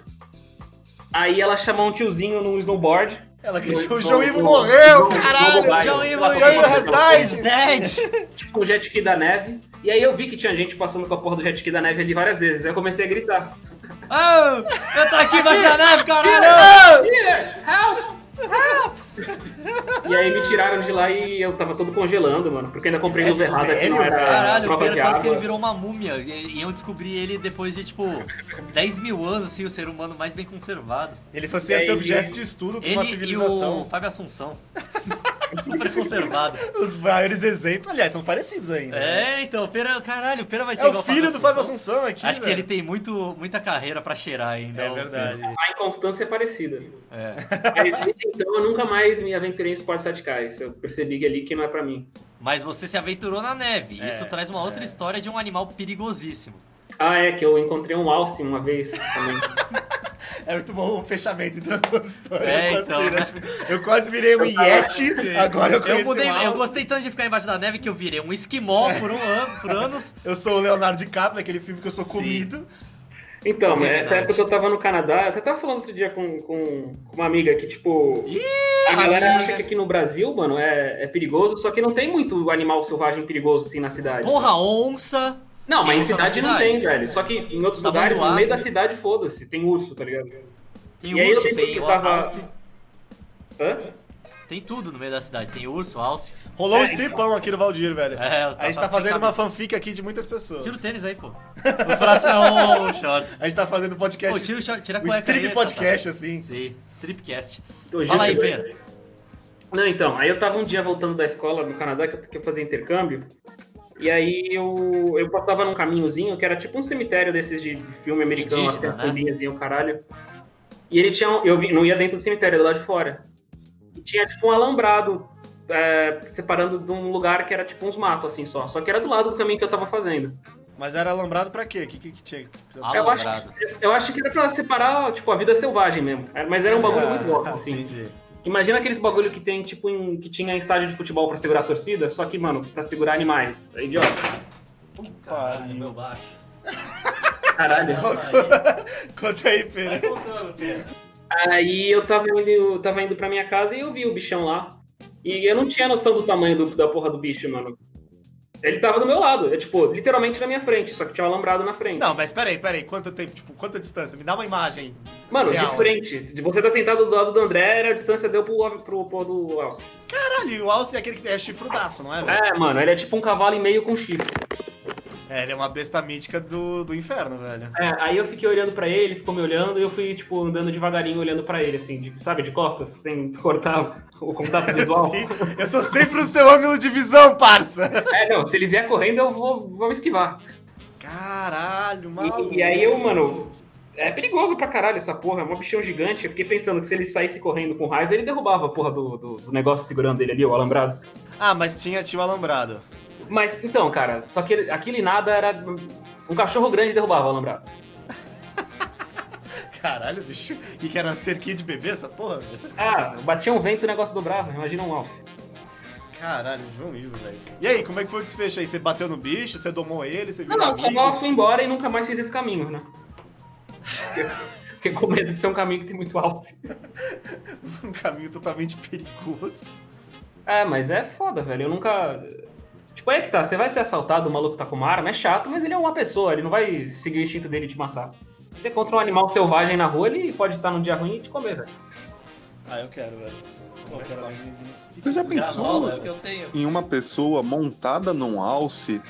[SPEAKER 2] Aí ela chamou um tiozinho num snowboard.
[SPEAKER 1] Ela gritou,
[SPEAKER 2] No-
[SPEAKER 1] o João Ivo
[SPEAKER 2] no-
[SPEAKER 1] morreu,
[SPEAKER 2] no- no
[SPEAKER 1] caralho!
[SPEAKER 2] mobile.
[SPEAKER 3] João Ivo
[SPEAKER 2] Ela
[SPEAKER 1] João Ivo
[SPEAKER 2] colocou-
[SPEAKER 1] has
[SPEAKER 3] It's
[SPEAKER 1] died!
[SPEAKER 3] dead!
[SPEAKER 2] Tipo, um jet ski da neve. E aí eu vi que tinha gente passando com a porra do jet ski da neve ali várias vezes. Aí eu comecei a gritar.
[SPEAKER 3] Oh, eu tô aqui embaixo da neve,
[SPEAKER 1] É,
[SPEAKER 3] caralho!
[SPEAKER 2] "Here, help! Help!" E aí me tiraram de lá e eu tava todo congelando, mano. Porque ainda comprei
[SPEAKER 1] É
[SPEAKER 2] luva errada que
[SPEAKER 1] sério,
[SPEAKER 2] não era
[SPEAKER 1] velho?
[SPEAKER 3] Caralho, o
[SPEAKER 2] prova
[SPEAKER 3] Pedro
[SPEAKER 2] de
[SPEAKER 3] quase
[SPEAKER 2] água.
[SPEAKER 3] que ele virou uma múmia. E e eu descobri ele depois de, tipo, 10 mil anos, assim, o ser humano mais bem conservado.
[SPEAKER 1] Ele fosse esse
[SPEAKER 2] E aí,
[SPEAKER 1] objeto de estudo pra
[SPEAKER 3] Ele
[SPEAKER 1] uma
[SPEAKER 3] e o
[SPEAKER 1] civilização.
[SPEAKER 3] Fábio Assunção. Super conservado.
[SPEAKER 1] Os maiores exemplos, aliás, são parecidos ainda. né?
[SPEAKER 3] É, então, o Pera, caralho, o Pera vai ser
[SPEAKER 1] É o
[SPEAKER 3] igual ao
[SPEAKER 1] filho do Fábio Assunção aqui,
[SPEAKER 3] Acho que
[SPEAKER 1] velho.
[SPEAKER 3] ele tá- tem muito, muita carreira pra cheirar ainda.
[SPEAKER 1] É
[SPEAKER 3] o
[SPEAKER 1] verdade.
[SPEAKER 2] A inconstância é parecida.
[SPEAKER 3] Pera. É.
[SPEAKER 2] Mas desde então eu nunca mais me aventurei em esportes radicais. Eu percebi que ali que não é pra mim.
[SPEAKER 3] Mas você se aventurou na neve.
[SPEAKER 1] É,
[SPEAKER 3] Isso traz uma outra história de um animal perigosíssimo.
[SPEAKER 2] Ah, é que eu encontrei um alce uma vez também.
[SPEAKER 1] É muito bom o fechamento entre as duas histórias.
[SPEAKER 3] É,
[SPEAKER 1] assim,
[SPEAKER 3] então,
[SPEAKER 1] né?
[SPEAKER 3] né?
[SPEAKER 1] Tipo, eu quase virei um Yeti, agora eu conheço
[SPEAKER 3] eu mudei,
[SPEAKER 1] um
[SPEAKER 3] eu
[SPEAKER 1] alce.
[SPEAKER 3] gostei tanto de ficar embaixo da neve que eu virei um esquimó por um ano, por anos.
[SPEAKER 1] Eu sou o Leonardo DiCaprio, naquele filme que eu sou
[SPEAKER 3] Sim.
[SPEAKER 1] comido.
[SPEAKER 2] Então,
[SPEAKER 3] É
[SPEAKER 2] nessa
[SPEAKER 3] verdade.
[SPEAKER 2] época que eu tava no Canadá, eu até tava falando outro dia com, com, com uma amiga que, tipo.
[SPEAKER 3] Ih,
[SPEAKER 2] a galera
[SPEAKER 3] amiga.
[SPEAKER 2] acha que aqui no Brasil, mano, é, é perigoso, só que não tem muito animal selvagem perigoso assim na cidade.
[SPEAKER 3] Porra, onça.
[SPEAKER 2] não, mas
[SPEAKER 3] tem
[SPEAKER 2] em
[SPEAKER 3] urso na
[SPEAKER 2] cidade não
[SPEAKER 3] cidade?
[SPEAKER 2] tem, velho. Só que em outros
[SPEAKER 3] Tá
[SPEAKER 2] lugares, no
[SPEAKER 3] amontoado.
[SPEAKER 2] meio da cidade, foda-se, tem urso, tá ligado?
[SPEAKER 3] Tem
[SPEAKER 2] E aí eu
[SPEAKER 3] urso,
[SPEAKER 2] lembro que
[SPEAKER 3] tem
[SPEAKER 2] eu tava-
[SPEAKER 3] alce,
[SPEAKER 2] Hã?
[SPEAKER 3] tem tudo no meio da cidade. Tem urso, alce.
[SPEAKER 1] Rolou um
[SPEAKER 2] É,
[SPEAKER 1] stripão aqui no Valdir, velho.
[SPEAKER 3] É, eu
[SPEAKER 1] a gente
[SPEAKER 3] tava
[SPEAKER 1] tá fazendo
[SPEAKER 3] sem
[SPEAKER 1] uma fanfic aqui de muitas pessoas.
[SPEAKER 3] Tira o tênis aí, pô. O próximo é o short.
[SPEAKER 1] A gente tá fazendo podcast.
[SPEAKER 3] Pô, tira o short, tira a
[SPEAKER 1] o
[SPEAKER 3] cueca
[SPEAKER 1] strip
[SPEAKER 3] aí,
[SPEAKER 1] podcast, assim.
[SPEAKER 3] Sim, Stripcast.
[SPEAKER 2] Hoje
[SPEAKER 3] Fala aí,
[SPEAKER 2] eu cheguei.
[SPEAKER 3] Penha.
[SPEAKER 2] Não, então, aí eu tava um dia voltando da escola no Canadá, que eu, que eu fazia intercâmbio, e aí eu, eu passava num caminhozinho que era tipo um cemitério desses de de filme americano,
[SPEAKER 3] Indígena,
[SPEAKER 2] até
[SPEAKER 3] né?
[SPEAKER 2] fobias e o caralho. E ele tinha. um- Eu vi- não ia dentro do cemitério, era do lado de fora. E tinha tipo um alambrado é, separando de um lugar que era tipo uns matos, assim só. Só que era do lado do caminho que eu tava fazendo.
[SPEAKER 1] Mas era alambrado pra quê? O que, que, que tinha? que precisava-
[SPEAKER 3] Ah,
[SPEAKER 2] Eu acho,
[SPEAKER 3] Alambrado.
[SPEAKER 2] que- eu acho que era pra separar, tipo, a vida selvagem mesmo. É, Mas era um bagulho muito louco, assim.
[SPEAKER 1] Ah, Entendi.
[SPEAKER 2] Imagina aqueles bagulho que tem, tipo, em- que tinha em estádio de futebol pra segurar a torcida, só que, mano, pra segurar animais. É idiota.
[SPEAKER 3] Caralho, meu baixo.
[SPEAKER 2] Caralho.
[SPEAKER 1] Conta aí, Pera.
[SPEAKER 2] Aí eu tava indo, eu tava indo pra minha casa e eu vi o bichão lá. E eu não tinha noção do tamanho do- da porra do bicho, mano. Ele tava do meu lado, é tipo, literalmente na minha frente, só que tinha um alambrado na frente.
[SPEAKER 1] Não, mas peraí, peraí. Quanto tempo? Tipo, quanta distância? Me dá uma imagem.
[SPEAKER 2] mano,
[SPEAKER 1] real.
[SPEAKER 2] de frente. De você tá sentado do lado do André, era a distância deu pro, pro, pro do Elcio.
[SPEAKER 1] Caralho, e o Alce é aquele que é chifrudaço, não é, velho?
[SPEAKER 2] É, mano, ele é tipo um cavalo e meio com chifre.
[SPEAKER 1] É, ele é uma besta mítica do, do inferno, velho.
[SPEAKER 2] É, aí eu fiquei olhando pra ele, ele ficou me olhando, e eu fui, tipo, andando devagarinho olhando pra ele, assim, de- sabe, de costas, sem cortar o contato visual.
[SPEAKER 1] Sim, eu tô sempre no seu ângulo de visão, parça.
[SPEAKER 2] é, não, se ele vier correndo, eu vou, vou me esquivar.
[SPEAKER 1] Caralho, maluco.
[SPEAKER 2] E, e aí eu, mano, é perigoso pra caralho essa porra, é um bichão gigante. Eu fiquei pensando que se ele saísse correndo com raiva, ele derrubava a porra do, do, do negócio segurando ele ali, o alambrado.
[SPEAKER 1] Ah, mas tinha tio alambrado.
[SPEAKER 2] Mas, então, cara, só que ele- aquele nada era... Um cachorro grande derrubava o alambrado.
[SPEAKER 1] Caralho, bicho. E que era cerquinha de bebê essa porra, velho.
[SPEAKER 2] Ah, batia um vento e o negócio dobrava, imagina um alce.
[SPEAKER 1] Caralho, João Ivo, velho. E aí, como é que foi o desfecho aí? Você bateu no bicho? Você domou ele? Você
[SPEAKER 2] Não,
[SPEAKER 1] virou
[SPEAKER 2] não, o
[SPEAKER 1] amigo?
[SPEAKER 2] canal foi embora e nunca mais fiz esse caminho, né? Porque- Fiquei com medo de ser um caminho que tem muito alce.
[SPEAKER 1] Um caminho totalmente perigoso.
[SPEAKER 2] É, mas é foda, velho. Eu nunca. Tipo, aí que tá, você vai ser assaltado, o maluco tá com uma arma, é chato, mas ele é uma pessoa, ele não vai seguir o instinto dele de matar. Você encontra um animal selvagem na rua, ele pode estar num dia ruim e te comer, velho.
[SPEAKER 1] Ah, eu quero, velho.
[SPEAKER 2] é
[SPEAKER 1] Pô, eu quero um uma amendozinha.
[SPEAKER 4] Você já pensou
[SPEAKER 3] é o que eu tenho.
[SPEAKER 4] em uma pessoa montada num alce?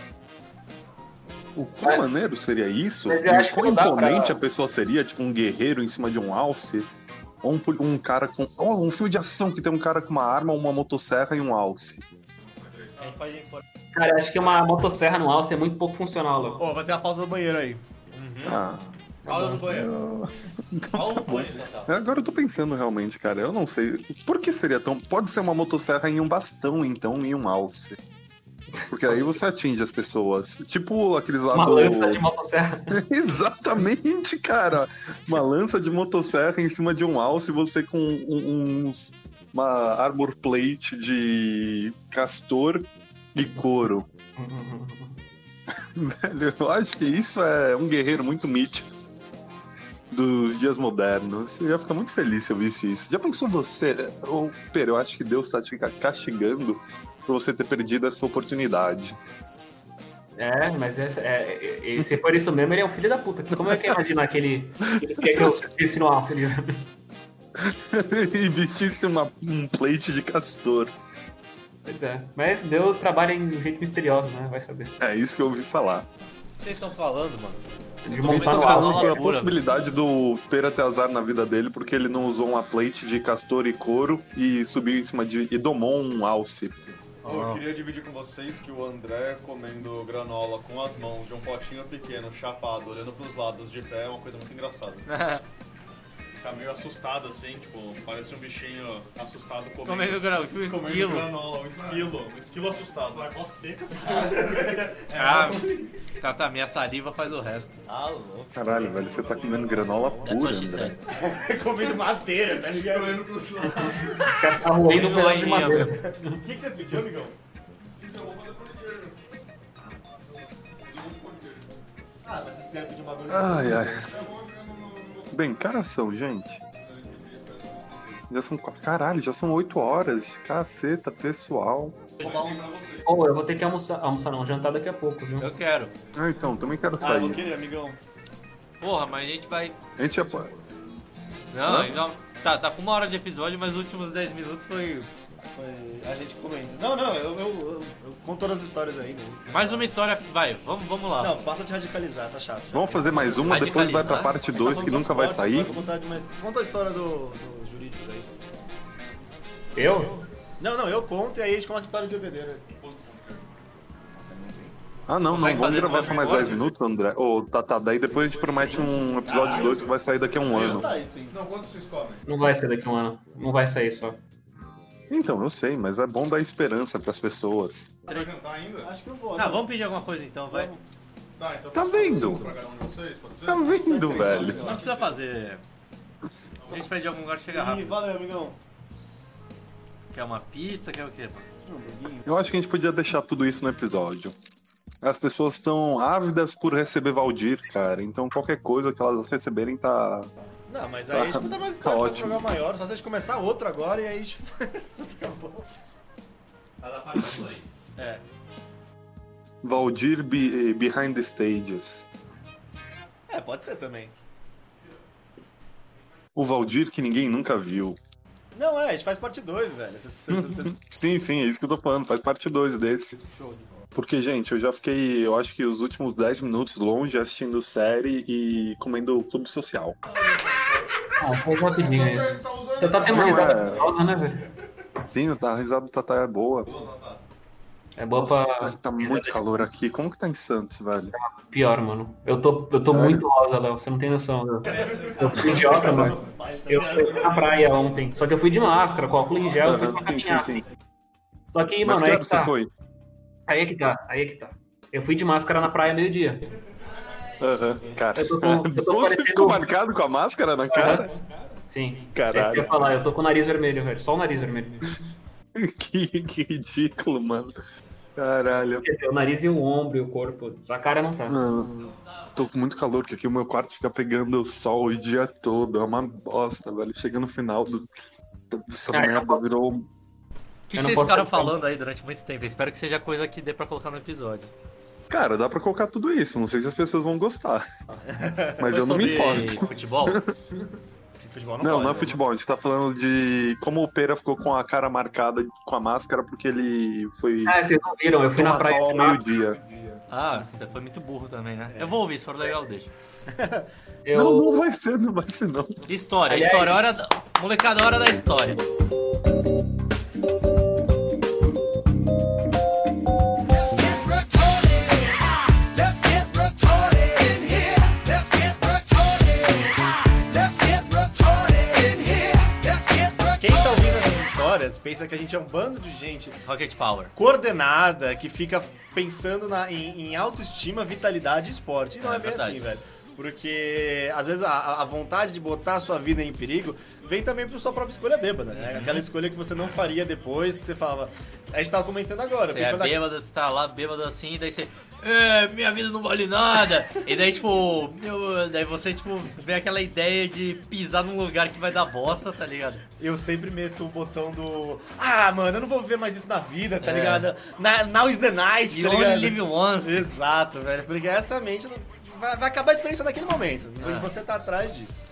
[SPEAKER 4] O quão
[SPEAKER 2] Mas-
[SPEAKER 4] maneiro seria isso?
[SPEAKER 2] É. Mas eu
[SPEAKER 4] E
[SPEAKER 2] acho
[SPEAKER 4] o
[SPEAKER 2] que
[SPEAKER 4] quão
[SPEAKER 2] não dá
[SPEAKER 4] imponente
[SPEAKER 2] pra-
[SPEAKER 4] a pessoa seria, tipo um guerreiro em cima de um alce? Ou um, poli- um cara com. Oh, um filme de ação que tem um cara com uma arma, uma motosserra e um alce.
[SPEAKER 2] Cara, eu acho que uma motosserra no alce é muito pouco funcional, Léo.
[SPEAKER 1] Ô, vai ter a pausa do banheiro aí.
[SPEAKER 2] Hum.
[SPEAKER 4] Ah.
[SPEAKER 3] Fala do banheiro.
[SPEAKER 4] Tá
[SPEAKER 3] Fala do banheiro, Natal.
[SPEAKER 4] Agora eu tô pensando realmente, cara. Eu não sei. Por que seria tão. Pode ser uma motosserra em um bastão, então, e um alce. Porque aí você atinge as pessoas. Tipo aqueles lá
[SPEAKER 2] Uma
[SPEAKER 4] do.
[SPEAKER 2] lança de motosserra.
[SPEAKER 4] Exatamente, cara. Uma lança de motosserra em cima de um alce, você com um- uns. Uma armor plate de castor e couro. Velho, eu acho que isso é um guerreiro muito mítico dos dias modernos. Eu ia ficar muito feliz se eu visse isso. Já pensou você? né? Ô, Pera, eu acho que Deus tá te castigando por você ter perdido essa oportunidade.
[SPEAKER 2] É, mas essa- é, é, é, se for isso mesmo, ele é um filho da puta. Como é que eu imagino aquele. Ele quer que eu pense no alce né? ali?
[SPEAKER 4] e vestisse uma, um plate de castor.
[SPEAKER 2] Pois é. Mas Deus trabalha em um jeito misterioso, né? Vai saber.
[SPEAKER 4] É isso que eu ouvi falar.
[SPEAKER 3] O que vocês estão falando, mano?
[SPEAKER 2] De
[SPEAKER 4] Eles
[SPEAKER 2] montar um
[SPEAKER 4] estão
[SPEAKER 2] no
[SPEAKER 4] falando
[SPEAKER 2] alce.
[SPEAKER 4] sobre a
[SPEAKER 3] loucura,
[SPEAKER 4] é possibilidade do Pera ter azar na vida dele porque ele não usou uma plate de castor e couro e subiu em cima de. e domou um alce.
[SPEAKER 7] Eu queria dividir com vocês que o André comendo granola com as mãos de um potinho pequeno, chapado, olhando pros lados de pé, é uma coisa muito engraçada. Tá meio assustado assim, tipo, parece um bichinho assustado comendo.
[SPEAKER 3] Como é que eu gravo? Que
[SPEAKER 7] comendo
[SPEAKER 3] esquilo?
[SPEAKER 7] granola, um esquilo, um esquilo assustado. É mó seca,
[SPEAKER 3] Ah, tá, tá, minha saliva faz o resto.
[SPEAKER 7] Ah, louco.
[SPEAKER 4] Caralho, velho, você tá comendo granola
[SPEAKER 3] That's
[SPEAKER 4] pura,
[SPEAKER 3] what she
[SPEAKER 4] André.
[SPEAKER 3] said.
[SPEAKER 1] Tá Comendo madeira, tá ligado?
[SPEAKER 7] Olhando pros lados.
[SPEAKER 2] Tá roendo
[SPEAKER 3] Tem
[SPEAKER 2] um
[SPEAKER 3] no
[SPEAKER 2] pedaço de
[SPEAKER 3] banheiro
[SPEAKER 2] madeira.
[SPEAKER 3] mesmo.
[SPEAKER 1] O que, que você pediu, amigão?
[SPEAKER 7] Então,
[SPEAKER 1] Ah, mas vocês querem pedir uma coisa?
[SPEAKER 4] Ai, ai. Bem, que horas são, gente? Já são. qua- Caralho, já são 8 horas. Caceta, pessoal.
[SPEAKER 2] Ou eu vou ter que almoçar, almoçar não, jantar daqui a pouco, viu?
[SPEAKER 3] Eu quero.
[SPEAKER 4] Ah, então, também quero
[SPEAKER 1] Ah, eu vou
[SPEAKER 4] sair.
[SPEAKER 1] querer, amigão.
[SPEAKER 3] Porra, mas a gente vai.
[SPEAKER 4] A gente já. pa-
[SPEAKER 3] Não, não. Tá, tá com uma hora de episódio, mas os últimos 10 minutos foi
[SPEAKER 1] Foi a gente comendo. Não, não, eu, eu, eu, eu conto todas as histórias ainda.
[SPEAKER 3] mais uma história. Vai, vamos, vamos lá. Ah,
[SPEAKER 1] Não, passa de radicalizar, tá chato.
[SPEAKER 4] Tá.
[SPEAKER 1] tá
[SPEAKER 4] Vamos fazer mais uma, depois vai pra parte 2 que nunca vai sair.
[SPEAKER 1] Vou contar de mais- Conta a história do- dos jurídicos aí.
[SPEAKER 2] Eu?
[SPEAKER 1] Não, não, eu conto e aí a gente começa a história de bebedeira.
[SPEAKER 4] Ah, não, não.
[SPEAKER 8] Consegue
[SPEAKER 4] Vamos
[SPEAKER 8] fazer
[SPEAKER 4] gravar
[SPEAKER 8] mais
[SPEAKER 4] só mais 10
[SPEAKER 8] episódio?
[SPEAKER 4] minutos, André. Ô, tá, tá. Daí depois a gente promete um episódio 2 que vai sair daqui a um ano.
[SPEAKER 1] Tá isso, hein?
[SPEAKER 7] Não, quanto vocês comem?
[SPEAKER 2] Não vai sair daqui a um ano. Não vai sair só.
[SPEAKER 4] Então, eu sei, mas é bom dar esperança pras pessoas.
[SPEAKER 7] Você vai jantar ainda?
[SPEAKER 1] Acho que eu vou.
[SPEAKER 3] Ah,
[SPEAKER 1] né?
[SPEAKER 3] vamos pedir alguma coisa então, vai.
[SPEAKER 1] Vamos.
[SPEAKER 7] Tá, então
[SPEAKER 4] Tá
[SPEAKER 7] posso fazer
[SPEAKER 4] vendo?
[SPEAKER 7] um pra cada um de vocês, pode ser?
[SPEAKER 4] Tá vendo, velho?
[SPEAKER 3] Não precisa fazer. Se a gente pedir em algum lugar, chega
[SPEAKER 1] Ih,
[SPEAKER 3] rápido.
[SPEAKER 1] valeu, amigão.
[SPEAKER 3] Quer uma pizza, quer o quê, mano?
[SPEAKER 1] Um hamburguinho.
[SPEAKER 4] Eu acho que a gente podia deixar tudo isso no episódio. As pessoas estão ávidas por receber Valdir, cara. Então qualquer coisa que elas receberem tá.
[SPEAKER 1] Não, mas aí a gente conta mais história,
[SPEAKER 4] Tá
[SPEAKER 1] faz um
[SPEAKER 4] ótimo.
[SPEAKER 1] programa maior. Só se a gente começar outro agora e aí a gente... É.
[SPEAKER 4] Valdir be- eh, Behind the Stages.
[SPEAKER 1] É, pode ser também.
[SPEAKER 4] O Valdir que ninguém nunca viu.
[SPEAKER 1] Não, é, a gente faz parte 2, velho. Vocês- vocês- vocês-
[SPEAKER 4] Sim, sim, é isso que eu tô falando. Faz parte 2 desse. Porque, gente, eu já fiquei, eu acho que os últimos 10 minutos longe assistindo série e comendo clube social.
[SPEAKER 2] Ah, foi rapidinho aí.
[SPEAKER 7] Você tá usando.
[SPEAKER 2] Você tá tendo uma
[SPEAKER 4] Não,
[SPEAKER 2] risada
[SPEAKER 4] é.
[SPEAKER 2] gostosa, né, velho?
[SPEAKER 4] Sim, tá- a risada do Tatá é boa.
[SPEAKER 2] É boa
[SPEAKER 4] Nossa,
[SPEAKER 2] pra.
[SPEAKER 4] cara, tá muito calor aqui. Como que tá em Santos, velho?
[SPEAKER 2] Pior, mano. Eu tô, eu tô
[SPEAKER 4] Sério?
[SPEAKER 2] muito rosa, Léo. Você não tem noção, Léo. Eu fui idiota, mano. Eu eu fui na praia ontem. Só que eu fui de máscara, com óculos em gel, eu fui pra
[SPEAKER 4] Sim, sim,
[SPEAKER 2] caminhar.
[SPEAKER 4] sim.
[SPEAKER 2] Só que,
[SPEAKER 4] Mas
[SPEAKER 2] mano,
[SPEAKER 4] que
[SPEAKER 2] aí
[SPEAKER 4] hora
[SPEAKER 2] que
[SPEAKER 4] você
[SPEAKER 2] tá.
[SPEAKER 4] foi?
[SPEAKER 2] Aí é que tá, aí é que tá. Eu fui de máscara na praia meio-dia.
[SPEAKER 4] Aham, cara.
[SPEAKER 2] tá. Eu tô com- um. eu tô
[SPEAKER 4] Você
[SPEAKER 2] parecendo-
[SPEAKER 4] ficou marcado com a máscara na cara?
[SPEAKER 2] Sim.
[SPEAKER 4] Caralho.
[SPEAKER 2] É que eu ia falar, eu tô com o nariz vermelho, velho. Só o nariz vermelho. É.
[SPEAKER 4] que, que ridículo, mano. Caralho.
[SPEAKER 2] Quer dizer, O nariz e o ombro e o corpo. A cara não tá.
[SPEAKER 4] Mano, tô com muito calor, porque aqui o meu quarto fica pegando o sol o dia todo. É uma bosta, velho. Chega no final do. Essa
[SPEAKER 2] Cara,
[SPEAKER 4] merda virou. um-
[SPEAKER 3] O que, que
[SPEAKER 2] não
[SPEAKER 3] vocês
[SPEAKER 2] posso
[SPEAKER 3] ficaram
[SPEAKER 2] pensar.
[SPEAKER 3] falando aí durante muito tempo? Eu espero que seja coisa que dê pra colocar no episódio.
[SPEAKER 4] Cara, dá pra colocar tudo isso. Não sei se as pessoas vão gostar. Mas eu não me
[SPEAKER 3] Sobre
[SPEAKER 4] importo.
[SPEAKER 3] Futebol?
[SPEAKER 1] Futebol
[SPEAKER 4] Não,
[SPEAKER 1] pode,
[SPEAKER 4] não
[SPEAKER 1] né?
[SPEAKER 4] é futebol. A gente tá falando de como o Pera ficou com a cara marcada com a máscara porque ele foi
[SPEAKER 2] Ah, vocês não viram, eu fui na
[SPEAKER 4] tomar
[SPEAKER 2] praia.
[SPEAKER 4] sol ao meio-dia.
[SPEAKER 3] Ah, você foi muito burro também, né? Eu vou ouvir, se for legal, eu deixo.
[SPEAKER 2] Eu...
[SPEAKER 4] Não, não vai ser, não vai ser, não.
[SPEAKER 3] História,
[SPEAKER 2] Aliás-
[SPEAKER 3] história, hora da... molecada, hora da história.
[SPEAKER 1] Quem tá ouvindo essas histórias pensa que a gente é um bando de gente
[SPEAKER 3] Rocket Power.
[SPEAKER 1] coordenada que fica pensando na- em, em autoestima, vitalidade e esporte. E não é,
[SPEAKER 3] É
[SPEAKER 1] bem
[SPEAKER 3] verdade.
[SPEAKER 1] assim, velho. Porque às vezes a, a vontade de botar a sua vida em perigo vem também por sua própria escolha bêbada,
[SPEAKER 3] Uhum.
[SPEAKER 1] né? Aquela escolha que você não faria depois, que você falava. A gente tava comentando agora.
[SPEAKER 3] Você
[SPEAKER 1] porque
[SPEAKER 3] é
[SPEAKER 1] quando a-
[SPEAKER 3] bêbado, você tá lá bêbado assim, e daí você. É, minha vida não vale nada. E daí, tipo, meu, daí você, tipo, vê aquela ideia de pisar num lugar que vai dar bosta, tá ligado?
[SPEAKER 1] Eu sempre meto o botão do. Ah, mano, eu não vou viver mais isso na vida, tá
[SPEAKER 3] É.
[SPEAKER 1] ligado? Na, now is the night,
[SPEAKER 3] You
[SPEAKER 1] tá
[SPEAKER 3] only
[SPEAKER 1] ligado?
[SPEAKER 3] live once.
[SPEAKER 1] Exato, velho. Porque essa mente não- vai, vai acabar a experiência naquele momento.
[SPEAKER 3] Ah.
[SPEAKER 1] E você tá atrás disso.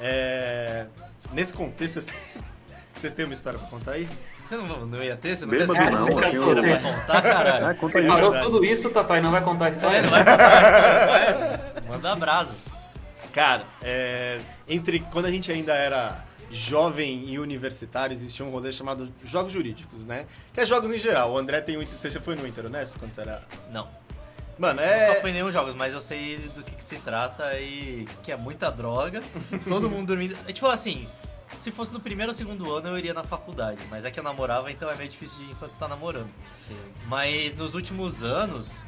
[SPEAKER 1] É, Nesse contexto, vocês têm... vocês têm uma história pra contar aí?
[SPEAKER 3] Você não, não ia ter? Você não
[SPEAKER 4] Bêbado
[SPEAKER 3] quer
[SPEAKER 4] não,
[SPEAKER 3] você
[SPEAKER 2] aqui
[SPEAKER 3] não
[SPEAKER 2] eu-
[SPEAKER 3] vai contar, caralho.
[SPEAKER 4] Ah, conta aí.
[SPEAKER 2] Parou
[SPEAKER 1] verdade.
[SPEAKER 2] tudo isso, Tatai, não vai contar a história?
[SPEAKER 3] É, não vai contar a história, vai. Manda brasa.
[SPEAKER 1] Cara, é, entre quando a gente ainda era jovem e universitário, existia um rolê chamado Jogos Jurídicos, né? Que é jogos em geral. O André tem o Inter. Você já foi no Inter, né? Quando você era.
[SPEAKER 3] Não,
[SPEAKER 1] Mano,
[SPEAKER 3] nunca
[SPEAKER 1] é.
[SPEAKER 3] fui em nenhum jogo, mas eu sei do que, que se trata e que é muita droga. Todo mundo dormindo. É tipo assim. Se fosse no primeiro ou segundo ano, eu iria na faculdade. Mas é que eu namorava, então é meio difícil de ir enquanto você tá namorando. Mas nos últimos anos,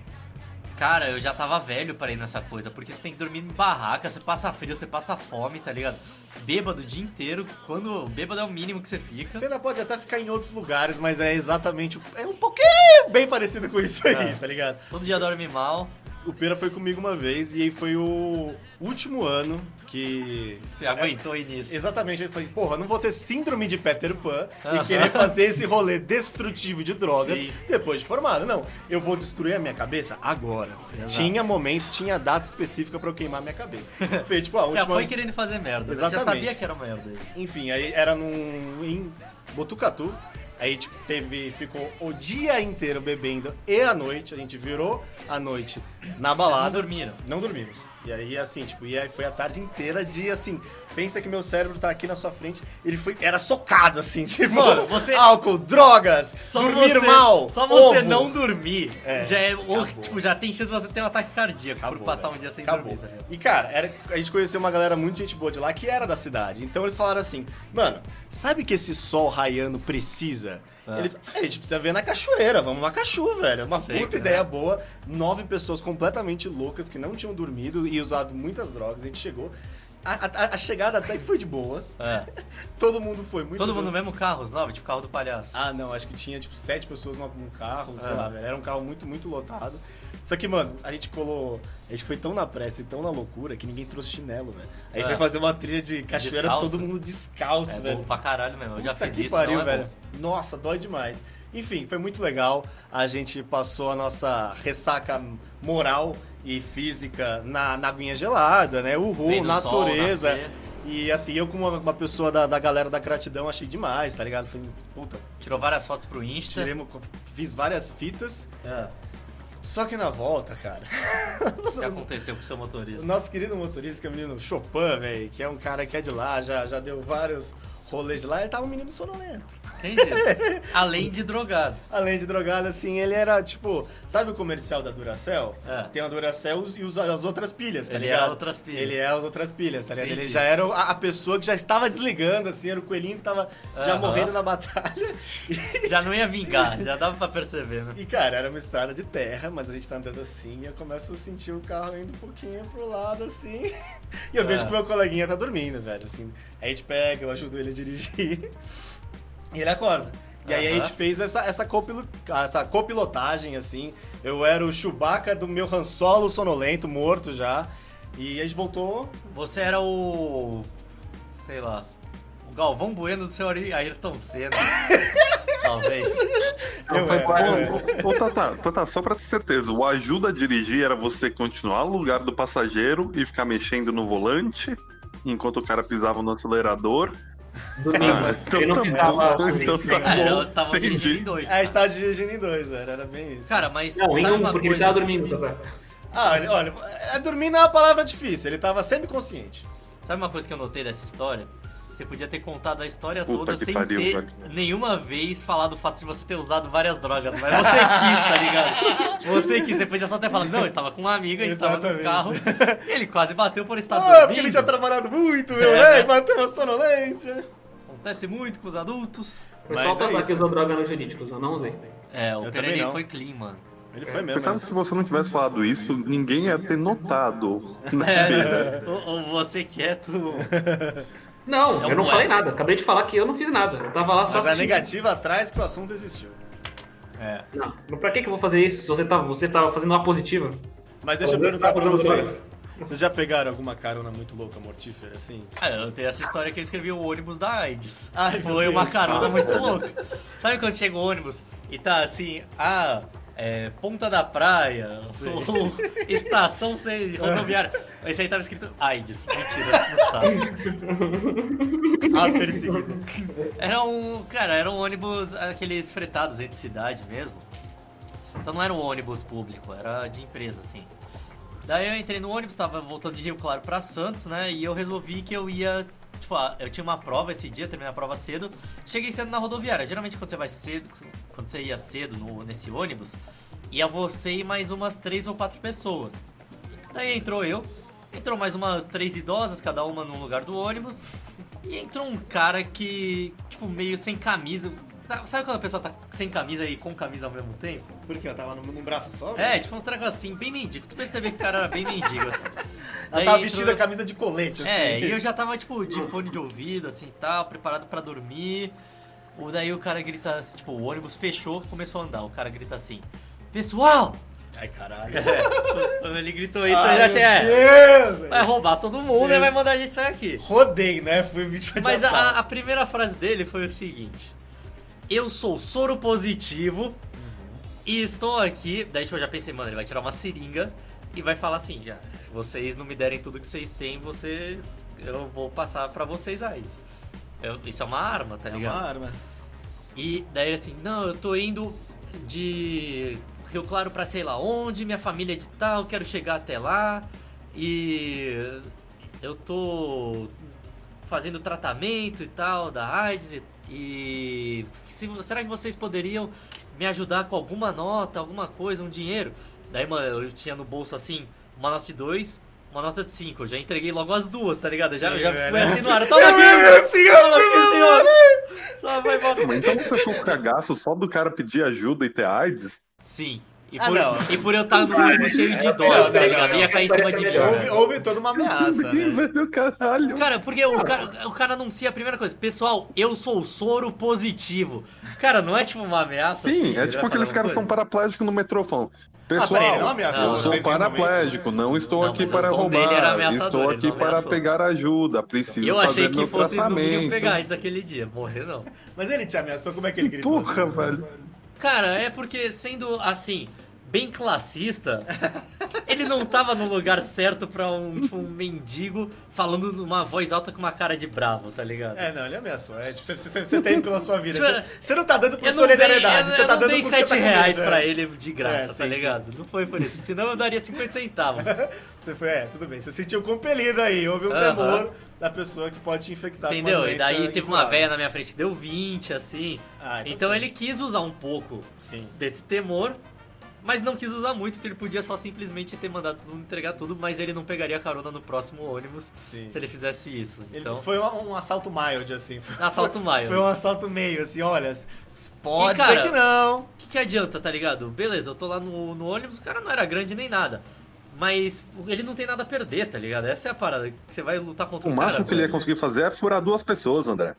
[SPEAKER 3] cara, eu já tava velho pra ir nessa coisa. Porque você tem que dormir em barraca, você passa frio, você passa fome, tá ligado? Bêbado o dia inteiro. Quando bêbado é o mínimo que você fica.
[SPEAKER 1] Você ainda pode até ficar em outros lugares, mas é exatamente. o- É um pouquinho bem parecido com isso aí,
[SPEAKER 3] É.
[SPEAKER 1] tá ligado?
[SPEAKER 3] Todo dia dorme mal.
[SPEAKER 1] o Pera foi comigo uma vez e aí foi o último ano que.
[SPEAKER 3] Você aguentou aí nisso.
[SPEAKER 1] Exatamente, ele falou assim, porra, não vou ter síndrome de Peter Pan e querer fazer esse rolê destrutivo de drogas
[SPEAKER 3] Sim.
[SPEAKER 1] depois de formado. Não, eu vou destruir a minha cabeça agora. Tinha momento, tinha data específica pra eu queimar a minha cabeça. Foi tipo a
[SPEAKER 3] Já
[SPEAKER 1] última.
[SPEAKER 3] foi querendo fazer merda. Você já
[SPEAKER 1] Exatamente.
[SPEAKER 3] sabia que era merda.
[SPEAKER 1] Enfim, aí era num. em Botucatu. Aí tipo, teve, ficou o dia inteiro bebendo e a noite. A gente virou a noite na
[SPEAKER 3] Vocês não
[SPEAKER 1] balada.
[SPEAKER 3] dormiram.
[SPEAKER 1] Não dormimos. E aí, assim, tipo, e aí foi a tarde inteira de, assim, pensa que meu cérebro tá aqui na sua frente, ele foi, era socado, assim, tipo,
[SPEAKER 3] Mano, você-
[SPEAKER 1] álcool, drogas,
[SPEAKER 3] Só
[SPEAKER 1] dormir
[SPEAKER 3] você,
[SPEAKER 1] mal,
[SPEAKER 3] Só você
[SPEAKER 1] ovo.
[SPEAKER 3] não dormir
[SPEAKER 1] É,
[SPEAKER 3] já é. ou,
[SPEAKER 1] acabou.
[SPEAKER 3] tipo, já tem chance de você ter um ataque cardíaco por
[SPEAKER 1] Acabou,
[SPEAKER 3] passar
[SPEAKER 1] velho.
[SPEAKER 3] um dia sem
[SPEAKER 1] Acabou.
[SPEAKER 3] dormir. tá ligado?
[SPEAKER 1] E, cara, era- a gente conheceu uma galera muito gente boa de lá que era da cidade. Então eles falaram assim, mano, sabe que esse sol raiando precisa?
[SPEAKER 3] Ah.
[SPEAKER 1] Ele, "É, a gente precisa ver na cachoeira, vamos na cachu, velho. Uma
[SPEAKER 3] Sei, né?
[SPEAKER 1] puta
[SPEAKER 3] cara.
[SPEAKER 1] ideia boa. Nove pessoas completamente loucas que não tinham dormido e usado muitas drogas. A gente chegou. A, a- a chegada até que foi de boa.
[SPEAKER 3] É.
[SPEAKER 1] Todo mundo foi muito
[SPEAKER 3] Todo mundo no
[SPEAKER 1] doido.
[SPEAKER 3] mesmo carro, os nove, tipo carro do palhaço.
[SPEAKER 1] Ah, não, acho que tinha tipo sete pessoas num- num carro, sei
[SPEAKER 3] Ah.
[SPEAKER 1] lá, velho. Era um carro muito, muito lotado. Só que, mano, a gente colou. A gente foi tão na pressa e tão na loucura que ninguém trouxe chinelo, velho. A gente
[SPEAKER 3] Ah.
[SPEAKER 1] foi fazer uma trilha de cachoeira,
[SPEAKER 3] Descalço?
[SPEAKER 1] todo mundo descalço,
[SPEAKER 3] é
[SPEAKER 1] velho.
[SPEAKER 3] bom pra caralho mesmo. Eu já
[SPEAKER 1] Puta
[SPEAKER 3] fiz
[SPEAKER 1] que
[SPEAKER 3] isso,
[SPEAKER 1] pariu,
[SPEAKER 3] não é
[SPEAKER 1] velho.
[SPEAKER 3] bom.
[SPEAKER 1] Nossa, dói demais. Enfim, foi muito legal. A gente passou a nossa ressaca moral e física na, na aguinha gelada, né? Uhul,
[SPEAKER 3] Vendo o sol
[SPEAKER 1] natureza.
[SPEAKER 3] nascer.
[SPEAKER 1] E assim, eu como uma, uma pessoa da, da galera da gratidão achei demais, tá ligado? Falei, puta,
[SPEAKER 3] Tirou várias fotos pro Insta.
[SPEAKER 1] tirei, fiz várias fitas.
[SPEAKER 3] É.
[SPEAKER 1] Só que na volta, cara,
[SPEAKER 3] O que aconteceu pro seu
[SPEAKER 1] o
[SPEAKER 3] motorista?
[SPEAKER 1] nosso querido motorista, que é o menino Chopin, velho, que é um cara que é de lá, já, já deu vários rolês de lá, ele tava um menino sonolento.
[SPEAKER 3] Entendi. Além de drogado.
[SPEAKER 1] Além de drogado, assim, ele era tipo. Sabe o comercial da Duracell?
[SPEAKER 3] É.
[SPEAKER 1] Tem a Duracell e os- as outras pilhas, tá
[SPEAKER 3] Ele é
[SPEAKER 1] ligado?
[SPEAKER 3] as outras pilhas.
[SPEAKER 1] Ele é as outras pilhas, tá ligado? Ele
[SPEAKER 3] Entendi.
[SPEAKER 1] já era a, a pessoa que já estava desligando, assim, era o coelhinho que tava já
[SPEAKER 3] Aham.
[SPEAKER 1] morrendo na batalha. E,
[SPEAKER 3] Já não ia vingar, já dava pra perceber, né?
[SPEAKER 1] e, cara, era uma estrada de terra, mas a gente tá andando assim e eu começo a sentir o carro indo um pouquinho pro lado, assim. E eu vejo
[SPEAKER 3] É.
[SPEAKER 1] que meu coleguinha tá dormindo, velho, assim. Aí a gente pega, eu ajudo ele a dirigir. E ele acorda. E aí a
[SPEAKER 3] Aham.
[SPEAKER 1] gente fez essa, essa, copilo- essa copilotagem, assim. Eu era o Chewbacca do meu Han Solo sonolento, morto já. E a gente voltou.
[SPEAKER 3] Você era o. sei lá. O Galvão Bueno do seu Ari- Ayrton Senna. Talvez.
[SPEAKER 1] Eu
[SPEAKER 2] foi
[SPEAKER 1] era,
[SPEAKER 2] para-
[SPEAKER 1] eu era.
[SPEAKER 4] Ô, ô, Tata, Tata, só pra ter certeza, o ajuda a dirigir era você continuar no lugar do passageiro e ficar mexendo no volante enquanto o cara pisava no acelerador.
[SPEAKER 2] Dormimos.
[SPEAKER 4] então
[SPEAKER 2] eu não
[SPEAKER 4] tá
[SPEAKER 2] precisava
[SPEAKER 4] bom,
[SPEAKER 2] fazer
[SPEAKER 4] então
[SPEAKER 2] isso.
[SPEAKER 4] tá
[SPEAKER 2] né?
[SPEAKER 3] Ah,
[SPEAKER 4] bom.
[SPEAKER 3] elas estavam
[SPEAKER 4] entendi.
[SPEAKER 3] dirigindo em dois.
[SPEAKER 1] A gente tava dirigindo em dois, velho. Era bem isso.
[SPEAKER 3] Cara, mas
[SPEAKER 2] Não, em
[SPEAKER 3] sabe
[SPEAKER 2] um,
[SPEAKER 3] uma
[SPEAKER 2] porque ele
[SPEAKER 3] coisa?
[SPEAKER 2] tava dormindo. Tata.
[SPEAKER 1] Ah, olha, olha, é, dormir não é uma palavra difícil. Ele tava semi-consciente.
[SPEAKER 3] Sabe uma coisa que eu notei dessa história? Você podia ter contado a história
[SPEAKER 4] Puta
[SPEAKER 3] toda
[SPEAKER 4] que
[SPEAKER 3] sem
[SPEAKER 4] pariu,
[SPEAKER 3] ter
[SPEAKER 4] velho.
[SPEAKER 3] nenhuma vez falado o fato de você ter usado várias drogas, mas você quis, tá ligado? Você quis, você podia só ter falado, não, eu estava com uma amiga, eu estava no
[SPEAKER 1] Exatamente.
[SPEAKER 3] carro, ele quase bateu por estar
[SPEAKER 1] Ah, porque
[SPEAKER 3] tá dormindo.
[SPEAKER 1] ele tinha trabalhado muito, meu,
[SPEAKER 3] É.
[SPEAKER 1] né? E Bateu uma sonolência.
[SPEAKER 3] Acontece muito com os adultos.
[SPEAKER 2] Foi
[SPEAKER 1] Mas
[SPEAKER 2] só o
[SPEAKER 1] é
[SPEAKER 2] Tata
[SPEAKER 1] isso.
[SPEAKER 2] que usou droga nos geníticos, eu não usei.
[SPEAKER 3] É, o
[SPEAKER 1] Eu também
[SPEAKER 3] Pereira
[SPEAKER 1] não.
[SPEAKER 3] foi clean, mano.
[SPEAKER 1] Ele foi mesmo.
[SPEAKER 4] Você sabe
[SPEAKER 1] né?
[SPEAKER 4] que se você não tivesse falado isso, ninguém ia ter notado né? na feira.
[SPEAKER 3] É, ou, ou você quieto.
[SPEAKER 2] Não,
[SPEAKER 3] É um
[SPEAKER 2] eu não falei
[SPEAKER 3] poeta.
[SPEAKER 2] nada. Acabei de falar que eu não fiz nada. Eu tava lá
[SPEAKER 1] Mas
[SPEAKER 2] só.
[SPEAKER 1] é a
[SPEAKER 2] assistindo.
[SPEAKER 1] negativa atrás que o assunto existiu.
[SPEAKER 2] Não, mas pra que, que eu vou fazer isso se você tá, você tá fazendo uma positiva?
[SPEAKER 1] Mas deixa eu
[SPEAKER 2] Talvez
[SPEAKER 1] perguntar
[SPEAKER 2] tá
[SPEAKER 1] pra
[SPEAKER 2] usando
[SPEAKER 1] vocês. Vocês já pegaram alguma carona muito louca, mortífera, assim?
[SPEAKER 3] Ah, eu tenho essa história que eu escrevi o ônibus da AIDS.
[SPEAKER 1] Ai, meu
[SPEAKER 3] Foi uma
[SPEAKER 1] Deus.
[SPEAKER 3] carona muito louca. Sabe quando chega o ônibus e tá assim, ah, é, Ponta da Praia, ou estação sei, rodoviária. Esse aí tava escrito AIDS. Mentira, não tá. tava.
[SPEAKER 1] Ah, perseguida.
[SPEAKER 3] Era um, cara, era um ônibus, aqueles fretados entre cidade mesmo. Então não era um ônibus público, era de empresa, assim. Daí eu entrei no ônibus, tava voltando de Rio Claro pra Santos, né? E eu resolvi que eu ia. Tipo, ah, eu tinha uma prova esse dia, terminei a prova cedo. Cheguei cedo na rodoviária. Geralmente quando você vai cedo, quando você ia cedo no- nesse ônibus, ia você e mais umas três ou quatro pessoas. Daí entrou eu, entrou mais umas três idosas, cada uma num lugar do ônibus. E entrou um cara que, tipo, meio sem camisa. Sabe quando a pessoa tá sem camisa e com camisa ao mesmo tempo?
[SPEAKER 1] Por quê? Eu tava num, num braço só? velho?
[SPEAKER 3] É, tipo uns tragos assim, bem mendigo. Tu percebeu que o cara era bem mendigo, assim.
[SPEAKER 1] Ela
[SPEAKER 3] Daí
[SPEAKER 1] tava
[SPEAKER 3] entrou-
[SPEAKER 1] vestida a camisa de colete, assim.
[SPEAKER 3] É, e eu já tava, tipo, de fone de ouvido, assim, e tal, preparado pra dormir. O daí o cara grita, assim, tipo, o ônibus fechou, começou a andar. O cara grita assim, pessoal,
[SPEAKER 1] Ai, caralho.
[SPEAKER 3] Quando ele gritou isso,
[SPEAKER 1] Ai,
[SPEAKER 3] eu já achei, é,
[SPEAKER 1] meu Deus, velho.
[SPEAKER 3] vai roubar todo mundo e
[SPEAKER 1] Meu.
[SPEAKER 3] vai mandar a gente sair aqui.
[SPEAKER 1] Rodei, né? Fui vítima de
[SPEAKER 3] Mas a,
[SPEAKER 1] assalto.
[SPEAKER 3] a primeira frase dele foi o seguinte: Eu sou soro positivo e estou aqui. Daí tipo, eu já pensei, mano, ele vai tirar uma seringa e vai falar assim: já, se vocês não me derem tudo que vocês têm, você, eu vou passar pra vocês aí. Eu- isso é uma arma, tá
[SPEAKER 1] É
[SPEAKER 3] ligado?
[SPEAKER 1] uma arma.
[SPEAKER 3] E daí ele assim, não, eu tô indo de Rio Claro pra sei lá onde, minha família é de tal, quero chegar até lá. E eu tô fazendo tratamento e tal da AIDS e, e se, será que vocês poderiam me ajudar com alguma nota, alguma coisa, um dinheiro? Daí, mano, eu tinha no bolso assim, uma nota de dois, uma nota de cinco. Eu já entreguei logo as duas, tá ligado? Eu já,
[SPEAKER 1] Sim,
[SPEAKER 3] já
[SPEAKER 1] velho.
[SPEAKER 3] fui assim no ar. Toma aqui!
[SPEAKER 1] lembro assim, eu
[SPEAKER 3] Toma
[SPEAKER 1] fui,
[SPEAKER 3] aqui, senhor! Só vai embora.
[SPEAKER 4] Mas então você ficou com cagaço só do cara pedir ajuda e ter AIDS?
[SPEAKER 3] Sim. E
[SPEAKER 1] Ah,
[SPEAKER 3] por,
[SPEAKER 1] não.
[SPEAKER 3] e por eu estar no ônibus cheio de
[SPEAKER 1] não,
[SPEAKER 3] idosos,
[SPEAKER 1] não,
[SPEAKER 3] tá ligado?
[SPEAKER 1] não.
[SPEAKER 3] Ia cair em cima de mim. né?
[SPEAKER 2] Cara.
[SPEAKER 1] Houve, houve toda uma ameaça, né?
[SPEAKER 4] Velho, caralho.
[SPEAKER 3] Cara, porque o cara, o cara anuncia a primeira coisa. Pessoal, eu sou soro positivo. Cara, não é tipo uma ameaça? assim,
[SPEAKER 4] Sim,
[SPEAKER 3] ele
[SPEAKER 4] é
[SPEAKER 3] vai
[SPEAKER 4] tipo
[SPEAKER 3] falar
[SPEAKER 4] aqueles
[SPEAKER 3] alguma
[SPEAKER 4] caras que são
[SPEAKER 3] coisa?
[SPEAKER 4] paraplégicos no metrofão.
[SPEAKER 1] Ah, peraí, ele
[SPEAKER 4] Pessoal,
[SPEAKER 3] é um
[SPEAKER 1] não ameaçou
[SPEAKER 4] eu
[SPEAKER 1] vocês em
[SPEAKER 4] sou um
[SPEAKER 1] nenhum momento,
[SPEAKER 4] paraplégico, não estou
[SPEAKER 3] né? Não,
[SPEAKER 4] aqui
[SPEAKER 3] mas o
[SPEAKER 4] para
[SPEAKER 3] tom dele era
[SPEAKER 4] roubar,
[SPEAKER 3] ameaçador,
[SPEAKER 4] estou
[SPEAKER 3] ele
[SPEAKER 4] aqui
[SPEAKER 3] não
[SPEAKER 4] para
[SPEAKER 3] ameaçou.
[SPEAKER 4] pegar ajuda, preciso
[SPEAKER 3] Eu
[SPEAKER 4] fazer
[SPEAKER 3] achei que
[SPEAKER 4] meu
[SPEAKER 3] fosse no mínimo
[SPEAKER 4] tratamento.
[SPEAKER 3] pegar AIDS aquele dia. Morrer não.
[SPEAKER 1] Mas ele te ameaçou, como é que ele gritou?
[SPEAKER 4] Porra, velho.
[SPEAKER 3] Cara, é porque sendo assim, bem classista, ele não tava no lugar certo pra um, tipo, um mendigo falando numa voz alta com uma cara de bravo, tá ligado?
[SPEAKER 1] É, não, ele ameaçou. É, tipo, você, você, você tem pela sua vida.
[SPEAKER 3] Tipo,
[SPEAKER 1] Você, você não tá dando por
[SPEAKER 3] Eu não dei,
[SPEAKER 1] solidariedade,
[SPEAKER 3] eu,
[SPEAKER 1] você
[SPEAKER 3] eu
[SPEAKER 1] tá
[SPEAKER 3] não
[SPEAKER 1] dando
[SPEAKER 3] dei
[SPEAKER 1] por
[SPEAKER 3] 7
[SPEAKER 1] você tá
[SPEAKER 3] reais
[SPEAKER 1] comendo,
[SPEAKER 3] pra
[SPEAKER 1] é.
[SPEAKER 3] ele de graça,
[SPEAKER 1] É, sim, Tá
[SPEAKER 3] tá ligado? Não foi por isso, senão eu daria 50 centavos.
[SPEAKER 1] Você foi, é, tudo bem. Você se sentiu compelido aí, houve um
[SPEAKER 3] Aham.
[SPEAKER 1] temor da pessoa que pode te infectar com uma
[SPEAKER 3] entendeu? E
[SPEAKER 1] doença
[SPEAKER 3] daí teve uma
[SPEAKER 1] incurável.
[SPEAKER 3] véia na minha frente que deu 20, assim.
[SPEAKER 1] é Ah, então
[SPEAKER 3] então
[SPEAKER 1] sim.
[SPEAKER 3] ele quis usar um pouco
[SPEAKER 1] Sim.
[SPEAKER 3] desse temor, mas não quis usar muito, porque ele podia só simplesmente ter mandado todo mundo entregar tudo, mas ele não pegaria carona no próximo ônibus
[SPEAKER 1] Sim.
[SPEAKER 3] se ele fizesse isso.
[SPEAKER 1] Ele
[SPEAKER 3] Então,
[SPEAKER 1] Foi um, um assalto mild, assim. Foi,
[SPEAKER 3] Assalto mild.
[SPEAKER 1] Foi um assalto meio, assim, olha, s- pode
[SPEAKER 3] E, cara,
[SPEAKER 1] ser que não.
[SPEAKER 3] o que, que adianta, tá ligado? Beleza, eu tô lá no, no ônibus, o cara não era grande nem nada. Mas ele não tem nada a perder, tá ligado? Essa é a parada. que Você vai lutar contra
[SPEAKER 4] O
[SPEAKER 3] um cara,
[SPEAKER 4] máximo que ele ia
[SPEAKER 3] velho.
[SPEAKER 4] conseguir fazer é furar duas pessoas, André.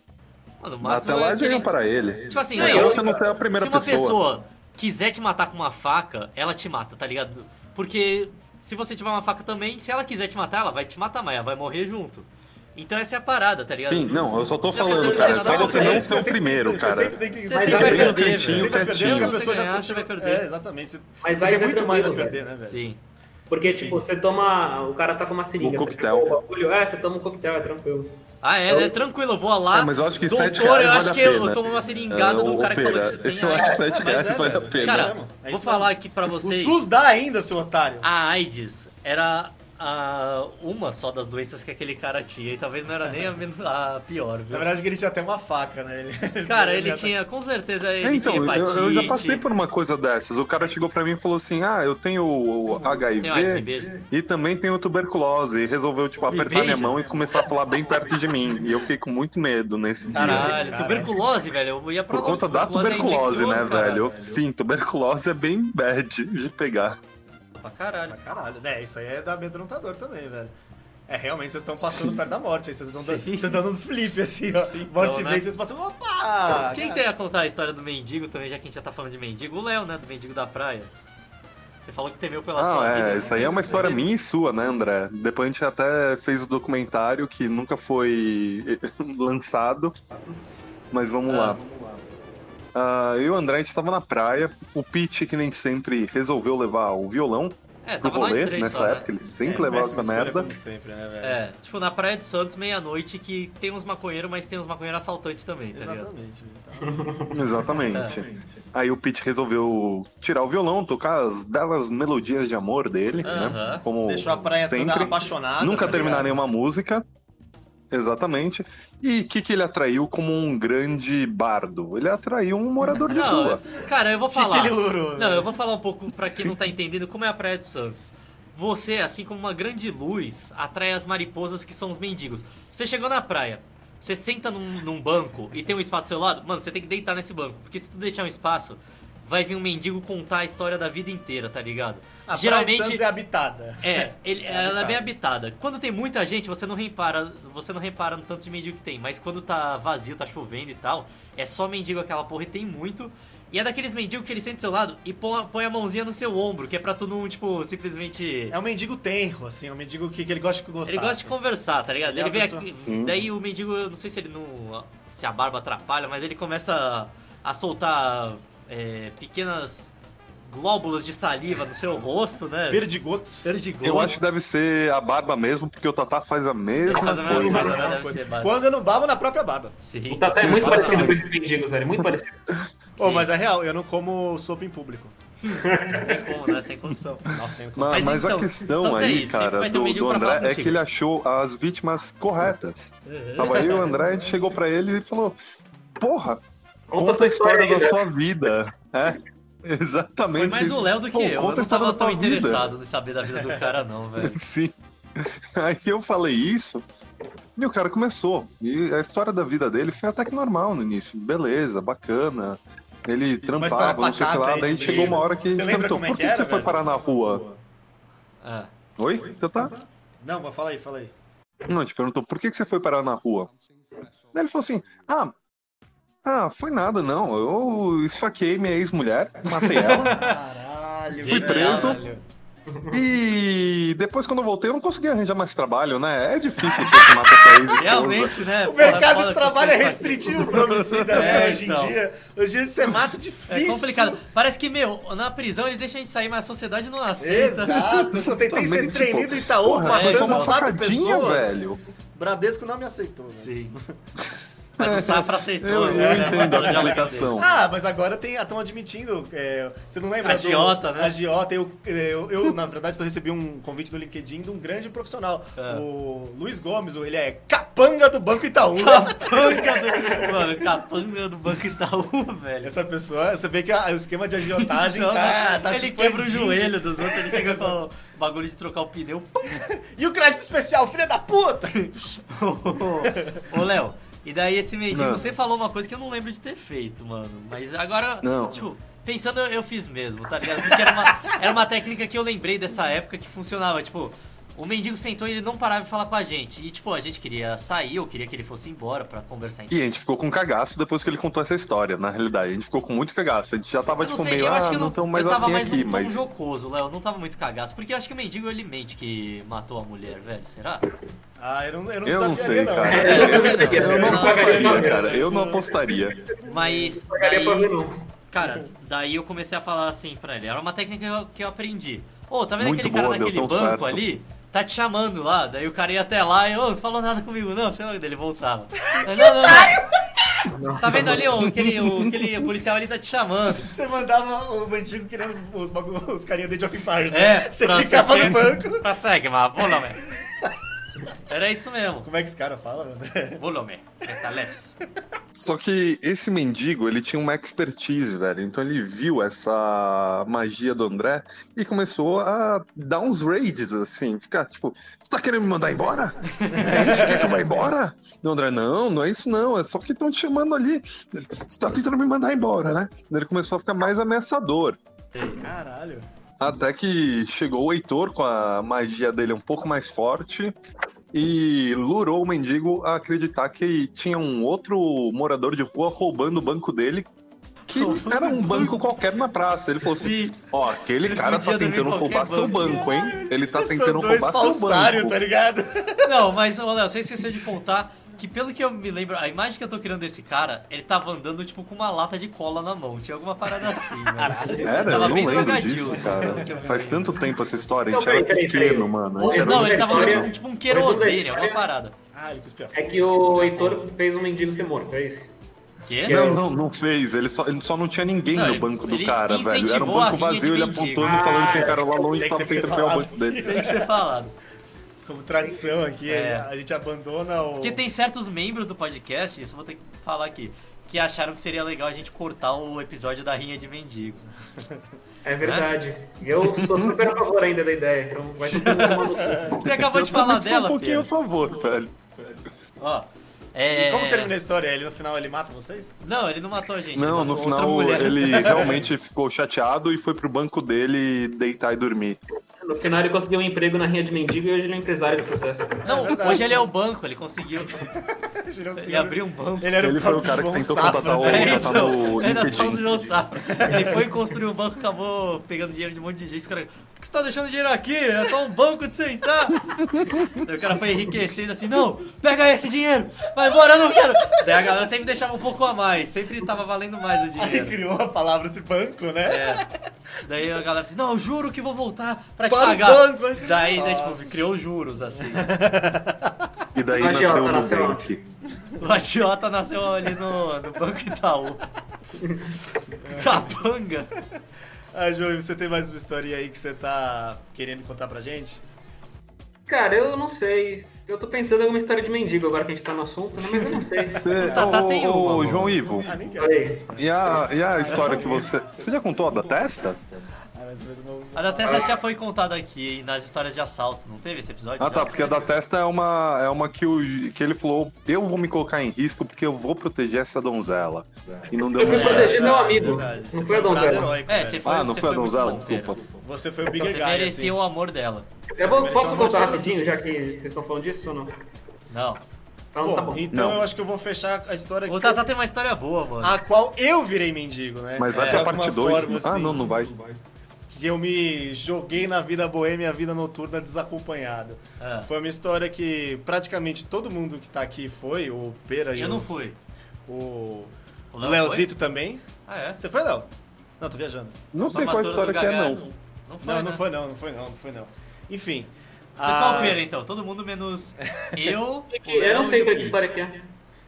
[SPEAKER 3] Mano, o máximo
[SPEAKER 4] Até
[SPEAKER 3] é
[SPEAKER 4] lá
[SPEAKER 3] que
[SPEAKER 4] já
[SPEAKER 3] ele-
[SPEAKER 4] iam para ele.
[SPEAKER 3] Tipo assim,
[SPEAKER 2] Não,
[SPEAKER 4] É
[SPEAKER 3] eu-
[SPEAKER 4] só
[SPEAKER 2] eu-
[SPEAKER 4] você não ter a primeira
[SPEAKER 3] se uma pessoa.
[SPEAKER 4] pessoa.
[SPEAKER 3] quiser te matar com uma faca, ela te mata, tá ligado? Porque se você tiver uma faca também, se ela quiser te matar, ela vai te matar, mas ela vai morrer junto. Então essa é a parada, tá ligado?
[SPEAKER 4] Sim, não, eu só tô
[SPEAKER 3] Se a pessoa
[SPEAKER 4] falando,
[SPEAKER 3] não
[SPEAKER 4] cara.
[SPEAKER 3] tiver
[SPEAKER 4] Só
[SPEAKER 3] nada a
[SPEAKER 4] você
[SPEAKER 3] perder,
[SPEAKER 4] não ser o
[SPEAKER 1] sempre-
[SPEAKER 4] primeiro,
[SPEAKER 1] você
[SPEAKER 4] cara.
[SPEAKER 1] sempre tem que-
[SPEAKER 3] Você
[SPEAKER 1] mas
[SPEAKER 3] sempre
[SPEAKER 1] é
[SPEAKER 3] vai
[SPEAKER 1] verdade,
[SPEAKER 3] perder,
[SPEAKER 1] né? Você
[SPEAKER 3] velho.
[SPEAKER 1] sempre vai perder,
[SPEAKER 4] Quietinho,
[SPEAKER 1] porque a pessoa
[SPEAKER 3] quietinho.
[SPEAKER 1] já
[SPEAKER 3] Se você ganhar, você vai perder.
[SPEAKER 1] É, exatamente. Você,
[SPEAKER 2] Mas
[SPEAKER 1] você
[SPEAKER 2] vai
[SPEAKER 1] tem
[SPEAKER 2] ser
[SPEAKER 1] muito mais a
[SPEAKER 2] tranquilo,
[SPEAKER 1] perder, né, velho?
[SPEAKER 3] Sim.
[SPEAKER 2] Porque,
[SPEAKER 1] Sim.
[SPEAKER 2] tipo, você toma. O cara tá com uma seringa.
[SPEAKER 4] Um
[SPEAKER 2] você
[SPEAKER 4] coquetel.
[SPEAKER 2] pegou o bagulho, é, você toma um coquetel, é tranquilo.
[SPEAKER 3] Ah, é, né? Tranquilo, eu vou lá.
[SPEAKER 4] É, mas eu acho que
[SPEAKER 3] doutor,
[SPEAKER 4] sete reais
[SPEAKER 3] eu
[SPEAKER 4] vale
[SPEAKER 3] acho
[SPEAKER 4] a
[SPEAKER 3] que eu- eu
[SPEAKER 4] pena.
[SPEAKER 3] tomo uma seringada de um
[SPEAKER 4] Ô,
[SPEAKER 3] cara que falou
[SPEAKER 4] Pera,
[SPEAKER 3] que tem
[SPEAKER 4] É, Eu acho
[SPEAKER 3] AIDS.
[SPEAKER 4] que 7
[SPEAKER 1] mas é,
[SPEAKER 4] reais vale a
[SPEAKER 1] velho.
[SPEAKER 4] pena.
[SPEAKER 1] É
[SPEAKER 3] Cara,
[SPEAKER 1] mesmo, é
[SPEAKER 3] vou
[SPEAKER 1] isso
[SPEAKER 3] falar
[SPEAKER 1] mesmo.
[SPEAKER 3] aqui pra
[SPEAKER 1] O
[SPEAKER 3] vocês.
[SPEAKER 1] SUS dá ainda, seu otário.
[SPEAKER 3] A AIDS era a- uma só das doenças que aquele cara tinha, e talvez não era nem a, menos- a pior, viu?
[SPEAKER 1] Na verdade, que ele tinha até uma faca, né? Ele-
[SPEAKER 3] Cara, ele
[SPEAKER 1] já tá-
[SPEAKER 3] tinha, com certeza, ele
[SPEAKER 4] então,
[SPEAKER 3] tinha
[SPEAKER 4] eu,
[SPEAKER 3] hepatite.
[SPEAKER 4] eu já passei por uma coisa dessas. O cara chegou pra mim e falou assim: Ah, eu tenho o
[SPEAKER 3] Tem um mais que
[SPEAKER 4] HIV
[SPEAKER 3] beijo.
[SPEAKER 4] e também tenho tuberculose. E resolveu, tipo,
[SPEAKER 3] Me
[SPEAKER 4] apertar minha
[SPEAKER 3] beija.
[SPEAKER 4] mão e começar a falar bem perto de mim. E eu fiquei com muito medo nesse dia.
[SPEAKER 3] Caralho,
[SPEAKER 1] Caralho.
[SPEAKER 3] tuberculose, velho. Eu ia pra
[SPEAKER 4] Por
[SPEAKER 3] longe,
[SPEAKER 4] conta da tuberculose,
[SPEAKER 3] é
[SPEAKER 4] né,
[SPEAKER 3] infeccioso, cara.
[SPEAKER 4] velho? Sim, tuberculose é bem bad de pegar.
[SPEAKER 3] Pra caralho.
[SPEAKER 1] Pra caralho, né? Isso aí é da amedrontador também, velho. É, realmente, vocês estão passando perto da morte. Aí vocês estão dando,
[SPEAKER 3] Sim.
[SPEAKER 1] vocês tão dando flip, assim, ó.
[SPEAKER 4] então,
[SPEAKER 1] morte
[SPEAKER 3] né?
[SPEAKER 1] vem, vocês passam... Opa!
[SPEAKER 3] Quem
[SPEAKER 1] cara. é
[SPEAKER 3] tem a contar a história do mendigo também, já que a gente já tá falando de mendigo? O Léo, né? Do mendigo da praia. Você falou que temeu pela
[SPEAKER 4] Ah,
[SPEAKER 3] sua
[SPEAKER 4] é,
[SPEAKER 3] vida. né?
[SPEAKER 4] isso aí é uma história minha e sua, né, André? Depois a gente até fez o documentário que nunca foi lançado. Mas vamos lá. Ah, eu e o André, a gente estava na praia. O Pete, que nem sempre, resolveu levar o violão
[SPEAKER 3] É,
[SPEAKER 4] pro
[SPEAKER 3] tava nós
[SPEAKER 4] rolê
[SPEAKER 3] três
[SPEAKER 4] nessa
[SPEAKER 3] só, né?
[SPEAKER 4] época. Ele sempre
[SPEAKER 1] É,
[SPEAKER 4] levava
[SPEAKER 1] péssima
[SPEAKER 4] essa
[SPEAKER 1] escolha,
[SPEAKER 4] merda.
[SPEAKER 1] Como sempre, né, velho?
[SPEAKER 3] É, tipo, na Praia de Santos, meia-noite, que tem uns maconheiros, mas tem uns maconheiros assaltantes também, tá ligado?
[SPEAKER 1] Exatamente. Então,
[SPEAKER 4] Exatamente. Aí o Pete resolveu tirar o violão, tocar as belas melodias de amor dele, né?
[SPEAKER 3] Aham.
[SPEAKER 4] Como
[SPEAKER 1] deixou a praia
[SPEAKER 4] sempre.
[SPEAKER 1] toda apaixonada.
[SPEAKER 4] Nunca
[SPEAKER 1] tá ligado?
[SPEAKER 4] terminar nenhuma música. Exatamente. E o que, que ele atraiu como um grande bardo? Ele atraiu um morador de
[SPEAKER 3] Não,
[SPEAKER 4] rua.
[SPEAKER 3] eu- cara, eu vou
[SPEAKER 1] Que que
[SPEAKER 3] falar.
[SPEAKER 1] ele lurou,
[SPEAKER 3] Não,
[SPEAKER 1] velho?
[SPEAKER 3] eu vou falar um pouco pra quem
[SPEAKER 4] Sim.
[SPEAKER 3] não tá entendendo como é a Praia de Santos. Você, assim como uma grande luz, atrai as mariposas que são os mendigos. Você chegou na praia, você senta num, num banco e tem um espaço do seu lado, mano, você tem que deitar nesse banco. Porque se tu deixar um espaço, vai vir um mendigo contar a história da vida inteira, tá ligado?
[SPEAKER 1] A Geralmente... Praia de
[SPEAKER 3] Geralmente.
[SPEAKER 1] Santos é habitada.
[SPEAKER 3] É, ele- ela é bem habitada. Quando tem muita gente, você não repara, você não repara no tanto de mendigo que tem, mas quando tá vazio, tá chovendo e tal, é só mendigo aquela porra e tem muito. E é daqueles mendigos que ele sente do seu lado e põe a- põe a mãozinha no seu ombro, que é pra tu não, tipo, simplesmente.
[SPEAKER 1] É um mendigo tenro, assim, é um mendigo que, que ele gosta de gostar.
[SPEAKER 3] Ele gosta de conversar, tá ligado?
[SPEAKER 1] Ele
[SPEAKER 3] Ele,
[SPEAKER 1] é
[SPEAKER 3] vem
[SPEAKER 1] uma pessoa-
[SPEAKER 3] aqui. Daí o mendigo, eu não sei se ele não. se a barba atrapalha, mas ele começa a, a soltar é, pequenas glóbulos de saliva no seu rosto, né?
[SPEAKER 1] Perdigotos.
[SPEAKER 3] Perdigou.
[SPEAKER 4] Eu acho que deve ser a barba mesmo, porque o Tatá faz a mesma
[SPEAKER 3] Faz a mesma
[SPEAKER 4] coisa.
[SPEAKER 3] coisa, né?
[SPEAKER 1] Mas é
[SPEAKER 3] deve
[SPEAKER 1] coisa.
[SPEAKER 3] ser barba.
[SPEAKER 1] Quando eu não babo, na própria barba.
[SPEAKER 3] Sim.
[SPEAKER 2] O Tatá é muito
[SPEAKER 4] Exatamente.
[SPEAKER 2] parecido com esses mendigos, velho. Muito parecido.
[SPEAKER 1] Ô,
[SPEAKER 3] Sim.
[SPEAKER 1] mas é real, eu não como sopa em público.
[SPEAKER 3] Não tem como, né? Sem condição.
[SPEAKER 1] Nossa, eu não como.
[SPEAKER 4] Mas,
[SPEAKER 3] Mas
[SPEAKER 4] mas
[SPEAKER 3] então,
[SPEAKER 4] a questão
[SPEAKER 3] Santos é
[SPEAKER 4] aí,
[SPEAKER 3] isso, sempre
[SPEAKER 4] cara,
[SPEAKER 3] vai ter um
[SPEAKER 4] do,
[SPEAKER 3] mendigo
[SPEAKER 4] do
[SPEAKER 3] pra falar
[SPEAKER 4] André é
[SPEAKER 3] contigo. Uhum.
[SPEAKER 4] que ele achou as vítimas corretas. Tava aí o André, a gente chegou pra ele e falou: Porra,
[SPEAKER 2] Conta
[SPEAKER 4] conta
[SPEAKER 2] sua
[SPEAKER 4] a história
[SPEAKER 2] história aí,
[SPEAKER 4] da
[SPEAKER 2] né?
[SPEAKER 4] sua vida. É, exatamente.
[SPEAKER 3] Foi mais um o Léo do que
[SPEAKER 4] Pô,
[SPEAKER 3] eu. Eu
[SPEAKER 4] Conta a
[SPEAKER 3] não
[SPEAKER 4] história
[SPEAKER 3] tava
[SPEAKER 4] da
[SPEAKER 3] tão
[SPEAKER 4] tua vida.
[SPEAKER 3] interessado em saber da vida do cara, não, velho.
[SPEAKER 4] Sim. Aí eu falei isso. E o cara começou. E a história da vida dele foi até que normal no início. Beleza, bacana. Ele
[SPEAKER 1] história
[SPEAKER 4] trampava, não sei o que lá.
[SPEAKER 1] pacata,
[SPEAKER 4] Daí
[SPEAKER 1] ele
[SPEAKER 4] chegou uma
[SPEAKER 1] lembra.
[SPEAKER 4] hora que a
[SPEAKER 1] Você
[SPEAKER 4] gente
[SPEAKER 1] lembra
[SPEAKER 4] perguntou:
[SPEAKER 1] como é
[SPEAKER 4] Por
[SPEAKER 1] que
[SPEAKER 4] que, que
[SPEAKER 1] era,
[SPEAKER 4] você foi
[SPEAKER 1] velho?
[SPEAKER 4] parar na rua?
[SPEAKER 3] Ah,
[SPEAKER 4] Oi? Então tá.
[SPEAKER 1] Não, mas fala aí, fala aí.
[SPEAKER 4] Não, a gente perguntou por que, que você foi parar na rua. Daí ele falou assim: Ah, ah, foi nada, não. Eu esfaquei minha ex-mulher, matei ela.
[SPEAKER 1] Caralho,
[SPEAKER 4] Fui
[SPEAKER 1] velho.
[SPEAKER 4] preso.
[SPEAKER 1] Caralho.
[SPEAKER 4] e depois, quando eu voltei, eu não consegui arranjar mais trabalho, né? É difícil ter que matar sua ex-esposa.
[SPEAKER 3] realmente, né?
[SPEAKER 1] O
[SPEAKER 3] Porra, é
[SPEAKER 1] mercado
[SPEAKER 3] foda
[SPEAKER 1] de
[SPEAKER 3] quando
[SPEAKER 1] trabalho é
[SPEAKER 3] você faz-
[SPEAKER 1] restritivo pra homicida, né?
[SPEAKER 3] É,
[SPEAKER 1] Hoje em
[SPEAKER 3] então.
[SPEAKER 1] dia. Hoje em dia você mata
[SPEAKER 3] É
[SPEAKER 1] difícil.
[SPEAKER 3] complicado. Parece que, meu, na prisão eles deixam a gente sair, mas a sociedade não aceita.
[SPEAKER 1] Exato. Eu só tentei ser
[SPEAKER 4] Exatamente,
[SPEAKER 1] treinado
[SPEAKER 4] pô. tipo,
[SPEAKER 1] em Itaú,
[SPEAKER 4] Porra, foi só
[SPEAKER 1] matando
[SPEAKER 4] uma
[SPEAKER 1] quatro
[SPEAKER 4] facadinha,
[SPEAKER 1] pessoas.
[SPEAKER 4] velho.
[SPEAKER 1] Bradesco não me aceitou, né?
[SPEAKER 3] Sim. Mas o Safra aceitou,
[SPEAKER 4] Eu,
[SPEAKER 3] né?
[SPEAKER 4] eu entendo
[SPEAKER 3] Olha
[SPEAKER 4] a
[SPEAKER 3] lá,
[SPEAKER 4] complicação.
[SPEAKER 1] Ah, mas agora estão admitindo. é, você não lembra?
[SPEAKER 3] Agiota,
[SPEAKER 1] do,
[SPEAKER 3] né?
[SPEAKER 1] Agiota. Eu, é, eu, eu, na verdade, eu recebi um convite do LinkedIn de um grande profissional.
[SPEAKER 3] É.
[SPEAKER 1] O Luiz Gomes, ele é capanga do Banco Itaú.
[SPEAKER 3] Capanga do, mano, capanga do Banco Itaú, velho.
[SPEAKER 1] Essa pessoa, você vê que a- o esquema de agiotagem
[SPEAKER 3] Não, né?
[SPEAKER 1] tá, tá se
[SPEAKER 3] ele quebra o
[SPEAKER 1] expandindo.
[SPEAKER 3] joelho dos outros, ele chega com o bagulho de trocar o pneu.
[SPEAKER 1] E o crédito especial, filha da puta!
[SPEAKER 3] Ô, Léo, e daí esse mendigo,
[SPEAKER 4] Não.
[SPEAKER 3] você falou uma coisa que eu não lembro de ter feito, mano. Mas agora,
[SPEAKER 4] Não.
[SPEAKER 3] tipo, pensando, eu, eu fiz mesmo, tá ligado? Porque era uma, era uma técnica que eu lembrei dessa época que funcionava, tipo... O mendigo sentou e ele não parava de falar com a gente. E, tipo, a gente queria sair, eu queria que ele fosse embora pra conversar em
[SPEAKER 4] E a gente ficou com cagaço depois que ele contou essa história, na realidade. A gente ficou com muito cagaço. A gente já tava,
[SPEAKER 3] Eu não
[SPEAKER 4] tipo,
[SPEAKER 3] sei,
[SPEAKER 4] meio,
[SPEAKER 3] eu
[SPEAKER 4] ah,
[SPEAKER 3] acho que eu
[SPEAKER 4] não
[SPEAKER 3] não,
[SPEAKER 4] tão mais
[SPEAKER 3] eu tava
[SPEAKER 4] afim
[SPEAKER 3] mais
[SPEAKER 4] aqui,
[SPEAKER 3] num tom
[SPEAKER 4] mas...
[SPEAKER 3] jocoso, Léo, eu não tava muito cagaço, porque eu acho que o mendigo ele mente que matou a mulher, velho, será?
[SPEAKER 1] Ah, eu não, eu não
[SPEAKER 4] Eu não
[SPEAKER 1] desafiaria,
[SPEAKER 4] sei,
[SPEAKER 1] não.
[SPEAKER 4] cara.
[SPEAKER 2] É, eu também não.
[SPEAKER 4] Eu
[SPEAKER 2] Eu
[SPEAKER 4] não
[SPEAKER 2] pagaria
[SPEAKER 4] apostaria,
[SPEAKER 2] pra
[SPEAKER 4] cara. Eu não apostaria.
[SPEAKER 3] Mas
[SPEAKER 2] Pagaria pra ver,
[SPEAKER 3] daí,
[SPEAKER 2] não.
[SPEAKER 3] cara, daí eu comecei a falar assim pra ele, era uma técnica que eu, que eu aprendi. Ô, tá vendo
[SPEAKER 4] Muito
[SPEAKER 3] aquele
[SPEAKER 4] boa,
[SPEAKER 3] cara
[SPEAKER 4] meu,
[SPEAKER 3] naquele
[SPEAKER 4] tão
[SPEAKER 3] banco
[SPEAKER 4] certo.
[SPEAKER 3] ali? Tá te chamando lá, daí o cara ia até lá e, ô, não falou nada comigo, não, sei lá, daí ele voltava. Mas, não, não, não. Tá vendo ali, ó, aquele, o- aquele policial ali tá te chamando.
[SPEAKER 1] Você mandava o bandido querer os, os, bagu- os carinha de Age of Empires, né?
[SPEAKER 3] É,
[SPEAKER 1] Você
[SPEAKER 3] pra
[SPEAKER 1] clicava
[SPEAKER 3] ser-
[SPEAKER 1] no banco.
[SPEAKER 3] Pra Segma, volume. Era isso mesmo,
[SPEAKER 1] Como é que esse cara fala, André?
[SPEAKER 3] volume, metaleps.
[SPEAKER 4] Só que esse mendigo, ele tinha uma expertise, velho. Então ele viu essa magia do André e começou a dar uns raids, assim. Ficar tipo, você tá querendo me mandar embora? É isso? Quer que eu vá embora? E o André, não, não é isso não. É só que estão te chamando ali. Ele, Você tá tentando me mandar embora, né? Ele começou a ficar mais ameaçador.
[SPEAKER 1] Caralho.
[SPEAKER 4] Até que chegou o Heitor com a magia dele um pouco mais forte e lurou o mendigo a acreditar que tinha um outro morador de rua roubando o banco dele, que era um banco qualquer na praça. Ele falou assim:
[SPEAKER 3] Sim.
[SPEAKER 4] Ó, aquele
[SPEAKER 3] Ele
[SPEAKER 4] cara tá
[SPEAKER 3] podia dormir
[SPEAKER 4] tentando
[SPEAKER 3] em
[SPEAKER 4] roubar
[SPEAKER 3] qualquer
[SPEAKER 4] seu
[SPEAKER 3] banco."
[SPEAKER 4] banco, hein? Ele tá
[SPEAKER 1] Vocês
[SPEAKER 4] tentando
[SPEAKER 1] são dois
[SPEAKER 4] roubar seu
[SPEAKER 1] falsário,
[SPEAKER 4] banco.
[SPEAKER 1] tá ligado?
[SPEAKER 3] Não, mas, ô, Léo, você esqueceu de contar que, pelo que eu me lembro, a imagem que eu tô criando desse cara, ele tava andando, tipo, com uma lata de cola na mão. Tinha alguma parada assim, né?
[SPEAKER 4] Era, eu
[SPEAKER 3] Tava
[SPEAKER 4] não
[SPEAKER 3] bem
[SPEAKER 4] lembro
[SPEAKER 3] trocadilho,
[SPEAKER 4] disso,
[SPEAKER 3] assim.
[SPEAKER 4] cara. Faz tanto tempo essa história, a gente
[SPEAKER 2] Não,
[SPEAKER 4] era
[SPEAKER 2] peraí, peraí, peraí.
[SPEAKER 4] pequeno, mano. A gente
[SPEAKER 3] Ou-
[SPEAKER 4] era
[SPEAKER 3] Não,
[SPEAKER 4] muito
[SPEAKER 3] ele tava
[SPEAKER 4] pequeno.
[SPEAKER 3] com, tipo, um querosene, alguma parada.
[SPEAKER 1] Ah, ele cuspia
[SPEAKER 2] É que o Heitor fez um mendigo ser morto, é isso.
[SPEAKER 3] Quê?
[SPEAKER 4] Não, não, não fez. Ele só, ele só não tinha ninguém
[SPEAKER 3] Não,
[SPEAKER 4] no
[SPEAKER 3] ele-
[SPEAKER 4] banco do
[SPEAKER 3] É ele
[SPEAKER 4] cara, velho. Era um
[SPEAKER 3] incentivou a
[SPEAKER 4] banco
[SPEAKER 3] rinha de
[SPEAKER 4] vazio, ele
[SPEAKER 3] mendigo.
[SPEAKER 4] apontando
[SPEAKER 2] Ah,
[SPEAKER 4] falando que o cara lá longe
[SPEAKER 1] tem
[SPEAKER 4] tava
[SPEAKER 1] é que ter
[SPEAKER 4] tentando pegar o
[SPEAKER 1] falado.
[SPEAKER 4] banco dele.
[SPEAKER 3] Tem que ser falado.
[SPEAKER 1] Como tradição aqui,
[SPEAKER 3] É.
[SPEAKER 1] a gente abandona o.
[SPEAKER 3] Porque tem certos membros do podcast, isso eu vou ter que falar aqui, que acharam que seria legal a gente cortar o episódio da rinha de mendigo.
[SPEAKER 2] É verdade. E eu sou super a favor ainda da ideia, então vai todo mundo tomar no cu.
[SPEAKER 3] Você acabou de
[SPEAKER 4] Eu também
[SPEAKER 3] falar
[SPEAKER 4] sou
[SPEAKER 3] dela,
[SPEAKER 4] um pouquinho
[SPEAKER 3] Pedro.
[SPEAKER 4] a favor, velho.
[SPEAKER 3] Ó, É,
[SPEAKER 1] E como termina a história? Ele no final ele mata vocês?
[SPEAKER 3] Não, ele não matou a gente.
[SPEAKER 4] Não,
[SPEAKER 3] ele matou
[SPEAKER 4] no
[SPEAKER 3] outra
[SPEAKER 4] final
[SPEAKER 3] mulher.
[SPEAKER 4] ele realmente ficou chateado e foi pro banco dele deitar e dormir.
[SPEAKER 2] No final ele conseguiu um emprego na rinha de mendigo e hoje ele é um empresário de sucesso.
[SPEAKER 3] Não, hoje ele é o banco, ele conseguiu.
[SPEAKER 1] Ele, é o
[SPEAKER 3] Ele
[SPEAKER 1] senhor-
[SPEAKER 3] abriu um banco.
[SPEAKER 1] era
[SPEAKER 4] Ele foi
[SPEAKER 1] próprio
[SPEAKER 4] o cara que
[SPEAKER 1] João
[SPEAKER 4] tentou
[SPEAKER 1] Safra,
[SPEAKER 4] contratar o-
[SPEAKER 1] né?
[SPEAKER 4] Ele tá no
[SPEAKER 3] ele tá
[SPEAKER 4] LinkedIn.
[SPEAKER 3] falando do João Safra. Ele foi construir um banco, acabou pegando dinheiro de um monte de gente. Os caras, por que você tá deixando dinheiro aqui? É só um banco de sentar. Daí o cara foi enriquecendo assim, não, pega esse dinheiro, vai embora, eu não quero. Daí a galera sempre deixava um pouco a mais, sempre tava valendo mais o
[SPEAKER 1] Ele
[SPEAKER 3] dinheiro.
[SPEAKER 1] criou a palavra esse banco, né?
[SPEAKER 3] É. Daí a galera assim, não, juro que vou voltar pra te
[SPEAKER 1] Para o
[SPEAKER 3] pagar.
[SPEAKER 1] banco, assim.
[SPEAKER 3] Daí, daí, tipo, criou juros, assim.
[SPEAKER 4] E daí
[SPEAKER 2] Mas, ó,
[SPEAKER 4] nasceu o
[SPEAKER 2] tá nasceu.
[SPEAKER 4] Nubank.
[SPEAKER 3] O agiota nasceu ali no, no Banco Itaú. Capanga.
[SPEAKER 1] Ah, Joey, você tem mais uma história aí que você tá querendo contar pra gente?
[SPEAKER 2] Cara, eu não sei. Eu tô pensando em alguma história de mendigo agora que a gente tá no assunto, né? mas eu não sei.
[SPEAKER 4] Você,
[SPEAKER 3] Tatá
[SPEAKER 4] ô,
[SPEAKER 3] tem
[SPEAKER 4] ô,
[SPEAKER 3] uma, mano.
[SPEAKER 4] João Ivo,
[SPEAKER 1] Ah, nem quero.
[SPEAKER 2] Falei.
[SPEAKER 4] e a, e a história que você. Você já contou a da testa?
[SPEAKER 1] Ah, mas mesmo não-
[SPEAKER 3] A da Tessa já foi contada aqui hein, nas histórias de assalto, não teve esse episódio?
[SPEAKER 4] Ah
[SPEAKER 3] já?
[SPEAKER 4] tá, porque a da testa é uma, é uma que, o, que ele falou: eu vou me colocar em risco porque eu vou proteger essa donzela. E não deu
[SPEAKER 2] Eu fui
[SPEAKER 4] muito certo.
[SPEAKER 2] proteger meu amigo.
[SPEAKER 1] Verdade, Você
[SPEAKER 2] Não foi
[SPEAKER 1] foi
[SPEAKER 2] a
[SPEAKER 1] um brado
[SPEAKER 2] donzela.
[SPEAKER 1] heróico,
[SPEAKER 3] É,
[SPEAKER 1] velho.
[SPEAKER 3] você foi.
[SPEAKER 4] Ah, não
[SPEAKER 3] você
[SPEAKER 4] foi a
[SPEAKER 3] muito
[SPEAKER 4] donzela,
[SPEAKER 3] bom,
[SPEAKER 4] desculpa.
[SPEAKER 3] cara.
[SPEAKER 1] Você foi o Bigger
[SPEAKER 3] Você
[SPEAKER 1] Guy, assim.
[SPEAKER 3] merecia o amor dela.
[SPEAKER 2] Eu vou,
[SPEAKER 1] mereceu
[SPEAKER 2] posso
[SPEAKER 1] a morte
[SPEAKER 2] contar
[SPEAKER 1] de todas as
[SPEAKER 2] rapidinho, já
[SPEAKER 1] pessoas.
[SPEAKER 2] que vocês estão falando disso ou não?
[SPEAKER 3] Não.
[SPEAKER 2] Então
[SPEAKER 1] Bom,
[SPEAKER 2] tá bom.
[SPEAKER 1] então
[SPEAKER 4] Não.
[SPEAKER 1] eu acho que eu vou fechar a história
[SPEAKER 3] O
[SPEAKER 1] que
[SPEAKER 3] Tatá tem uma história boa, mano.
[SPEAKER 1] a qual eu virei mendigo, né?
[SPEAKER 4] Mas vai
[SPEAKER 1] É,
[SPEAKER 4] ser a
[SPEAKER 1] de
[SPEAKER 4] parte
[SPEAKER 1] alguma
[SPEAKER 4] 2.
[SPEAKER 1] forma,
[SPEAKER 4] Ah,
[SPEAKER 1] assim,
[SPEAKER 4] não, não vai.
[SPEAKER 1] Que eu me joguei na vida boêmia, a vida noturna desacompanhado.
[SPEAKER 3] Ah.
[SPEAKER 1] Foi uma história que praticamente todo mundo que tá aqui foi, o Pera e
[SPEAKER 3] eu não
[SPEAKER 1] os-
[SPEAKER 3] fui.
[SPEAKER 1] O
[SPEAKER 3] O Léo
[SPEAKER 1] Leozito também.
[SPEAKER 3] foi? Ah, é?
[SPEAKER 1] Você foi, Léo? Não, tô viajando.
[SPEAKER 4] Não sei qual a
[SPEAKER 3] Formatura
[SPEAKER 4] história
[SPEAKER 3] do
[SPEAKER 4] que é,
[SPEAKER 3] Gagá,
[SPEAKER 4] não.
[SPEAKER 3] Não foi,
[SPEAKER 1] Não, não
[SPEAKER 3] né?
[SPEAKER 1] foi não, não foi não, não foi não. Enfim. Ah,
[SPEAKER 3] Foi só
[SPEAKER 1] a-
[SPEAKER 3] o Pera, então. Todo mundo menos eu, o
[SPEAKER 1] então,
[SPEAKER 2] Eu
[SPEAKER 3] Léo
[SPEAKER 2] não sei
[SPEAKER 3] e o
[SPEAKER 2] qual é a
[SPEAKER 3] Pete.
[SPEAKER 2] história que é.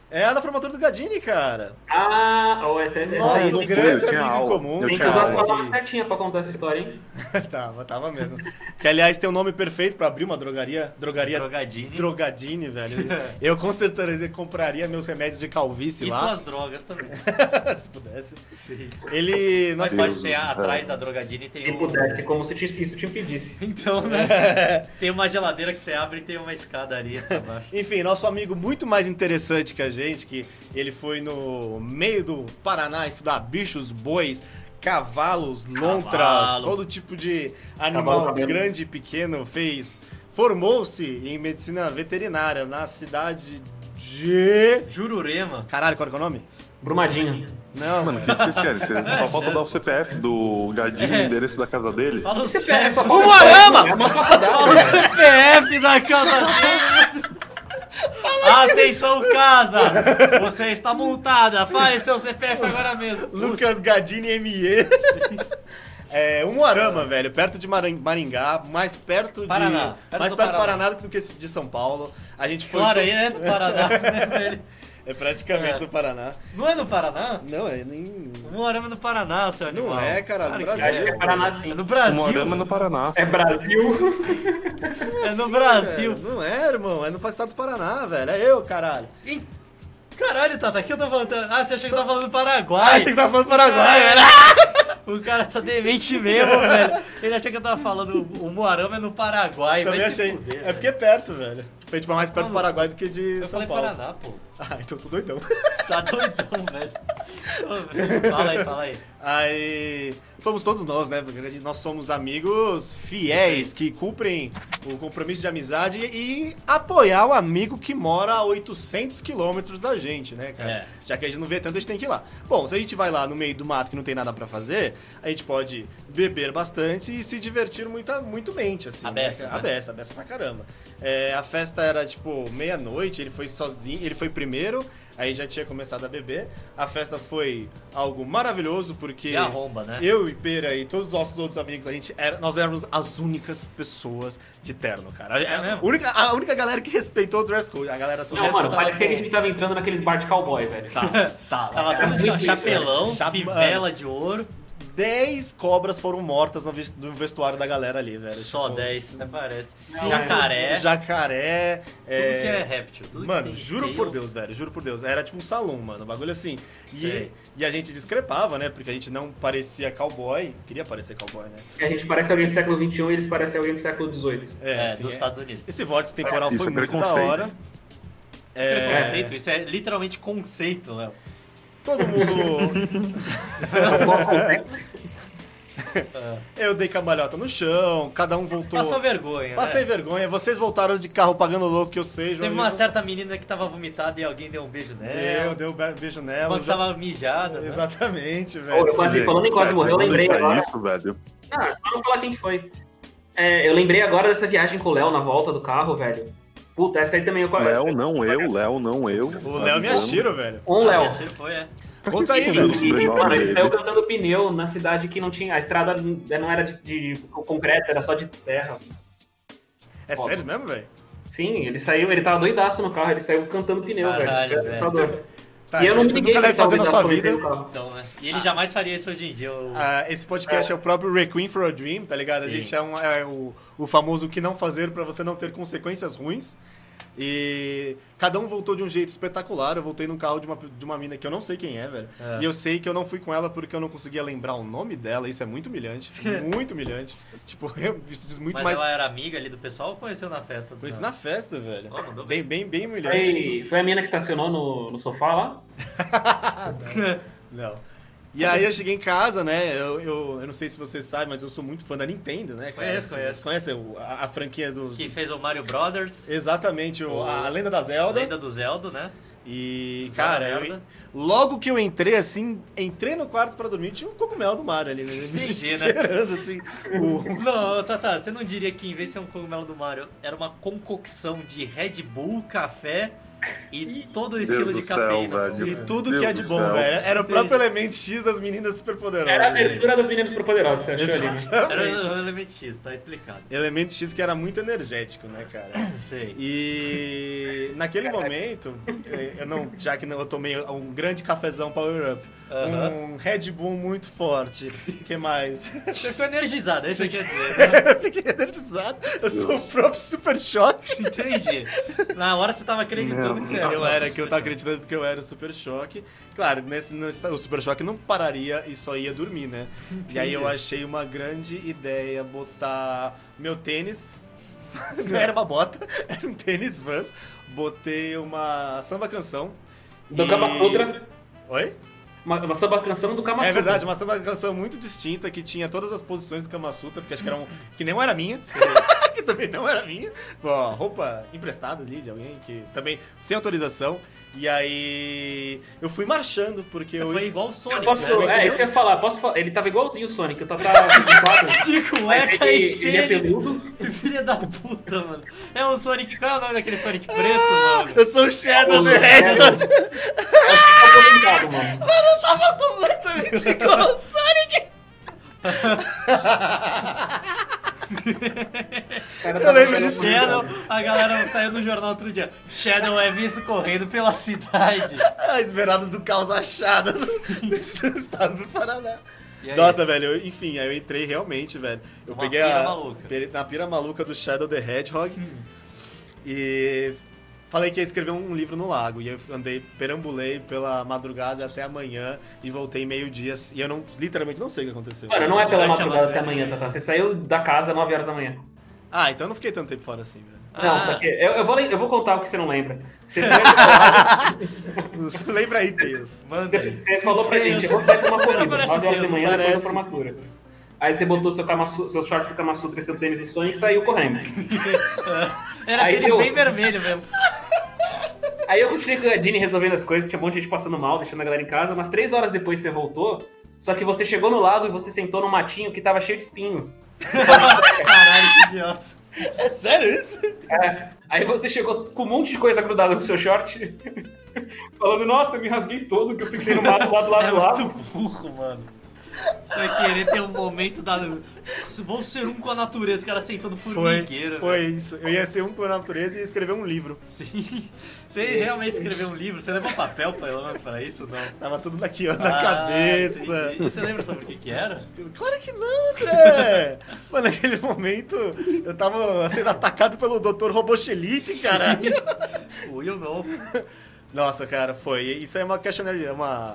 [SPEAKER 1] É a da formatura do Gadini, cara.
[SPEAKER 2] Ah, oh, essa é
[SPEAKER 1] Nossa,
[SPEAKER 4] eu não
[SPEAKER 1] um
[SPEAKER 4] fui,
[SPEAKER 1] grande
[SPEAKER 4] eu tinha
[SPEAKER 1] amigo em
[SPEAKER 4] aula.
[SPEAKER 1] comum,
[SPEAKER 4] Eu
[SPEAKER 2] Tem que
[SPEAKER 4] tinha
[SPEAKER 1] cara.
[SPEAKER 2] usar
[SPEAKER 4] aula.
[SPEAKER 2] a palavra
[SPEAKER 1] que-
[SPEAKER 2] certinha pra contar essa história, hein?
[SPEAKER 1] tava, tava mesmo. Que aliás tem um nome perfeito pra abrir uma drogaria. Drogaria.
[SPEAKER 3] Drogadinho.
[SPEAKER 1] Drogadine, velho. Eu com certeza compraria meus remédios de calvície
[SPEAKER 3] E
[SPEAKER 1] lá,
[SPEAKER 3] suas drogas também.
[SPEAKER 1] se pudesse.
[SPEAKER 3] Sim.
[SPEAKER 1] Ele. Nós
[SPEAKER 3] Mas
[SPEAKER 4] Deus
[SPEAKER 3] pode ter
[SPEAKER 4] do céu.
[SPEAKER 3] atrás da drogadinha e tem
[SPEAKER 2] Se
[SPEAKER 3] um...
[SPEAKER 2] pudesse, como se te- isso te impedisse.
[SPEAKER 3] Então, né? tem uma geladeira que você abre e tem uma escadaria pra baixo.
[SPEAKER 1] Enfim, nosso amigo muito mais interessante que a gente, que ele foi no meio do Paraná estudar bichos, bois, cavalos, lontras,
[SPEAKER 3] Cavalo.
[SPEAKER 1] todo tipo de animal
[SPEAKER 2] Cavalo, cabelo.
[SPEAKER 1] grande e pequeno, fez. Formou-se em medicina veterinária na cidade de.
[SPEAKER 3] Jururema.
[SPEAKER 1] Caralho, qual é o nome?
[SPEAKER 2] Brumadinho.
[SPEAKER 1] Não,
[SPEAKER 4] Mano, o que vocês querem? Vocês- Só falta dar o CPF do gadinho e o endereço da casa dele.
[SPEAKER 3] Fala o
[SPEAKER 2] É
[SPEAKER 3] CPF.
[SPEAKER 2] só-
[SPEAKER 1] O Moarama!
[SPEAKER 2] É uma faculdade.
[SPEAKER 3] Fala o CPF da casa dele. Atenção, casa! Você está multada. Fale seu CPF agora mesmo.
[SPEAKER 1] Lucas Gadini ME. É, um Arama, velho, perto de Maran- Maringá, mais perto de.
[SPEAKER 3] Paraná, perto
[SPEAKER 1] mais
[SPEAKER 3] do
[SPEAKER 1] perto do
[SPEAKER 3] Paraná.
[SPEAKER 1] Paraná do que de São Paulo. A gente foi.
[SPEAKER 3] Claro,
[SPEAKER 1] to-
[SPEAKER 3] aí é do Paraná, né, velho?
[SPEAKER 1] É praticamente
[SPEAKER 3] É.
[SPEAKER 1] do Paraná.
[SPEAKER 3] Não é no Paraná?
[SPEAKER 1] Não, é nem.
[SPEAKER 3] Morama no Paraná, seu
[SPEAKER 1] Não
[SPEAKER 3] animal.
[SPEAKER 1] é, cara, no
[SPEAKER 3] Claro que
[SPEAKER 1] Brasil.
[SPEAKER 2] É
[SPEAKER 3] é.
[SPEAKER 2] Paraná, sim.
[SPEAKER 3] É no
[SPEAKER 4] Morama
[SPEAKER 3] Brasil.
[SPEAKER 4] no Paraná.
[SPEAKER 2] É Brasil.
[SPEAKER 3] É no
[SPEAKER 1] Sim,
[SPEAKER 3] Brasil.
[SPEAKER 1] velho, Não é, irmão. É no estado do Paraná, velho. É eu, caralho.
[SPEAKER 3] Ih, Caralho, Tata, aqui eu tô falando. Ah, você achou que eu tava falando do Paraguai?
[SPEAKER 1] Ah, achei que você tava falando do Paraguai, velho.
[SPEAKER 3] O cara tá demente mesmo, velho. Ele achou que eu tava falando o Moarama é no Paraguai.
[SPEAKER 1] Também
[SPEAKER 3] vai se
[SPEAKER 1] achei.
[SPEAKER 3] fuder,
[SPEAKER 1] é
[SPEAKER 3] velho.
[SPEAKER 1] porque é perto, velho. Foi tipo mais perto do
[SPEAKER 3] Mano,
[SPEAKER 1] Paraguai do que de
[SPEAKER 3] Eu
[SPEAKER 1] São
[SPEAKER 3] falei
[SPEAKER 1] Paulo.
[SPEAKER 3] Paraná, pô.
[SPEAKER 1] Ah, então tô doidão.
[SPEAKER 3] Tá doidão, velho. Ô, velho. Fala aí, fala aí.
[SPEAKER 1] Aí. Somos todos nós, né? Porque Nós somos amigos fiéis que cumprem o compromisso de amizade e apoiar o amigo que mora a 800 quilômetros da gente, né, cara?
[SPEAKER 3] É.
[SPEAKER 1] Já que a gente não vê tanto, a gente tem que ir lá. Bom, se a gente vai lá no meio do mato que não tem nada pra fazer, a gente pode beber bastante e se divertir muita, muito mente, assim.
[SPEAKER 3] A beça,
[SPEAKER 1] cara? A
[SPEAKER 3] né?
[SPEAKER 1] beça, a beça pra caramba. É, a festa era tipo meia-noite, ele foi sozinho, ele foi primeiro, aí já tinha começado a beber. A festa foi algo maravilhoso, porque.
[SPEAKER 3] E a romba, né?
[SPEAKER 1] Eu e Pera e todos os nossos outros amigos, a gente era, nós éramos as únicas pessoas de terno, cara.
[SPEAKER 3] É
[SPEAKER 1] a,
[SPEAKER 3] mesmo? É
[SPEAKER 1] única, a única galera que respeitou o dress code, a galera toda
[SPEAKER 2] Não, mano,
[SPEAKER 1] tava
[SPEAKER 2] parecia que a
[SPEAKER 1] com-
[SPEAKER 2] gente tava entrando naqueles bar de cowboy, velho.
[SPEAKER 1] Tá, tá.
[SPEAKER 3] Tava tudo de
[SPEAKER 2] muito
[SPEAKER 3] chapelão,
[SPEAKER 1] isso, velho.
[SPEAKER 3] fivela de ouro.
[SPEAKER 1] 10 cobras foram mortas no ves- no vestuário da galera ali, velho.
[SPEAKER 3] Só
[SPEAKER 1] Tipo,
[SPEAKER 3] 10, até parece.
[SPEAKER 1] cinco-
[SPEAKER 3] Jacaré. Tudo
[SPEAKER 1] Jacaré. é,
[SPEAKER 3] que é réptil. Tudo que
[SPEAKER 1] Mano,
[SPEAKER 3] tem um
[SPEAKER 1] juro
[SPEAKER 3] scales.
[SPEAKER 1] por Deus, velho, juro por Deus. Era tipo um salão, mano, um bagulho assim. E,
[SPEAKER 3] Sei.
[SPEAKER 1] e a gente discrepava, né? Porque a gente não parecia cowboy. Queria parecer cowboy, né?
[SPEAKER 2] A gente parece alguém do século XXI e um, eles parecem alguém do século XVIII.
[SPEAKER 3] É,
[SPEAKER 1] assim,
[SPEAKER 3] dos Estados Unidos.
[SPEAKER 1] Esse vórtice temporal
[SPEAKER 4] Isso
[SPEAKER 1] foi
[SPEAKER 4] é
[SPEAKER 1] muito da
[SPEAKER 4] preconceito.
[SPEAKER 1] hora.
[SPEAKER 3] Preconceito, isso é literalmente conceito, Léo.
[SPEAKER 1] Todo mundo. Eu dei cambalhota no chão, cada um voltou.
[SPEAKER 3] Passou vergonha.
[SPEAKER 1] Passei
[SPEAKER 3] né?
[SPEAKER 1] vergonha, vocês voltaram de carro pagando louco que eu seja.
[SPEAKER 3] Teve uma certa menina que tava vomitada e alguém deu um beijo
[SPEAKER 1] Deu,
[SPEAKER 3] nela.
[SPEAKER 1] deu be- beijo
[SPEAKER 3] Uma
[SPEAKER 1] nela.
[SPEAKER 3] que
[SPEAKER 1] já-
[SPEAKER 3] tava mijada. né?
[SPEAKER 1] Exatamente,
[SPEAKER 2] Pô, eu
[SPEAKER 1] velho.
[SPEAKER 2] quase, falando em quase
[SPEAKER 4] Gente,
[SPEAKER 2] morrer, eu
[SPEAKER 4] vocês vão
[SPEAKER 2] lembrei
[SPEAKER 4] deixar
[SPEAKER 2] agora.
[SPEAKER 4] isso, velho.
[SPEAKER 2] Ah, só não falar quem foi. É, eu lembrei agora dessa viagem com o Léo na volta do carro, velho. Puta, essa aí também eu quase.
[SPEAKER 4] Léo não eu, Léo não eu.
[SPEAKER 1] O Léo me
[SPEAKER 4] Avisando.
[SPEAKER 1] achiro, velho.
[SPEAKER 2] Um Léo.
[SPEAKER 3] Ah, esse Foi, é.
[SPEAKER 1] Conta aí,
[SPEAKER 4] Sim,
[SPEAKER 1] velho.
[SPEAKER 4] isso,
[SPEAKER 2] E,
[SPEAKER 4] sobrenome
[SPEAKER 2] mano, ele
[SPEAKER 4] dele.
[SPEAKER 2] saiu cantando pneu na cidade que não tinha. A estrada é, não era de, de concreto, era só de terra.
[SPEAKER 1] É sério mesmo, velho?
[SPEAKER 2] Sim, ele saiu, ele tava doidaço no carro, ele saiu cantando pneu,
[SPEAKER 3] Caralho,
[SPEAKER 2] velho.
[SPEAKER 3] velho.
[SPEAKER 2] Assustador.
[SPEAKER 1] Tá,
[SPEAKER 2] e eu não me
[SPEAKER 1] você
[SPEAKER 2] liguei
[SPEAKER 1] nunca
[SPEAKER 2] que
[SPEAKER 1] deve
[SPEAKER 2] ele tava
[SPEAKER 1] fazer na sua
[SPEAKER 2] doidaço
[SPEAKER 1] vida.
[SPEAKER 2] no carro.
[SPEAKER 3] Então, né? E ele jamais faria isso hoje em dia. o-
[SPEAKER 1] Ah, esse podcast é. o próprio Requiem for a Dream, tá ligado? A
[SPEAKER 3] Sim.
[SPEAKER 1] gente é, um- é o, o famoso o que não fazer pra você não ter consequências ruins. E cada um voltou de um jeito espetacular. Eu voltei num carro de uma, de uma mina que eu não sei quem é, velho.
[SPEAKER 3] É.
[SPEAKER 1] E eu sei que eu não fui com ela porque eu não conseguia lembrar o nome dela. Isso é muito humilhante. Muito humilhante. Tipo, eu- isso diz muito
[SPEAKER 3] Mas
[SPEAKER 1] mais.
[SPEAKER 3] ela é- era amiga ali do pessoal ou conheceu na festa? do
[SPEAKER 1] Conheci
[SPEAKER 3] cara?
[SPEAKER 1] na festa, velho.
[SPEAKER 3] Ó, mandou
[SPEAKER 1] bem, bem, bem humilhante.
[SPEAKER 2] Foi, foi a mina que estacionou no, no sofá lá?
[SPEAKER 1] Não. E aí eu cheguei em casa, né? Eu, eu, eu não sei se você sabe, mas eu sou muito fã da Nintendo, né? cara?
[SPEAKER 3] Conheço,
[SPEAKER 1] Vocês Conhece o- a, a franquia do.
[SPEAKER 3] Que fez o Mario Brothers,
[SPEAKER 1] Exatamente, o- a, a Lenda da
[SPEAKER 3] a
[SPEAKER 1] Zelda.
[SPEAKER 3] lenda do Zelda, né?
[SPEAKER 1] E,
[SPEAKER 3] Zelda
[SPEAKER 1] cara, eu-
[SPEAKER 3] merda.
[SPEAKER 1] logo que eu entrei, assim, entrei no quarto pra dormir, tinha um cogumelo do mar ali, né? Me
[SPEAKER 3] Entendi, né?
[SPEAKER 1] esperando, assim. o-
[SPEAKER 3] Não, Tata, você não diria que em vez de ser um cogumelo do Mario, era uma concocção de Red Bull, café e todo o estilo
[SPEAKER 4] do
[SPEAKER 3] de
[SPEAKER 4] céu,
[SPEAKER 3] cafeína.
[SPEAKER 4] velho.
[SPEAKER 1] E
[SPEAKER 4] Meu
[SPEAKER 1] tudo
[SPEAKER 4] Deus
[SPEAKER 1] que é de
[SPEAKER 4] do
[SPEAKER 1] bom,
[SPEAKER 4] céu.
[SPEAKER 1] velho. Era o
[SPEAKER 3] Entendi.
[SPEAKER 1] próprio elemento X das meninas
[SPEAKER 2] Era a
[SPEAKER 1] superpoderosas. né?
[SPEAKER 2] abertura das meninas superpoderosas, você achou ali, né?
[SPEAKER 3] Era
[SPEAKER 1] Exatamente.
[SPEAKER 3] um elemento X, tá explicado.
[SPEAKER 1] Elemento X que era muito energético, né, cara?
[SPEAKER 3] Sei.
[SPEAKER 1] E naquele momento, eh, eu não, já que não, eu tomei um grande cafezão Power Up,
[SPEAKER 3] Aham.
[SPEAKER 1] um Red Bull muito forte, que mais?
[SPEAKER 3] Você ficou energizado, é isso que quer dizer. né?
[SPEAKER 1] eu fiquei energizado, eu sou o próprio Super Choque.
[SPEAKER 3] Entendi. Na hora você tava acreditando
[SPEAKER 4] Não,
[SPEAKER 3] que você era.
[SPEAKER 1] Eu era, que eu tava acreditando porque eu era o Super Choque. Claro, nesse, nesse- o Super Choque não pararia e só ia dormir, né? E aí eu achei uma grande ideia botar meu tênis, não era uma bota, era um tênis Vans, botei uma samba canção.
[SPEAKER 2] Do
[SPEAKER 1] e-
[SPEAKER 2] Kama Sutra,
[SPEAKER 1] Oi?
[SPEAKER 2] uma, uma samba canção do Kama
[SPEAKER 1] É
[SPEAKER 2] Sutra.
[SPEAKER 1] verdade, uma samba canção muito distinta que tinha todas as posições do Kama Sutra, porque acho que era um. que não era minha. que também não era minha. Bom, roupa emprestada ali de alguém, que também sem autorização. E aí. Eu fui marchando, porque
[SPEAKER 3] Você
[SPEAKER 1] eu.
[SPEAKER 3] foi igual o
[SPEAKER 2] Eu
[SPEAKER 3] Sonic,
[SPEAKER 2] posso,
[SPEAKER 3] né?
[SPEAKER 1] Como é que
[SPEAKER 2] é, isso que eu
[SPEAKER 1] Deus?
[SPEAKER 2] ia falar, posso falar, ele tava igualzinho o Sonic, eu tava de quatro,
[SPEAKER 3] De
[SPEAKER 2] mas
[SPEAKER 3] cueca
[SPEAKER 2] ele,
[SPEAKER 3] e
[SPEAKER 2] ele é
[SPEAKER 3] tênis.
[SPEAKER 2] peludo,
[SPEAKER 3] Tipo, Filha da puta, mano. É um Sonic. Qual é o nome daquele Sonic preto, mano?
[SPEAKER 1] Eu sou o Shadow the Hedgehog!
[SPEAKER 2] Shadow. tá comentado, mano.
[SPEAKER 1] Eu tava completamente igual ao Sonic!
[SPEAKER 2] O cara
[SPEAKER 1] Eu
[SPEAKER 2] tava
[SPEAKER 1] lembro
[SPEAKER 2] jogando
[SPEAKER 1] disso.
[SPEAKER 2] muito
[SPEAKER 3] Shadow,
[SPEAKER 2] bom.
[SPEAKER 3] a galera saiu no jornal outro dia. Shadow é visto correndo pela cidade.
[SPEAKER 1] A Ah, esmeralda do caos achada no, no estado do Paraná.
[SPEAKER 3] E aí?
[SPEAKER 1] Nossa, velho, eu- enfim, aí eu entrei realmente, velho. Eu
[SPEAKER 3] Uma
[SPEAKER 1] peguei
[SPEAKER 3] pira
[SPEAKER 1] a,
[SPEAKER 3] maluca. Hum.
[SPEAKER 1] peri- na pira maluca do Shadow the Hedgehog e falei que ia escrever um livro no lago. E eu andei, perambulei pela madrugada até amanhã e voltei meio-dia. assim. E eu não, literalmente não sei o que aconteceu.
[SPEAKER 2] Mano, não é pela
[SPEAKER 3] Durante a
[SPEAKER 2] madrugada até
[SPEAKER 3] madrugada.
[SPEAKER 2] amanhã, Tata, você saiu da casa 9 horas da manhã.
[SPEAKER 1] Ah, então eu não fiquei tanto tempo fora assim, velho.
[SPEAKER 2] Não,
[SPEAKER 3] Ah.
[SPEAKER 2] só que eu, eu vou, le- eu vou contar o que você não lembra. Você,
[SPEAKER 1] Lembra aí, Tails.
[SPEAKER 3] Manda
[SPEAKER 2] você-
[SPEAKER 3] aí.
[SPEAKER 2] você falou pra
[SPEAKER 3] Deus.
[SPEAKER 2] gente, eu vou sair pra uma corrida,
[SPEAKER 3] Não, parece
[SPEAKER 2] 9 horas da
[SPEAKER 3] Deus,
[SPEAKER 2] manhã depois da
[SPEAKER 1] parece.
[SPEAKER 2] formatura. Aí você botou seu, Kama Su- seu short do Kama Sutra e seu tênis de sonho e saiu correndo.
[SPEAKER 3] Era
[SPEAKER 2] Aí
[SPEAKER 3] aquele
[SPEAKER 2] eu-
[SPEAKER 3] bem vermelho mesmo.
[SPEAKER 2] Aí eu continuei com a Dini resolvendo as coisas, tinha um monte de gente passando mal, deixando a galera em casa, mas três horas depois você voltou, só que você chegou no lago e você sentou num matinho que tava cheio de espinho.
[SPEAKER 3] Caralho, que idiota.
[SPEAKER 1] É sério isso?
[SPEAKER 2] É, aí você chegou com um monte de coisa grudada no seu short, falando, nossa, eu me rasguei todo que eu sentei no mato lá do lado
[SPEAKER 3] É
[SPEAKER 2] do lago.
[SPEAKER 3] muito burro, mano. Você vai querer ter um momento da. Vou ser um com a natureza, o cara sentando
[SPEAKER 1] Foi,
[SPEAKER 3] formigueiro. né?
[SPEAKER 1] foi isso. Eu ia ser um por natureza e ia escrever um livro.
[SPEAKER 3] Sim. Você realmente escreveu um livro? Você levou papel pelo menos pra isso? Não.
[SPEAKER 1] Tava tudo aqui, ó, na
[SPEAKER 3] Ah,
[SPEAKER 1] cabeça.
[SPEAKER 3] entendi. E Você lembra sobre o que que era?
[SPEAKER 1] Claro que não, André! Mano, naquele momento eu tava sendo atacado pelo Dr. Robochelic, cara.
[SPEAKER 3] O Will não.
[SPEAKER 1] Nossa, cara, foi. Isso é uma questionária, uma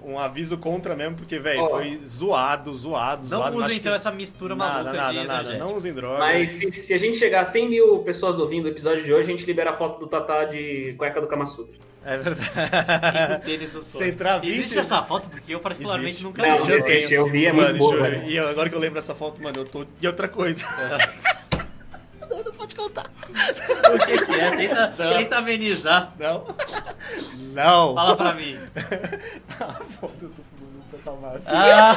[SPEAKER 1] um aviso contra mesmo, porque, velho,
[SPEAKER 2] Ó.
[SPEAKER 1] foi zoado, zoado,
[SPEAKER 3] Não
[SPEAKER 1] zoado.
[SPEAKER 3] usem
[SPEAKER 1] acho
[SPEAKER 3] então
[SPEAKER 1] que-
[SPEAKER 3] essa mistura
[SPEAKER 1] Nada,
[SPEAKER 3] maluca de
[SPEAKER 1] nada, nada.
[SPEAKER 3] energético.
[SPEAKER 1] Não usem drogas.
[SPEAKER 2] Mas se, se a gente chegar a 100 mil pessoas ouvindo o episódio de hoje, a gente libera a foto do Tatá de cueca do Kama Sutra.
[SPEAKER 1] É
[SPEAKER 3] E com o
[SPEAKER 1] verdade.
[SPEAKER 3] tênis do Sonic.
[SPEAKER 1] Sem travinte-
[SPEAKER 3] Existe essa foto? Porque eu particularmente
[SPEAKER 1] É. Existe.
[SPEAKER 3] nunca
[SPEAKER 1] Não,
[SPEAKER 3] vi.
[SPEAKER 1] Existe, eu tenho.
[SPEAKER 2] gente, eu vi, é
[SPEAKER 1] mano,
[SPEAKER 2] muito boa,
[SPEAKER 1] juro.
[SPEAKER 2] velho.
[SPEAKER 1] E agora que eu lembro dessa foto, mano, eu tô. E outra coisa. não, não pode contar.
[SPEAKER 3] O que que é? Tenta, tenta amenizar.
[SPEAKER 1] Não. Não.
[SPEAKER 3] Fala pra mim.
[SPEAKER 1] a foto do Bruno pra calmar assim.
[SPEAKER 3] Ah,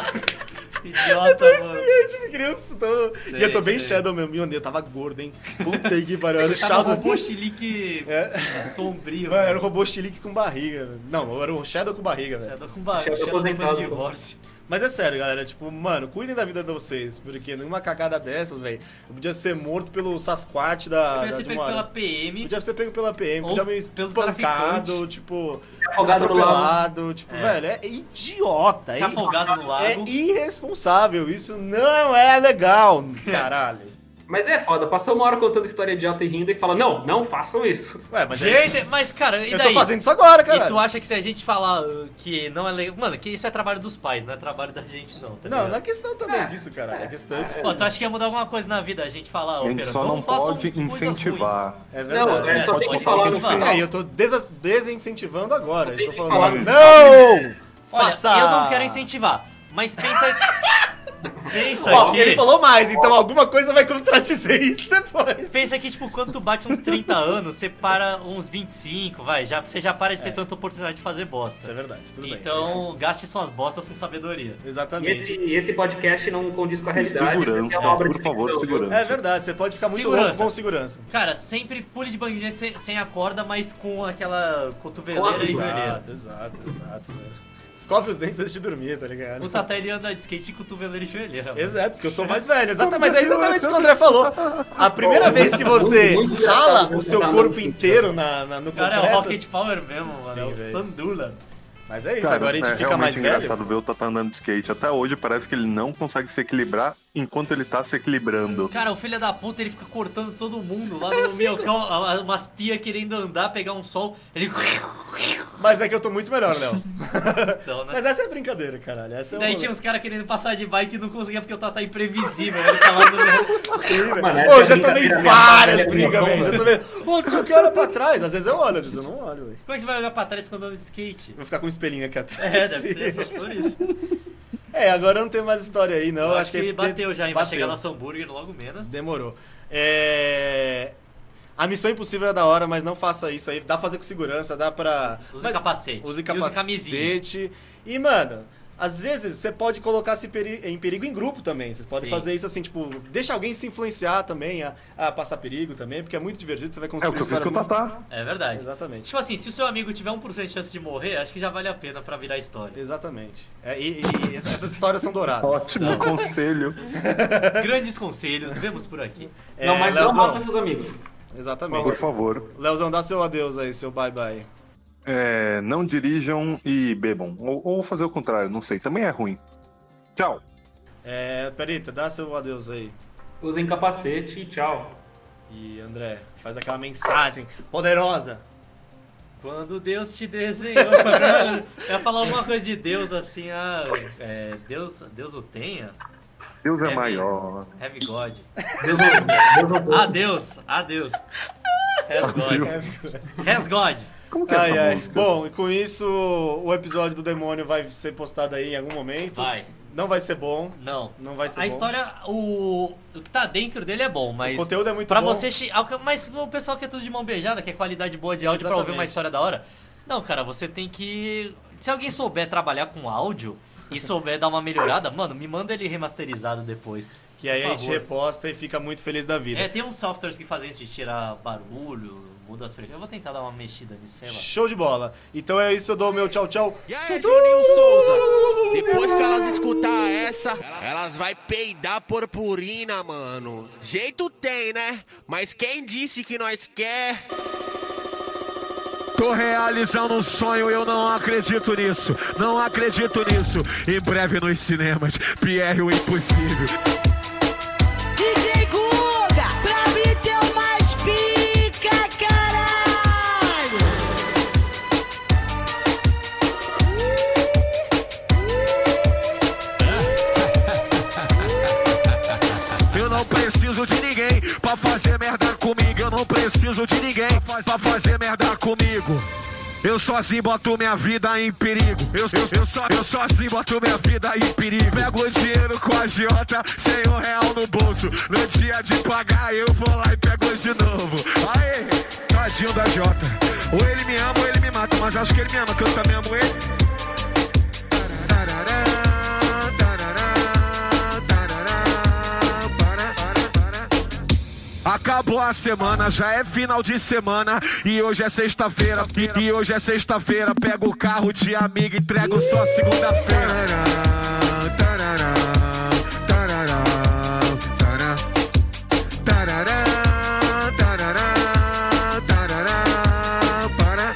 [SPEAKER 3] idiota, mano.
[SPEAKER 1] Eu tive criança, tô... e eu tô bem
[SPEAKER 3] sei.
[SPEAKER 1] shadow mesmo, meu Deus, eu tava gordo, hein? Puta que pariu, eu era
[SPEAKER 3] Tava
[SPEAKER 1] shadow.
[SPEAKER 3] um robô chilique sombrio.
[SPEAKER 1] Mano, era um robô chilique com barriga. velho. Não, eu era um shadow com barriga, velho.
[SPEAKER 3] Shadow com barriga,
[SPEAKER 2] Shadow
[SPEAKER 3] Shadow depois do
[SPEAKER 2] aposentado,
[SPEAKER 3] divórcio.
[SPEAKER 1] Mas é sério, galera, tipo, mano, cuidem da vida de vocês, porque numa cagada dessas, velho, eu podia ser morto pelo Sasquatch
[SPEAKER 4] Ah,
[SPEAKER 1] da.
[SPEAKER 3] Podia
[SPEAKER 1] da
[SPEAKER 3] ser
[SPEAKER 1] de
[SPEAKER 3] pego
[SPEAKER 1] uma hora.
[SPEAKER 3] pela PM.
[SPEAKER 1] Podia ser pego pela PM,
[SPEAKER 3] Ou
[SPEAKER 1] podia me
[SPEAKER 3] pelo
[SPEAKER 1] espancado,
[SPEAKER 3] traficante.
[SPEAKER 1] tipo,
[SPEAKER 2] Afogado no lago.
[SPEAKER 1] atropelado, tipo, velho, é idiota,
[SPEAKER 3] Se
[SPEAKER 1] é
[SPEAKER 3] afogado no
[SPEAKER 1] É
[SPEAKER 3] lago.
[SPEAKER 1] irresponsável, isso não é legal, caralho.
[SPEAKER 2] Mas é foda, passou uma hora contando história idiota e rindo e fala, não, não façam isso.
[SPEAKER 1] Ué, mas é-
[SPEAKER 3] Gente, mas cara, e
[SPEAKER 1] eu tô
[SPEAKER 3] daí?
[SPEAKER 1] fazendo isso agora,
[SPEAKER 3] E tu
[SPEAKER 1] cara.
[SPEAKER 3] acha que se a gente falar uh, que não é legal. Mano, que isso é trabalho dos pais, não é trabalho da gente, não, tá
[SPEAKER 1] Não,
[SPEAKER 3] ligado?
[SPEAKER 1] não é questão também
[SPEAKER 2] É.
[SPEAKER 1] disso, cara. É questão que.
[SPEAKER 3] Pô, tu acha que ia mudar alguma coisa na vida a gente falar, ô,
[SPEAKER 4] A gente
[SPEAKER 3] Pera,
[SPEAKER 4] só não
[SPEAKER 3] façam
[SPEAKER 4] pode
[SPEAKER 3] coisas
[SPEAKER 4] incentivar.
[SPEAKER 3] ruins.
[SPEAKER 1] É
[SPEAKER 2] Não,
[SPEAKER 1] verdade.
[SPEAKER 2] é, só
[SPEAKER 3] Pode-
[SPEAKER 2] tem
[SPEAKER 3] pode
[SPEAKER 2] que falar no
[SPEAKER 3] incentivar.
[SPEAKER 2] final.
[SPEAKER 1] É, e eu tô desa- desincentivando agora.
[SPEAKER 2] tem
[SPEAKER 1] Estou
[SPEAKER 2] que
[SPEAKER 1] falando,
[SPEAKER 2] falar.
[SPEAKER 1] não!
[SPEAKER 3] Olha,
[SPEAKER 1] Faça!
[SPEAKER 3] eu não quero incentivar, mas pensa. pensa
[SPEAKER 1] Ó,
[SPEAKER 3] que.
[SPEAKER 1] ele falou mais, então alguma coisa vai contradizer isso depois.
[SPEAKER 3] Pensa que, tipo, quando tu bate uns 30 anos, você para uns 25, vai. Já, você já para de ter
[SPEAKER 1] É.
[SPEAKER 3] tanta oportunidade de fazer
[SPEAKER 1] Isso é
[SPEAKER 3] bosta.
[SPEAKER 1] verdade, tudo bem.
[SPEAKER 3] então, gaste suas bostas com sabedoria.
[SPEAKER 2] E
[SPEAKER 1] Exatamente.
[SPEAKER 2] esse, e esse podcast não condiz com a
[SPEAKER 4] E
[SPEAKER 2] realidade.
[SPEAKER 4] segurança,
[SPEAKER 2] porque é uma obra
[SPEAKER 4] por
[SPEAKER 2] de
[SPEAKER 4] favor,
[SPEAKER 2] ficção,
[SPEAKER 4] segurança.
[SPEAKER 1] É verdade, você pode ficar muito louco
[SPEAKER 3] Segurança.
[SPEAKER 1] com segurança.
[SPEAKER 3] Cara, sempre pule de bandinha sem, sem a corda, mas com aquela
[SPEAKER 2] Com
[SPEAKER 3] cotoveleira
[SPEAKER 2] a
[SPEAKER 3] e joelheira.
[SPEAKER 1] Exato, exato, exato. velho. Escove os dentes antes de dormir, tá ligado?
[SPEAKER 3] O Tata ele anda de skate de cotoveleira e joelheira. mano.
[SPEAKER 1] Exato, porque eu sou mais velho. Exatamente, mas é exatamente isso que o André falou. A primeira vez que você
[SPEAKER 2] Muito, muito
[SPEAKER 1] rala
[SPEAKER 2] engraçado,
[SPEAKER 1] o seu
[SPEAKER 2] muito
[SPEAKER 1] corpo
[SPEAKER 2] engraçado.
[SPEAKER 1] inteiro na, na- no
[SPEAKER 3] Cara, é o
[SPEAKER 1] concreto.
[SPEAKER 3] Rocket Power mesmo, mano. é
[SPEAKER 1] Sim,
[SPEAKER 3] o
[SPEAKER 1] velho.
[SPEAKER 3] Sandula.
[SPEAKER 1] Mas é isso,
[SPEAKER 4] Cara,
[SPEAKER 1] agora a gente
[SPEAKER 4] é
[SPEAKER 1] fica
[SPEAKER 4] realmente
[SPEAKER 1] mais
[SPEAKER 4] engraçado
[SPEAKER 1] velho.
[SPEAKER 4] ver o Tata andando de skate. Até hoje parece que ele não consegue se equilibrar enquanto ele tá se equilibrando.
[SPEAKER 3] Cara, o filho da puta, ele fica cortando todo mundo lá no Minhocão. a- a- Umas tia querendo andar, pegar um sol. Ele...
[SPEAKER 1] Mas é que eu tô muito melhor, Léo.
[SPEAKER 3] Então, né?
[SPEAKER 1] Mas essa é a brincadeira, caralho. Essa é
[SPEAKER 3] Daí
[SPEAKER 1] o...
[SPEAKER 3] tinha uns caras querendo passar de bike e não conseguia porque o Tata é imprevisível. Ele tá lá no...
[SPEAKER 1] Sim, velho.
[SPEAKER 2] Mano, essa
[SPEAKER 1] Ô,
[SPEAKER 2] é
[SPEAKER 1] já
[SPEAKER 2] brincadeira
[SPEAKER 1] tomei
[SPEAKER 2] minha,
[SPEAKER 1] várias
[SPEAKER 2] minha
[SPEAKER 1] brigas,
[SPEAKER 2] mão,
[SPEAKER 1] velho. Já
[SPEAKER 2] velho.
[SPEAKER 1] tomei. Ô, você que olha pra trás. Às vezes eu olho, às vezes eu não olho, velho.
[SPEAKER 3] Como é que você vai olhar pra trás quando anda de skate?
[SPEAKER 1] Vou ficar com um espelhinho aqui atrás.
[SPEAKER 3] É, deve ser essas cores.
[SPEAKER 1] É, agora eu não tem mais história aí, não.
[SPEAKER 3] Eu acho que
[SPEAKER 1] tem-
[SPEAKER 3] bateu já, hein? Vai
[SPEAKER 1] bateu.
[SPEAKER 3] chegar nosso hambúrguer logo menos.
[SPEAKER 1] Demorou. É... A missão impossível é da hora, mas não faça isso aí. Dá pra fazer com segurança, dá pra.
[SPEAKER 3] Use
[SPEAKER 1] mas...
[SPEAKER 3] capacete.
[SPEAKER 1] Use
[SPEAKER 3] E
[SPEAKER 1] capacete.
[SPEAKER 3] use camisinha.
[SPEAKER 1] E, mano, às vezes você pode colocar se peri- em perigo em grupo também. Vocês podem
[SPEAKER 3] Sim.
[SPEAKER 1] fazer isso assim, tipo, deixa alguém se influenciar também, a, a passar perigo também, porque é muito divertido, você vai
[SPEAKER 4] É
[SPEAKER 1] construir
[SPEAKER 4] o que eu fiz com o
[SPEAKER 1] histórias muito-
[SPEAKER 4] Tata.
[SPEAKER 3] É verdade.
[SPEAKER 1] Exatamente.
[SPEAKER 3] Tipo assim, se o seu amigo tiver 1% de chance de morrer, acho que já vale a pena pra virar história.
[SPEAKER 1] Exatamente. É, e, e- e essas histórias são douradas.
[SPEAKER 4] Ótimo Um conselho.
[SPEAKER 3] Grandes conselhos, vemos por aqui.
[SPEAKER 1] É,
[SPEAKER 2] Não, mas não
[SPEAKER 1] Leozão,
[SPEAKER 2] mata seus amigos.
[SPEAKER 4] Por
[SPEAKER 1] Exatamente.
[SPEAKER 4] favor.
[SPEAKER 1] Leozão, dá seu adeus aí, seu bye bye.
[SPEAKER 4] É, não dirijam e bebam. Ou, ou fazer o contrário, não sei. Também é ruim. Tchau.
[SPEAKER 1] É, Perita, dá seu adeus aí.
[SPEAKER 2] Usem capacete e tchau.
[SPEAKER 1] E André, faz aquela mensagem poderosa.
[SPEAKER 3] Quando Deus te desenhou. Eu ia falar alguma coisa de Deus assim, ah, é, Deus, Deus o tenha.
[SPEAKER 4] Deus é,
[SPEAKER 3] É,
[SPEAKER 4] maior.
[SPEAKER 3] Have God. Ah,
[SPEAKER 2] Deus não- Deus não-
[SPEAKER 3] Adeus, adeus. Has God.
[SPEAKER 4] Deus.
[SPEAKER 3] Has God.
[SPEAKER 4] Como que é
[SPEAKER 1] Ai,
[SPEAKER 4] essa
[SPEAKER 1] ai.
[SPEAKER 4] música?
[SPEAKER 1] Bom, e com isso, o episódio do demônio vai ser postado aí em algum momento.
[SPEAKER 3] Vai.
[SPEAKER 1] Não vai ser bom.
[SPEAKER 3] Não.
[SPEAKER 1] Não vai ser
[SPEAKER 3] A
[SPEAKER 1] bom.
[SPEAKER 3] história, o, o que tá dentro dele é bom, mas.
[SPEAKER 1] O conteúdo é muito
[SPEAKER 3] pra
[SPEAKER 1] bom.
[SPEAKER 3] você. che- alca- Mas o pessoal que é tudo de mão beijada, que é qualidade boa de áudio pra
[SPEAKER 1] Exatamente.
[SPEAKER 3] ouvir uma história da hora. Não, cara, você tem que. Se alguém souber trabalhar com áudio e souber dar uma melhorada, mano, me manda ele remasterizado depois.
[SPEAKER 1] Que aí a
[SPEAKER 3] Por
[SPEAKER 1] gente né?
[SPEAKER 3] favor.
[SPEAKER 1] reposta e fica muito feliz da vida.
[SPEAKER 3] É, tem uns softwares que fazem isso de tirar barulho, muda as frequências. Eu vou tentar dar uma mexida nisso, sei lá.
[SPEAKER 1] Show de bola. Então é isso, eu dou o meu tchau, tchau.
[SPEAKER 8] E aí, Juninho Souza? Depois que elas escutar essa, elas vai peidar purpurina, mano. Jeito tem, né? Mas quem disse que nós quer?
[SPEAKER 6] Tô realizando um sonho, eu não acredito nisso. Não acredito nisso. Em breve nos cinemas, Pierre o Impossível.
[SPEAKER 9] DJ Guga, pra mim tem o mais pica, caralho!
[SPEAKER 6] pra fazer merda comigo. Eu não preciso de ninguém pra pra fazer merda comigo. Eu sozinho boto minha vida em perigo. Eu, eu, eu, só, eu sozinho boto minha vida em perigo. Pego o dinheiro com a agiota, sem um real no bolso. No dia de pagar, eu vou lá e pego de novo. Aê, tadinho da Jota. Ou ele me ama ou ele me mata, mas acho que ele me ama, que eu também amo ele. Tarará, tarará, tarará, pará, pará, pará. Acabou a semana, já é final de semana e hoje é sexta-feira. E, e hoje é sexta-feira, pego o carro de amigo e entrego só segunda-feira. Tarará, tarará, tarará, tarará, tarará, tarará, pará.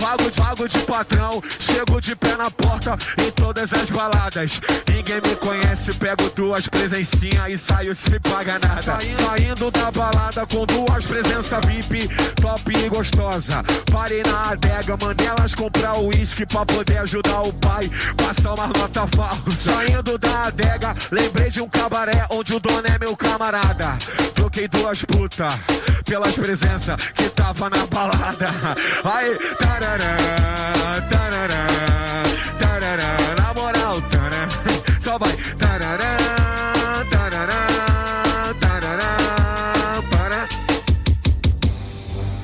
[SPEAKER 6] Pago, pago de patrão, chego de pé na porta em todas as baladas. Ninguém me conhece, pego duas presencinhas e saio sem pagar nada. Saindo da balada com duas presenças VIP, top e gostosa. Parei na adega, mandei elas comprar o uísque pra poder ajudar o pai, passar uma nota falsa. Saindo da adega, lembrei de um cabaré onde o dono é meu camarada. Troquei duas putas pelas presenças que tava na balada. Aí, tarará, tarará, tarará, na moral, tarará, só vai. Tarará, tarará, tarará, pará.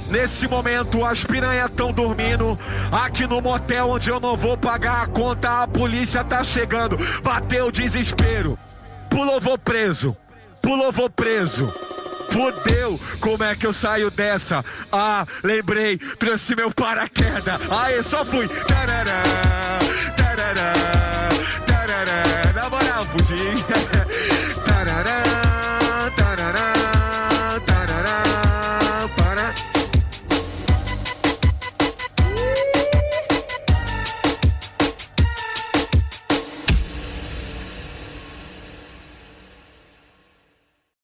[SPEAKER 6] Nesse momento as piranha estão dormindo Aqui no motel onde eu não vou pagar a conta A polícia tá chegando Bateu o desespero Pulou, vou preso Pulou, vou preso Fudeu, como é que eu saio dessa? Ah, lembrei, trouxe meu paraquedas Aê, só fui Tarará,